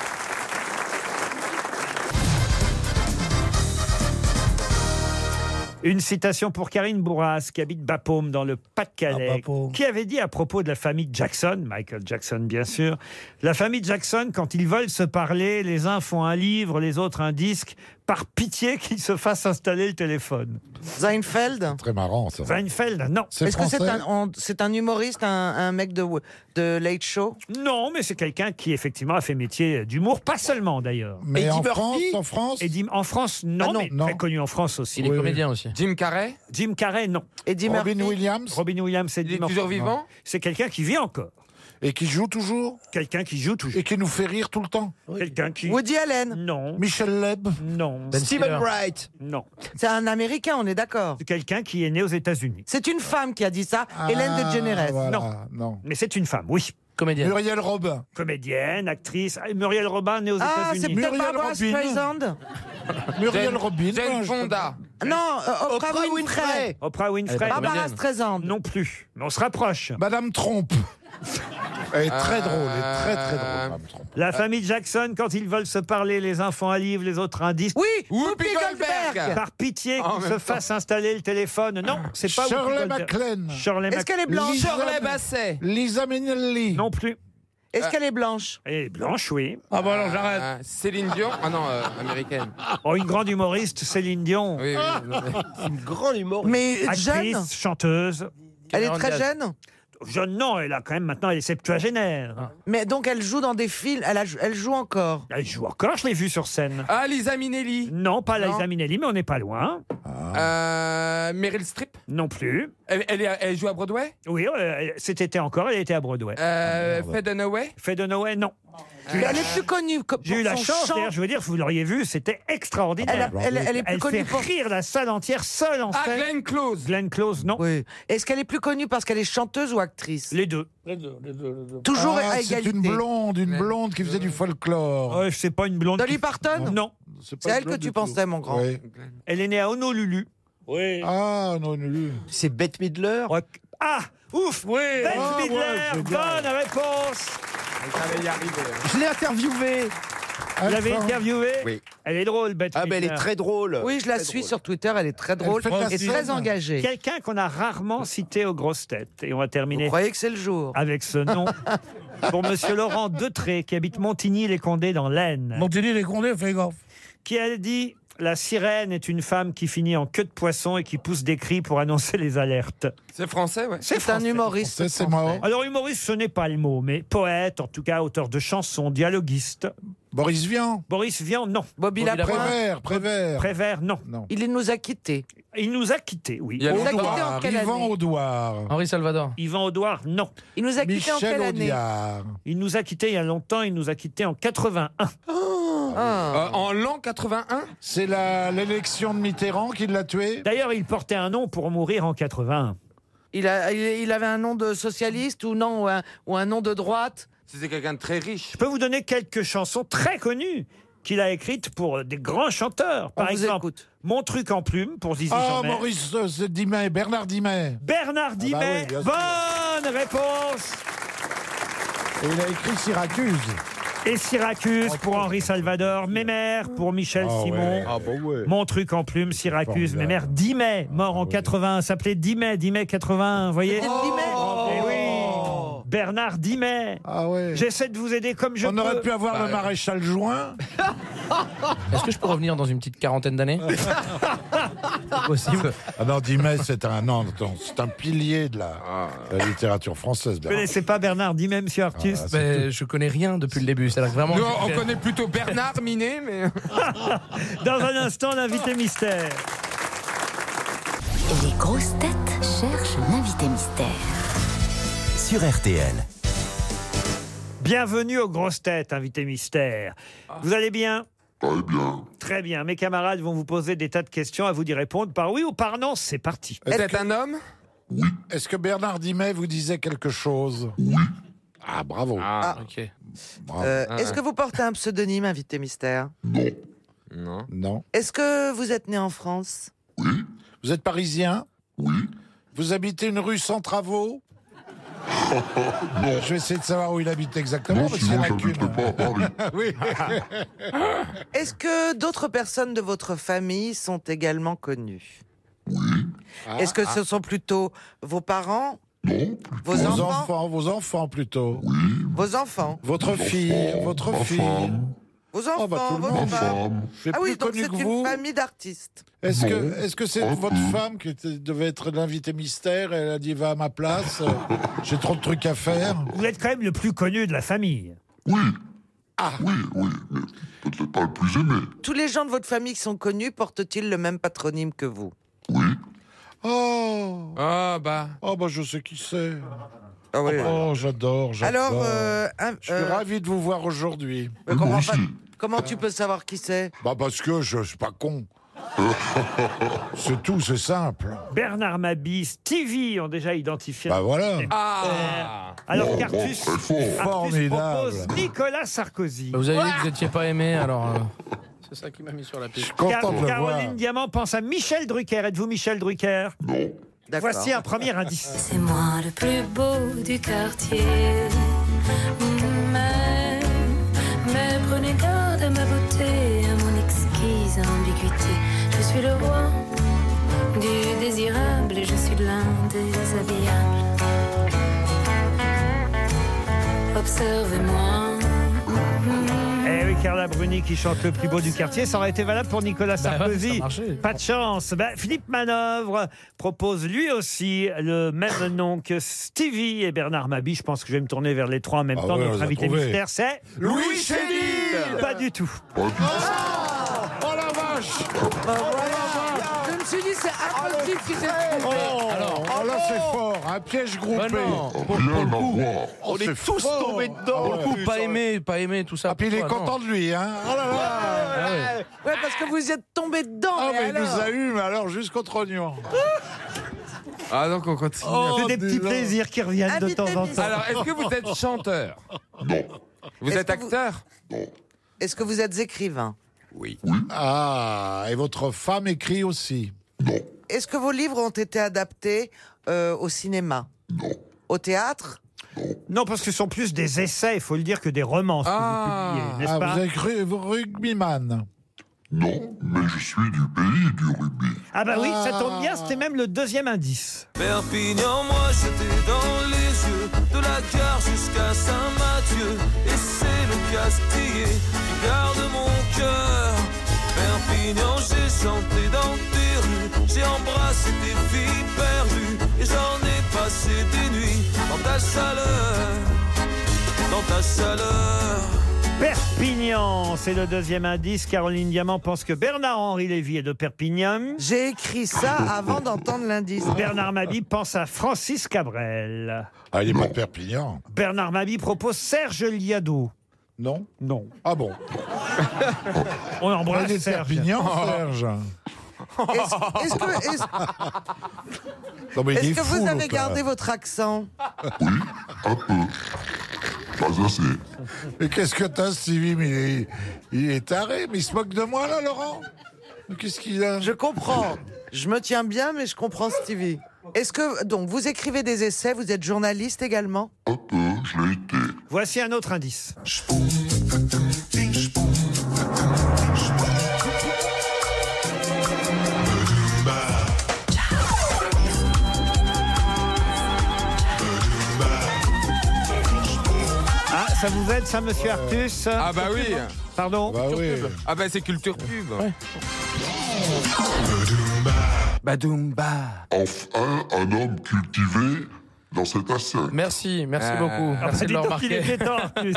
S3: Une citation pour Karine Bourras, qui habite Bapaume, dans le Pas-de-Calais,
S5: Ah, Bapaume.
S3: qui avait dit à propos de la famille Jackson, Michael Jackson bien sûr, la famille Jackson, quand ils veulent se parler, les uns font un livre, les autres un disque, par pitié qu'ils se fassent installer le téléphone.
S6: Seinfeld
S4: Très marrant, ça.
S3: Weinfeld, non.
S4: C'est
S6: Est-ce que c'est
S4: français
S6: un, on- c'est un humoriste, un, un mec de, de Late Show
S3: Non, mais c'est quelqu'un qui effectivement a fait métier d'humour, pas seulement d'ailleurs.
S4: Mais
S9: Eddie
S4: en
S9: Murphy
S4: France, en France
S3: Et Jim- en France, non,
S4: Ah non,
S3: mais
S4: non.
S3: très connu en France aussi.
S8: Il est comédien aussi.
S7: Jim Carrey
S3: Jim Carrey, non.
S6: Eddie
S4: Robin
S6: Murphy
S4: Williams
S3: Robin Williams, c'est
S7: Il est
S3: Jim
S7: toujours
S3: Morrison.
S7: vivant
S3: C'est quelqu'un qui vit encore.
S4: et qui joue toujours
S3: Quelqu'un qui joue toujours.
S4: et qui nous fait rire tout le temps.
S3: Quelqu'un qui.
S6: Woody Allen
S3: Non.
S4: Michel Leb.
S3: Non.
S4: Ben
S8: Ben
S9: Stephen Bright.
S3: Non.
S6: C'est un américain, on est d'accord.
S3: C'est quelqu'un qui est né aux États-Unis.
S6: C'est une femme qui a dit ça, Hélène
S4: Ah,
S6: DeGeneres.
S4: voilà, non.
S3: Mais c'est une femme, oui.
S8: Comédien.
S4: Muriel Robin.
S3: Comédienne, actrice. Ah, Muriel Robin, née aux
S6: Ah, c'est
S3: États-Unis.
S6: peut-être
S4: Muriel
S6: Barbara
S4: Robin.
S6: Streisand
S4: Muriel Robin.
S7: Jane Fonda.
S6: Non, euh, Oprah,
S9: Oprah
S6: Winfrey.
S9: Winfrey.
S3: Oprah Winfrey.
S6: Barbara Streisand.
S3: Non plus. Mais on se rapproche.
S4: Madame Trompe. Elle est très
S7: Euh,
S4: drôle, elle est très très drôle, Madame Trompe.
S3: La famille Jackson, quand ils veulent se parler, les uns font un livre, les autres un disque.
S6: Oui,
S7: Whoopi
S6: Whoopi
S7: Goldberg.
S6: Goldberg.
S3: Par pitié
S7: En
S3: qu'on
S7: même
S3: se
S7: temps.
S3: fasse installer le téléphone. Non, c'est pas
S4: Shirley
S3: Whoopi Goldberg.
S4: MacLaine.
S3: Shirley
S6: Est-ce
S3: Mac-
S6: qu'elle est blanche
S4: Lisa-
S7: Shirley Basset.
S4: Lisa Minnelli.
S3: Non plus.
S6: Est-ce qu'elle est blanche
S3: Et blanche, oui.
S5: Ah bah alors j'arrête.
S7: Euh, Céline Dion Ah non, euh, américaine.
S3: Oh, une grande humoriste, Céline Dion.
S7: <laughs> Oui, oui, non, mais-
S9: Une grande humoriste.
S6: Mais
S3: Actrice,
S6: jeune
S3: chanteuse.
S6: Elle est très
S8: Diaz.
S6: jeune
S3: Jeune, non, elle a quand même maintenant, elle est septuagénaire.
S6: Mais donc elle joue dans des films, elle, a- elle joue encore.
S3: Elle joue encore, je l'ai vue sur scène.
S7: Ah, Lisa Minnelli.
S3: Non, pas
S6: Non.
S3: Liza Minnelli, mais on n'est pas loin.
S7: Euh, Meryl Streep.
S3: Non plus.
S7: Elle, elle est- elle joue à Broadway
S3: Oui, euh, cet été encore, elle était à Broadway.
S6: Ah,
S7: euh, Faye Dunaway
S3: Fait de Noé, non.
S6: Mais Ah. elle est plus connue que pour
S3: J'ai eu la
S6: son
S3: chance,
S6: chant.
S3: d'ailleurs, je veux dire, vous l'auriez vu, c'était
S6: Elle, a-
S3: extraordinaire.
S6: elle- elle est plus
S3: Elle fait
S6: connue pour.
S3: rire la salle entière, seule en
S7: Ah,
S3: scène.
S7: Glenn Close.
S3: Glenn Close, non.
S6: Oui. Est-ce qu'elle est plus connue parce qu'elle est chanteuse ou actrice
S3: Les deux.
S5: Les deux, les deux, les deux.
S6: Toujours
S4: Ah,
S6: à
S4: c'est
S6: égalité.
S4: une blonde, une
S7: Mais-
S4: blonde qui faisait du folklore.
S3: Ouais, c'est pas une blonde.
S6: Dolly
S3: qui-
S6: Parton
S3: Non.
S4: pas
S6: C'est
S4: une
S6: elle que
S4: blonde
S6: tu
S4: du
S6: pensais,
S4: tout.
S6: mon grand.
S4: Ouais.
S3: Elle est née à Honolulu.
S5: Oui.
S4: Ah, non, non, non.
S9: C'est Bette Midler.
S3: Ouais. Ah, ouf
S5: Oui.
S3: Ben
S4: Ah,
S3: Midler,
S4: ouais, c'est bien.
S3: bonne réponse
S7: J'allais y arriver.
S9: Je l'ai interviewée.
S3: Vous l'avez
S4: Enfin,
S3: interviewée
S9: Oui.
S3: Elle est drôle, Bette
S9: Ah, mais elle
S3: Midler.
S9: est très drôle.
S6: Oui, je la suis sur Twitter, elle est très drôle
S4: fait la
S6: et très
S4: scène.
S6: engagée.
S3: Quelqu'un qu'on a rarement cité aux grosses têtes. Et on va
S6: Vous
S3: terminer
S6: croyez que c'est le jour
S3: avec ce
S6: <laughs>
S3: nom. Pour Monsieur Laurent Detré, qui habite Montigny-les-Condés dans l'Aisne,
S5: Montigny les Condés, fais gaffe.
S3: qui a dit La sirène est une femme qui finit en queue de poisson et qui pousse des cris pour annoncer les alertes.
S7: C'est français, ouais.
S3: C'est un humoriste.
S4: c'est marrant.
S3: Alors, humoriste, ce n'est pas le mot, mais poète, en tout cas, auteur de chansons, dialoguiste.
S4: Boris Vian
S3: Boris Vian, non.
S6: Bobby Bobby Lapointe. Lapointe.
S4: Prévert, Prévert.
S3: Prévert, non.
S6: Il nous a quittés.
S3: Il nous a quittés, oui.
S4: Il y a longtemps. Il nous a quittés en quelle Yvan année Audouard.
S3: Henri Salvador. Yvan Audouard, non.
S6: Il nous a quittés en Michel quelle année
S4: Audiard.
S3: Il nous a quittés il y a longtemps, il nous a quittés en 81.
S4: Oh
S7: en l'an 81
S4: Ah C'est la- l'élection de Mitterrand qui l'a tué
S3: D'ailleurs, il portait un nom pour mourir en 81.
S6: Il, a- il- il avait un nom de socialiste ou non ou un, ou un nom de droite
S7: C'était quelqu'un de très riche.
S3: Je peux vous donner quelques chansons très connues qu'il a écrites pour des grands chanteurs. Par exemple, Mon truc en plume pour Zizi
S4: Ah,
S3: Jeanmaire.
S4: Maurice euh, c'est Dimet, Bernard Dimet.
S3: Bernard
S4: Ah bah oui,
S3: Dimet,
S4: bien sûr.
S3: ben, bonne réponse
S4: Et il a écrit Syracuse.
S3: Et Syracuse pour Henri Salvador, Mémère pour Michel
S4: Ah
S3: Simon.
S4: ouais. Ah bon, ouais.
S3: Mon truc en plume, Syracuse,
S4: Formidable. Ah
S3: Mémère, Dimet, mort en 81, s'appelait Dimet, Dimet 81, vous voyez
S6: C'était Dimet
S3: Eh oui Bernard Dimet J'essaie de vous aider comme je
S4: Ah On
S3: peux.
S4: aurait pu avoir le maréchal Juin.
S8: Bah, <laughs> Est-ce que je peux revenir dans une petite quarantaine
S4: <laughs>
S8: d'années possible.
S4: Ah non, Dimet, c'est un, non, non, c'est un pilier de la, de la littérature française.
S3: Vous
S4: Bernard.
S3: connaissez pas Bernard Dimet, monsieur Artus
S8: Ben, je connais rien depuis le début. C'est-à-dire que vraiment.
S7: Nous,
S8: j'ai-
S7: on connaît plutôt Bernard Minet, mais.
S3: <laughs> Dans un instant, l'invité mystère.
S2: Les grosses têtes cherchent l'invité mystère.
S1: Sur RTL.
S3: Bienvenue aux grosses têtes, invité mystère. Vous allez bien
S13: Très bien.
S3: Très bien. Mes camarades vont vous poser des tas de questions à vous d'y répondre par oui ou par non. C'est parti.
S7: Vous êtes
S13: <laughs>
S7: un homme
S4: Est-ce que Bernard Dimet vous disait quelque chose Ah, bravo.
S7: Ah,
S8: ok.
S6: Euh, Est-ce que vous portez un pseudonyme, invité mystère
S7: Non.
S4: Non.
S6: Est-ce que vous êtes né en France
S4: Vous êtes parisien Oui. Vous habitez une rue
S13: <laughs>
S4: sans travaux Je vais essayer de savoir où il habite exactement. parce qu'il y en a qu'une. <laughs> Oui.
S6: Est-ce que d'autres personnes de votre famille sont également connues
S7: Ah,
S6: Oui. Est-ce que ce sont plutôt vos parents Vos
S4: vos
S6: enfants,
S4: enfants, vos enfants plutôt.
S6: Vos enfants
S4: Votre fille, votre fille.
S6: Vos enfants, vos femmes
S4: Je suis
S6: Ah oui,
S4: plus
S6: donc
S4: connu
S6: c'est
S4: que
S6: une
S4: vous.
S6: famille d'artistes.
S4: Est-ce
S13: Bon.
S4: que est-ce que c'est
S13: Ok.
S4: votre femme qui était- devait être l'invitée mystère et Elle a dit va à
S13: <laughs>
S4: ma place. euh, J'ai trop de trucs à faire.
S3: Vous êtes quand même le plus connu de la famille.
S4: Ah.
S13: Oui, oui, mais peut-être pas le plus aimé.
S6: Tous les gens de votre famille qui sont connus portent-ils le même patronyme que vous
S4: Oh.
S7: Ah bah.
S4: Oh bah je sais qui c'est.
S6: Ah oui.
S4: Oh j'adore, j'adore.
S6: Alors, euh, un-
S4: je suis
S6: euh,
S4: ravi de vous voir aujourd'hui.
S6: Mais comment, pas- comment tu peux savoir qui c'est
S4: Bah parce que je, je suis pas con. c'est tout, c'est simple.
S3: Bernard Mabi, Stevie ont déjà identifié.
S4: Bah voilà. Oh, bah,
S3: Ah Alors Cartus propose Nicolas Sarkozy.
S8: Bah, vous avez dit que vous n'étiez pas aimé, alors. euh, C'est ça qui m'a mis sur la piste.
S3: Car- Caroline Diamant pense à Michel Drucker. Êtes-vous Michel Drucker Voici un premier indice.
S14: C'est moi Ah, le plus beau du quartier. Mais, mais prenez garde à ma beauté, à mon exquise ambiguïté. Je suis le roi du désirable et je suis l'un des habillables. Observez-moi.
S3: Eh oui, Carla Bruni qui chante le plus beau du quartier. Ça aurait été valable pour Nicolas Sarkozy. Pas de chance. Bah, Philippe Manœuvre propose lui aussi le même nom que Stevie et Bernard Mabi. Je pense que je vais me tourner vers les trois en même
S4: Ah
S3: temps.
S4: ouais, on
S3: Notre
S4: les a
S3: invité
S4: trouvés.
S3: mystère, c'est.
S4: Louis Chédid
S3: Pas du tout.
S6: Ah
S4: Oh la vache
S6: oh
S4: Ah,
S6: Je me suis dit, c'est impossible qu'ils aient trouvé.
S4: Oh, oh, là c'est fort, un piège groupé.
S8: Pour, pour le coup, on
S4: Oh, c'est
S8: est tous
S4: fort.
S8: tombés
S4: Ah
S8: dedans. Pour
S4: ouais.
S8: le coup,
S4: Oui,
S8: pas
S4: ça-
S8: aimé, pas aimé, tout ça.
S4: Ah, puis il est content de lui, hein. Oh là
S8: Ah,
S4: là
S6: Ouais, parce que vous y êtes tombé dedans.
S4: Ah,
S6: mais
S4: mais il nous
S6: alors
S4: a eu, mais alors jusqu'au trognon.
S7: Ah, donc on continue.
S3: Oh, C'est des dis petits donc. plaisirs qui reviennent de temps en temps.
S7: Alors, est-ce que vous êtes chanteur Vous
S6: Est-ce
S7: êtes
S6: que vous-
S7: acteur
S6: Est-ce que vous êtes écrivain
S7: Oui.
S4: Ah, et votre femme écrit aussi.
S6: Est-ce que vos livres ont été adaptés euh, au cinéma Au théâtre
S3: Non, parce que ce sont plus des essais, il faut le dire, que des romans. ce que vous publiez, n'est-ce
S4: Ah,
S3: pas
S4: vous êtes ru- rugbyman.
S13: Non, mais je suis du pays du rugby.
S3: Ah bah oui, ça tombe bien, c'était même le deuxième indice.
S15: Perpignan, moi j'étais dans les yeux De la gare jusqu'à Saint-Mathieu Et c'est le Castillé qui garde mon cœur Perpignan, j'ai chanté dans tes rues, j'ai embrassé tes filles perdues, et j'en ai passé des nuits dans ta chaleur, dans ta chaleur.
S3: Perpignan, c'est le deuxième indice. Caroline Diamant pense que Bernard-Henri Lévy est de Perpignan. J'ai écrit ça avant d'entendre l'indice. Bernard Mabi pense à Francis Cabrel.
S4: Ah, il est pas de Perpignan.
S3: Bernard Mabi propose Serge Liado.
S4: Non
S3: Non.
S4: Ah bon
S3: On embrasse
S4: Il est de
S3: Serge. Oh.
S4: Perpignan, Serge.
S6: Est-ce est-ce que, est-ce-
S4: Non, mais il
S6: est-ce
S4: est
S6: que
S4: fou, euh.
S6: vous avez
S4: l'autre,
S6: gardé
S4: là.
S6: votre accent
S4: Mais qu'est-ce que t'as, Stevie mais il, est, il est taré, mais il se moque de moi, là, Laurent Mais Qu'est-ce qu'il a
S6: Je comprends. Je me tiens bien, mais je comprends Stevie. Est-ce que donc vous écrivez des essais, vous êtes journaliste
S4: <laughs>
S6: également
S3: Voici un autre indice. Ah, ça vous aide, ça, monsieur Artus
S7: Ah bah oui.
S3: Pardon
S7: Ah bah c'est culture pub.
S13: Badoumba. Enfin, un homme cultivé dans cette assain.
S8: Merci, merci
S13: Ah.
S8: beaucoup.
S13: Ah bah,
S8: merci de
S13: dis
S8: le
S13: donc qu'il
S8: remarquer.
S13: était temps, en plus.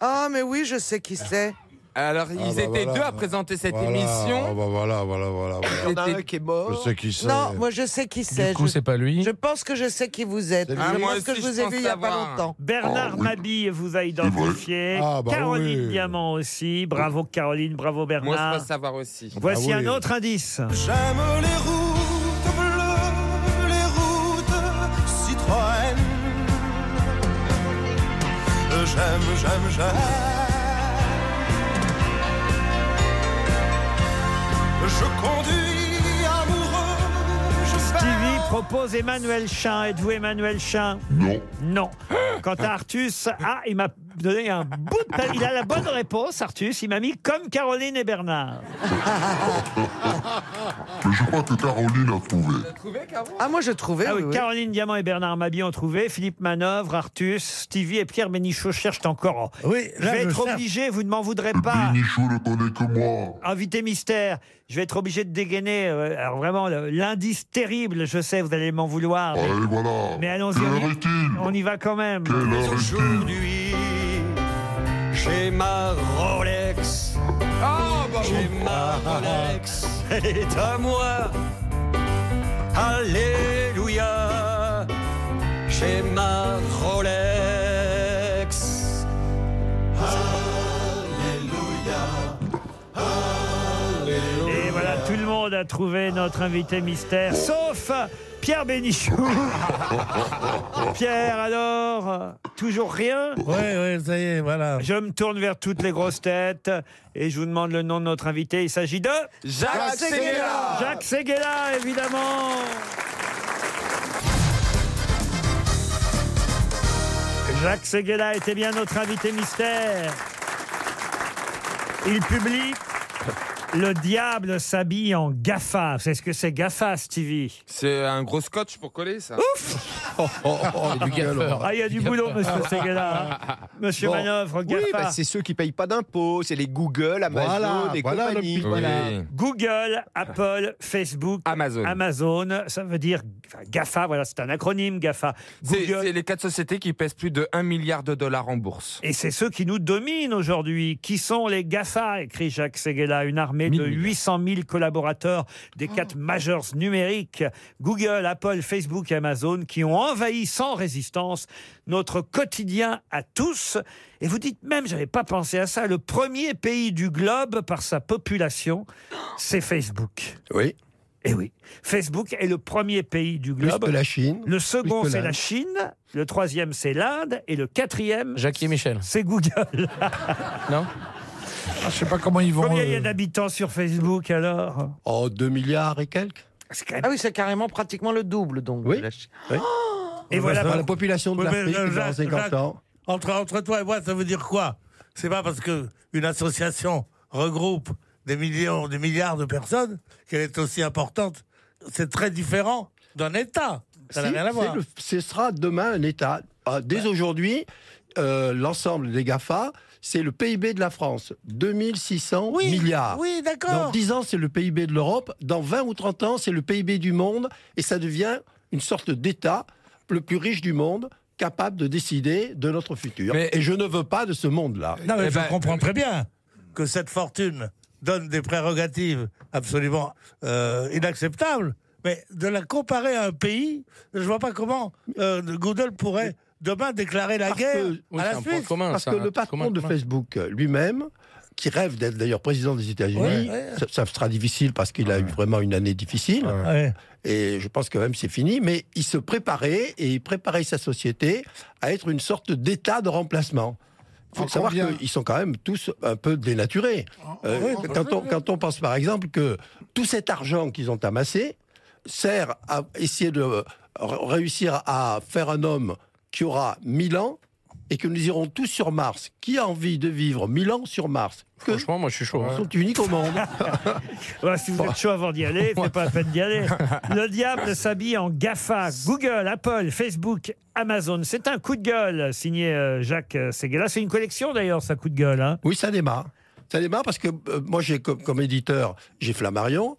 S6: Ah mais oui, je sais qui c'est.
S7: Alors ils
S6: bah
S7: étaient
S6: voilà.
S7: deux à présenter cette
S6: Voilà.
S7: émission.
S4: Ah bah voilà, voilà, voilà. voilà.
S7: Il y en a un qui
S9: est mort.
S4: Je sais qui c'est.
S6: Oh. Non, moi je sais qui c'est.
S4: coup,
S6: Je-
S4: c'est pas lui.
S6: Je pense que je sais qui vous êtes.
S4: Ah,
S6: je
S4: moi
S6: pense que
S4: aussi,
S6: je vous
S4: je
S6: ai
S4: pense
S6: vu il y a pas
S4: savoir.
S6: longtemps.
S7: Oh,
S3: Bernard Mabille vous a identifié.
S4: Ah, bah
S3: Caroline
S4: oui.
S3: Diamant aussi. Bravo Caroline, bravo Bernard.
S7: Moi je crois savoir aussi.
S3: Voici
S7: Ah
S3: un
S7: oui.
S3: autre indice.
S15: <laughs> J'aime les routes bleues, les routes Citroën. J'aime, j'aime, j'aime. Je conduis amoureux, je fais.
S3: Stevie propose Emmanuel Chin. Êtes-vous Emmanuel Chin
S13: Non.
S3: Non. Quant à Artus, ah, il m'a donné un bout de papier. Il a la bonne réponse, Artus. Il m'a mis comme Caroline et Bernard.
S13: Mais je crois que Caroline a trouvé.
S6: Ah, moi, je trouvais.
S3: Ah oui,
S13: oui, oui.
S3: Caroline Diamant et Bernard Mabie ont trouvé. Philippe Manœuvre, Artus, Stevie et Pierre Bénichou cherchent encore.
S5: Oui,
S3: je
S5: là,
S3: vais
S5: je
S3: être
S5: cherche.
S3: obligé, vous ne m'en voudrez pas.
S13: Bénichou ne connaît que moi.
S3: Invité mystère, je vais être obligé de dégainer. euh, alors vraiment, le- l'indice terrible, je sais, vous allez m'en vouloir. Mais, mais allons-y, on, y- on y va quand même.
S15: Aujourd'hui, j'ai ma Rolex. j'ai ma Rolex. Elle est à moi. Alléluia. J'ai ma Rolex.
S3: Et voilà, tout le monde a trouvé notre invité mystère, sauf Pierre Bénichou.
S5: Ah.
S3: Pierre, alors, euh, toujours rien Oui,
S5: oui, ça y est, voilà.
S3: Je me tourne vers toutes les grosses têtes et je vous demande le nom de notre invité. Il s'agit de...
S15: Jacques Séguéla.
S3: Jacques Séguéla, évidemment Jacques Seguela était bien notre invité mystère. Il publie Le diable s'habille en GAFA. Vous savez ce que c'est GAFA, Stevie
S7: C'est un gros scotch pour coller ça.
S3: Ouf
S9: il y a du gaffeur.
S3: Ah, il y a du
S9: Gaffeur. <laughs>
S3: boulot, monsieur Seguela. hein. Monsieur Manœuvre,
S9: Oui,
S3: GAFA.
S9: bah, c'est ceux qui payent pas d'impôts, c'est les Google, Amazon
S3: Voilà,
S9: et
S3: voilà le
S9: compagnie.
S3: pic, voilà. Google, Apple, Facebook, Amazon. ça veut dire enfin, GAFA, voilà, c'est un acronyme GAFA.
S7: C'est c'est les quatre sociétés qui pèsent plus de 1 milliard de dollars en bourse.
S3: Et c'est ceux qui nous dominent aujourd'hui. Qui sont les GAFA écrit Jacques Seguela, une armée de 800 000 collaborateurs des
S9: Oh.
S3: quatre majors numériques, Google, Apple, Facebook et Amazon, qui ont envahi sans résistance notre quotidien à tous. Et vous dites même, j'avais pas pensé à ça, le premier pays du globe par sa population, c'est Facebook.
S9: Oui.
S3: Eh oui. Facebook est le premier pays du globe.
S9: que la Chine,
S3: Le second,
S9: plus que
S3: c'est la
S9: l'Inde.
S3: Chine. Le troisième, c'est l'Inde. Et le quatrième.
S8: Jackie et Michel.
S3: C'est Google.
S8: <laughs> non
S4: Ah, Je sais pas comment ils vont.
S3: Combien il y
S4: euh,
S3: a d'habitants sur Facebook alors
S9: Oh, 2 milliards et quelques.
S6: Ah oui, c'est carrément pratiquement le double donc. de la Chine.
S4: Ah,
S3: Et
S5: voilà.
S9: la population de
S5: Oui, mais,
S9: l'Afrique
S5: euh,
S9: qui va en
S5: Jacques,
S9: 50
S5: Jacques,
S9: ans.
S5: Entre, entre toi et moi, ça veut dire quoi C'est pas parce que une association regroupe des millions, des milliards de personnes qu'elle est aussi importante. C'est très différent d'un État. Ça n'a
S9: Si,
S5: rien à
S9: c'est
S5: voir.
S9: le- ce sera demain un État. Ah, dès aujourd'hui, euh, l'ensemble des GAFA
S16: c'est le PIB de la France. 2600 milliards.
S5: oui, d'accord.
S16: Dans 10 ans, c'est le PIB de l'Europe. Dans 20 ou 30 ans, c'est le PIB du monde. Et ça devient une sorte d'État le plus riche du monde capable de décider de notre futur.
S9: Mais-
S16: Et je ne veux pas de ce monde-là.
S5: Non, mais je comprends très bien Eh ben, que cette fortune donne des prérogatives absolument euh, inacceptables, mais de la comparer à un pays, je vois pas comment euh, Google pourrait demain déclarer la guerre à la Suisse.
S16: parce
S5: hein,
S16: que le patron de Facebook euh, lui-même, qui rêve d'être d'ailleurs président des États-Unis,
S5: Ouais, ouais.
S16: ça, ça sera difficile parce qu'il a eu vraiment une année difficile.
S5: Ouais.
S16: Et je pense que même c'est fini, mais il se préparait et il préparait sa société à être une sorte d'État de remplacement. Il faut savoir qu'ils sont quand même tous un peu dénaturés. Euh,
S5: oui,
S16: quand, on, quand on pense par exemple que tout cet argent qu'ils ont amassé sert à essayer de euh, r- réussir à faire un homme qui aura 1000 ans et que nous irons tous sur Mars. Qui a envie de vivre 1000 ans sur Mars Franchement,
S8: moi je suis chaud. hein.
S16: Ils sont uniques au
S3: <laughs>
S16: monde.
S3: si vous êtes chaud avant d'y aller, c'est pas la peine d'y
S4: <laughs>
S3: aller. Le diable s'habille en GAFA. Google, Apple, Facebook, Amazon. C'est un coup de gueule, signé euh, Jacques euh, Seguela. C'est une collection d'ailleurs, ça, coup de gueule. hein.
S16: Oui, ça démarre. Ça démarre parce que euh, moi, j'ai comme, comme éditeur, j'ai Flammarion.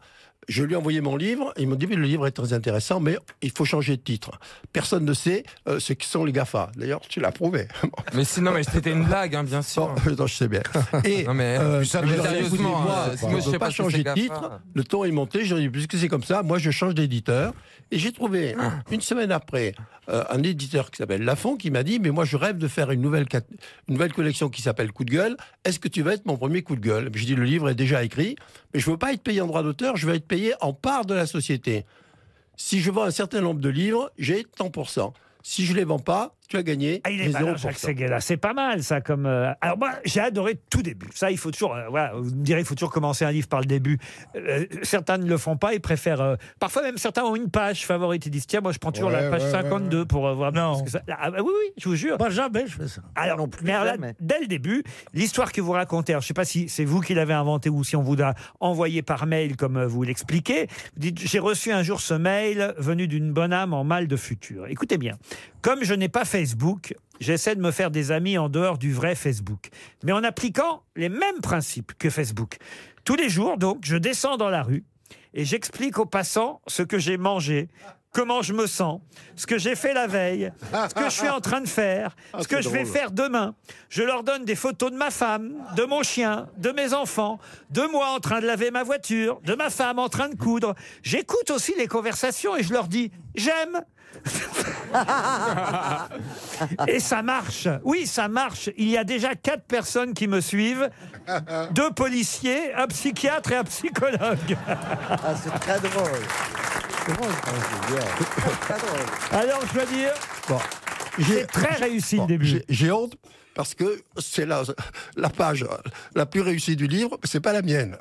S16: Je lui ai envoyé mon livre. Il m'a dit, mais le livre est très intéressant, mais il faut changer de titre. Personne ne sait euh, ce que sont les GAFA. D'ailleurs, tu l'as prouvé. <laughs>
S7: Mais sinon, mais c'était une blague, hein, bien sûr.
S16: non, je sais
S7: <laughs>
S16: bien. Et
S7: Non, mais,
S16: euh,
S7: ça,
S16: je
S7: mais
S16: leur ai dit,
S7: sérieusement,
S16: écoutez, moi,
S7: euh, moi, je
S16: je ne
S7: sais
S16: peux
S7: pas
S16: pas
S7: ce que c'est
S16: changer de
S7: GAFA.
S16: titre. Le ton est monté. Je leur ai dit, puisque c'est comme ça, moi, je change d'éditeur. Et j'ai trouvé,
S7: Ah.
S16: une semaine après, euh, un éditeur qui s'appelle Lafon qui m'a dit, mais moi, je rêve de faire une nouvelle, cat- une nouvelle collection qui s'appelle Coup de gueule. Est-ce que tu vas être mon premier coup de gueule J'ai dit, le livre est déjà écrit, mais je ne veux pas être payé en droit d'auteur, je veux être payé en part de la société. Si je vends un certain nombre de livres, j'ai 100%. Si je ne les vends pas, tu as gagné
S3: Ah, il est
S16: les
S3: malin,
S16: 0%.
S3: Jacques Seguela. C'est pas mal, ça, comme. euh, Alors, moi, j'ai adoré tout début. Ça, il faut toujours. euh, voilà, vous me direz, il faut toujours commencer un livre par le début. Euh, certains ne le font pas, ils préfèrent. euh, Parfois, même certains ont une page favorite. Ils disent, tiens, moi, je prends toujours la
S5: Ouais,
S3: page
S5: ouais, ouais,
S3: 52 pour euh, voir.
S5: Non.
S3: parce que ça- Ah, bah oui, oui, je vous jure.
S5: Moi, jamais je fais ça.
S3: Alors, mais alors là, dès le début, l'histoire que vous racontez, alors, je ne sais pas si c'est vous qui l'avez inventée ou si on vous l'a envoyé par mail comme euh, vous l'expliquez. Vous dites J'ai reçu un jour ce mail venu d'une bonne âme en mal de futur. Écoutez bien, comme je n'ai pas Facebook, j'essaie de me faire des amis en dehors du vrai Facebook, mais en appliquant les mêmes principes que Facebook. Tous les jours, donc, je descends dans la rue et j'explique aux passants ce que j'ai mangé, comment je me sens, ce que j'ai fait la veille, ce que je suis en train de faire,
S5: Ah,
S3: ce que
S5: c'est
S3: je vais
S5: drôle.
S3: faire demain. Je leur donne des photos de ma femme, de mon chien, de mes enfants, de moi en train de laver ma voiture, de ma femme en train de coudre. J'écoute aussi les conversations et je leur dis j'aime. <laughs> Et ça marche. Oui, ça marche. Il y a déjà quatre personnes qui me suivent. Deux policiers, un psychiatre et un psychologue. Ah, c'est très drôle. <laughs> Alors, je dois dire,
S16: Bon.
S3: C'est très réussi le début.
S16: J'ai honte parce que c'est la, la page la plus réussie du livre, mais c'est pas la mienne.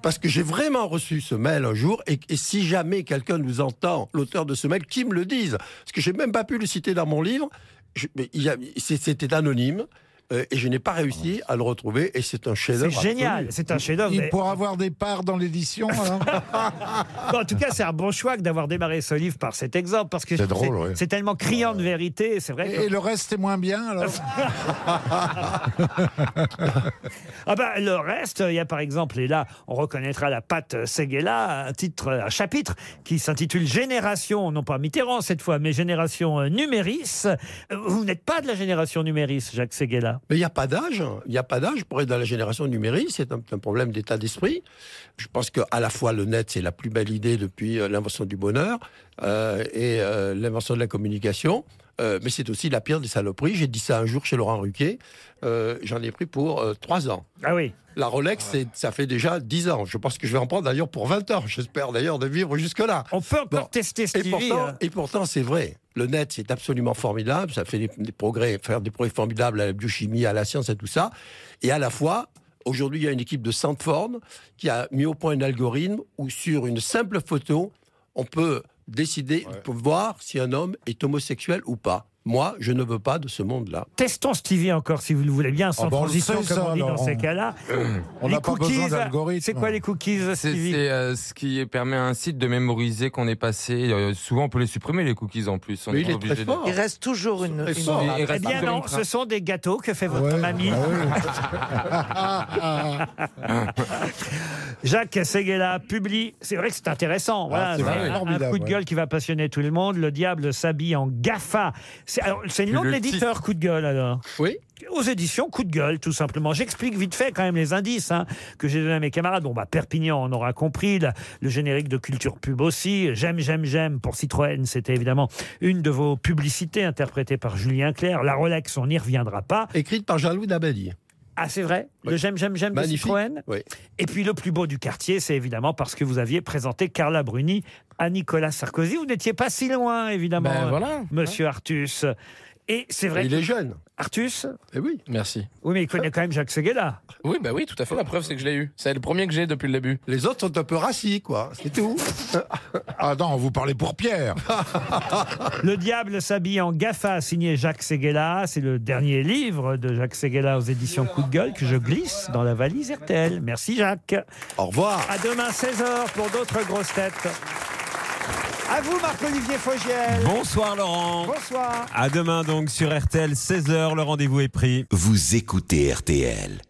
S16: Parce que j'ai vraiment reçu ce mail un jour, et, et si jamais quelqu'un nous entend, l'auteur de ce mail, qui me le dise. Parce que j'ai même pas pu le citer dans mon livre, Je- mais il y a- c'est- c'était anonyme, euh, et je n'ai pas réussi à le retrouver, et c'est un chef-d'œuvre. absolu.
S4: Il pourra avoir des parts
S3: <laughs>
S4: dans l'édition, alors
S3: Bon, en tout cas, c'est un bon choix que d'avoir démarré ce livre par cet exemple, parce que
S4: C'est
S3: je-
S4: drôle,
S3: c'est-
S4: ouais.
S3: c'est tellement criant de vérité, c'est vrai.
S4: Et, et le reste est moins bien, alors
S3: <laughs>
S4: <laughs>
S3: Ah bah, le reste, il y a par exemple, et là, on reconnaîtra la patte Seguela, un titre, un chapitre qui s'intitule Génération, non pas Mitterrand cette fois, mais Génération euh, Numéris. Euh, Vous n'êtes pas de la génération Numéris, Jacques Seguela.
S16: Mais il n'y a pas d'âge. hein. Il n'y a pas d'âge pour être dans la génération numérique. C'est un, un problème d'état d'esprit. Je pense qu'à la fois le net, c'est la plus belle idée depuis euh, l'invention du bonheur euh, et euh, l'invention de la communication. Euh, mais c'est aussi la pire des saloperies. J'ai dit ça un jour chez Laurent Ruquier. Euh, J'en ai pris pour euh, trois ans.
S3: Ah oui.
S16: La Rolex, c'est- ça fait déjà 10 ans. Je pense que je vais en prendre d'ailleurs pour 20 ans. J'espère d'ailleurs de vivre jusque-là.
S3: On peut encore tester
S16: et
S3: hein.
S16: pourtant, et pourtant, c'est vrai. Le net, c'est absolument formidable. Ça fait des, des progrès, faire des progrès formidables à la biochimie, à la science, à tout ça. Et à la fois, aujourd'hui, il y a une équipe de Stanford qui a mis au point un algorithme où, sur une simple photo, on peut décider, on peut voir si un homme est homosexuel ou pas. Moi, je ne veux pas de ce monde-là.
S3: Testons Stevie encore, si vous le voulez bien, sans
S4: ben,
S16: Ah bah, on le
S3: transition,
S16: sait,
S3: comme
S16: ça,
S3: on dit dans
S16: Laurent.
S3: ces cas-là.
S16: <clears throat> On
S3: Les
S16: n'a pas besoin
S3: cookies,
S16: d'algorithme.
S3: C'est quoi les cookies,
S7: C'est
S3: Stevie
S7: c'est, euh, ce qui permet à un site de mémoriser qu'on est passé. Euh, souvent, on peut les supprimer, les cookies en plus. On
S6: Mais
S7: est
S6: il
S7: pas
S6: est
S7: obligé
S6: très
S7: de-
S6: fort. Il reste toujours une.
S7: Et fort. Il
S3: Eh
S7: reste
S3: bien
S7: encore
S3: non,
S7: une trace.
S3: ce sont des gâteaux que fait votre mamie. <laughs> Jacques Seguela publie, c'est vrai que c'est intéressant, voilà,
S4: Ah, c'est vrai,
S3: un- un,
S4: formidable,
S3: coup de gueule qui va passionner tout le monde, le diable s'habille en GAFA. C'est alors, c'est le nom
S4: Le
S3: de l'éditeur, coup de gueule alors
S16: Oui.
S3: Aux éditions, coup de gueule, tout simplement. J'explique vite fait quand même les indices hein, que j'ai donnés à mes camarades. Bon, bah, Perpignan, on aura compris. la- le générique de Culture Pub aussi. J'aime, j'aime, j'aime pour Citroën. C'était évidemment une de vos publicités interprétée par Julien Clerc. La Rolex, on n'y reviendra pas.
S16: Écrite par Jean-Louis Dabadi.
S3: Ah, c'est vrai Le j'aime, j'aime, j'aime de
S16: Magnifique.
S3: Citroën
S16: Oui.
S3: Et puis le plus beau du quartier, c'est évidemment parce que vous aviez présenté Carla Bruni à Nicolas Sarkozy. Vous n'étiez pas si loin, évidemment,
S8: Ben
S3: euh,
S8: voilà.
S3: monsieur Artus. Et c'est vrai.
S8: Il est
S16: jeune.
S3: Artus
S16: Eh oui.
S8: Merci.
S3: Oui, mais il connaît quand même Jacques Seguela.
S8: Oui,
S7: Ah
S8: bah oui, tout à fait. La preuve, c'est que je l'ai eu. C'est le premier que j'ai depuis le début.
S16: Les autres sont un peu rassis, quoi. C'est tout.
S4: <laughs> Ah non, vous parlez pour Pierre.
S3: <laughs> Le diable s'habille en GAFA, signé Jacques Seguela. C'est le dernier livre de Jacques Seguela aux éditions Coup de gueule que je glisse dans la valise RTL. Merci Jacques.
S16: Au revoir.
S3: À demain 16h pour d'autres grosses têtes. À vous Marc-Olivier Fogiel.
S17: Bonsoir Laurent.
S3: Bonsoir.
S17: À demain donc sur RTL 16h, le rendez-vous est pris. Vous écoutez RTL.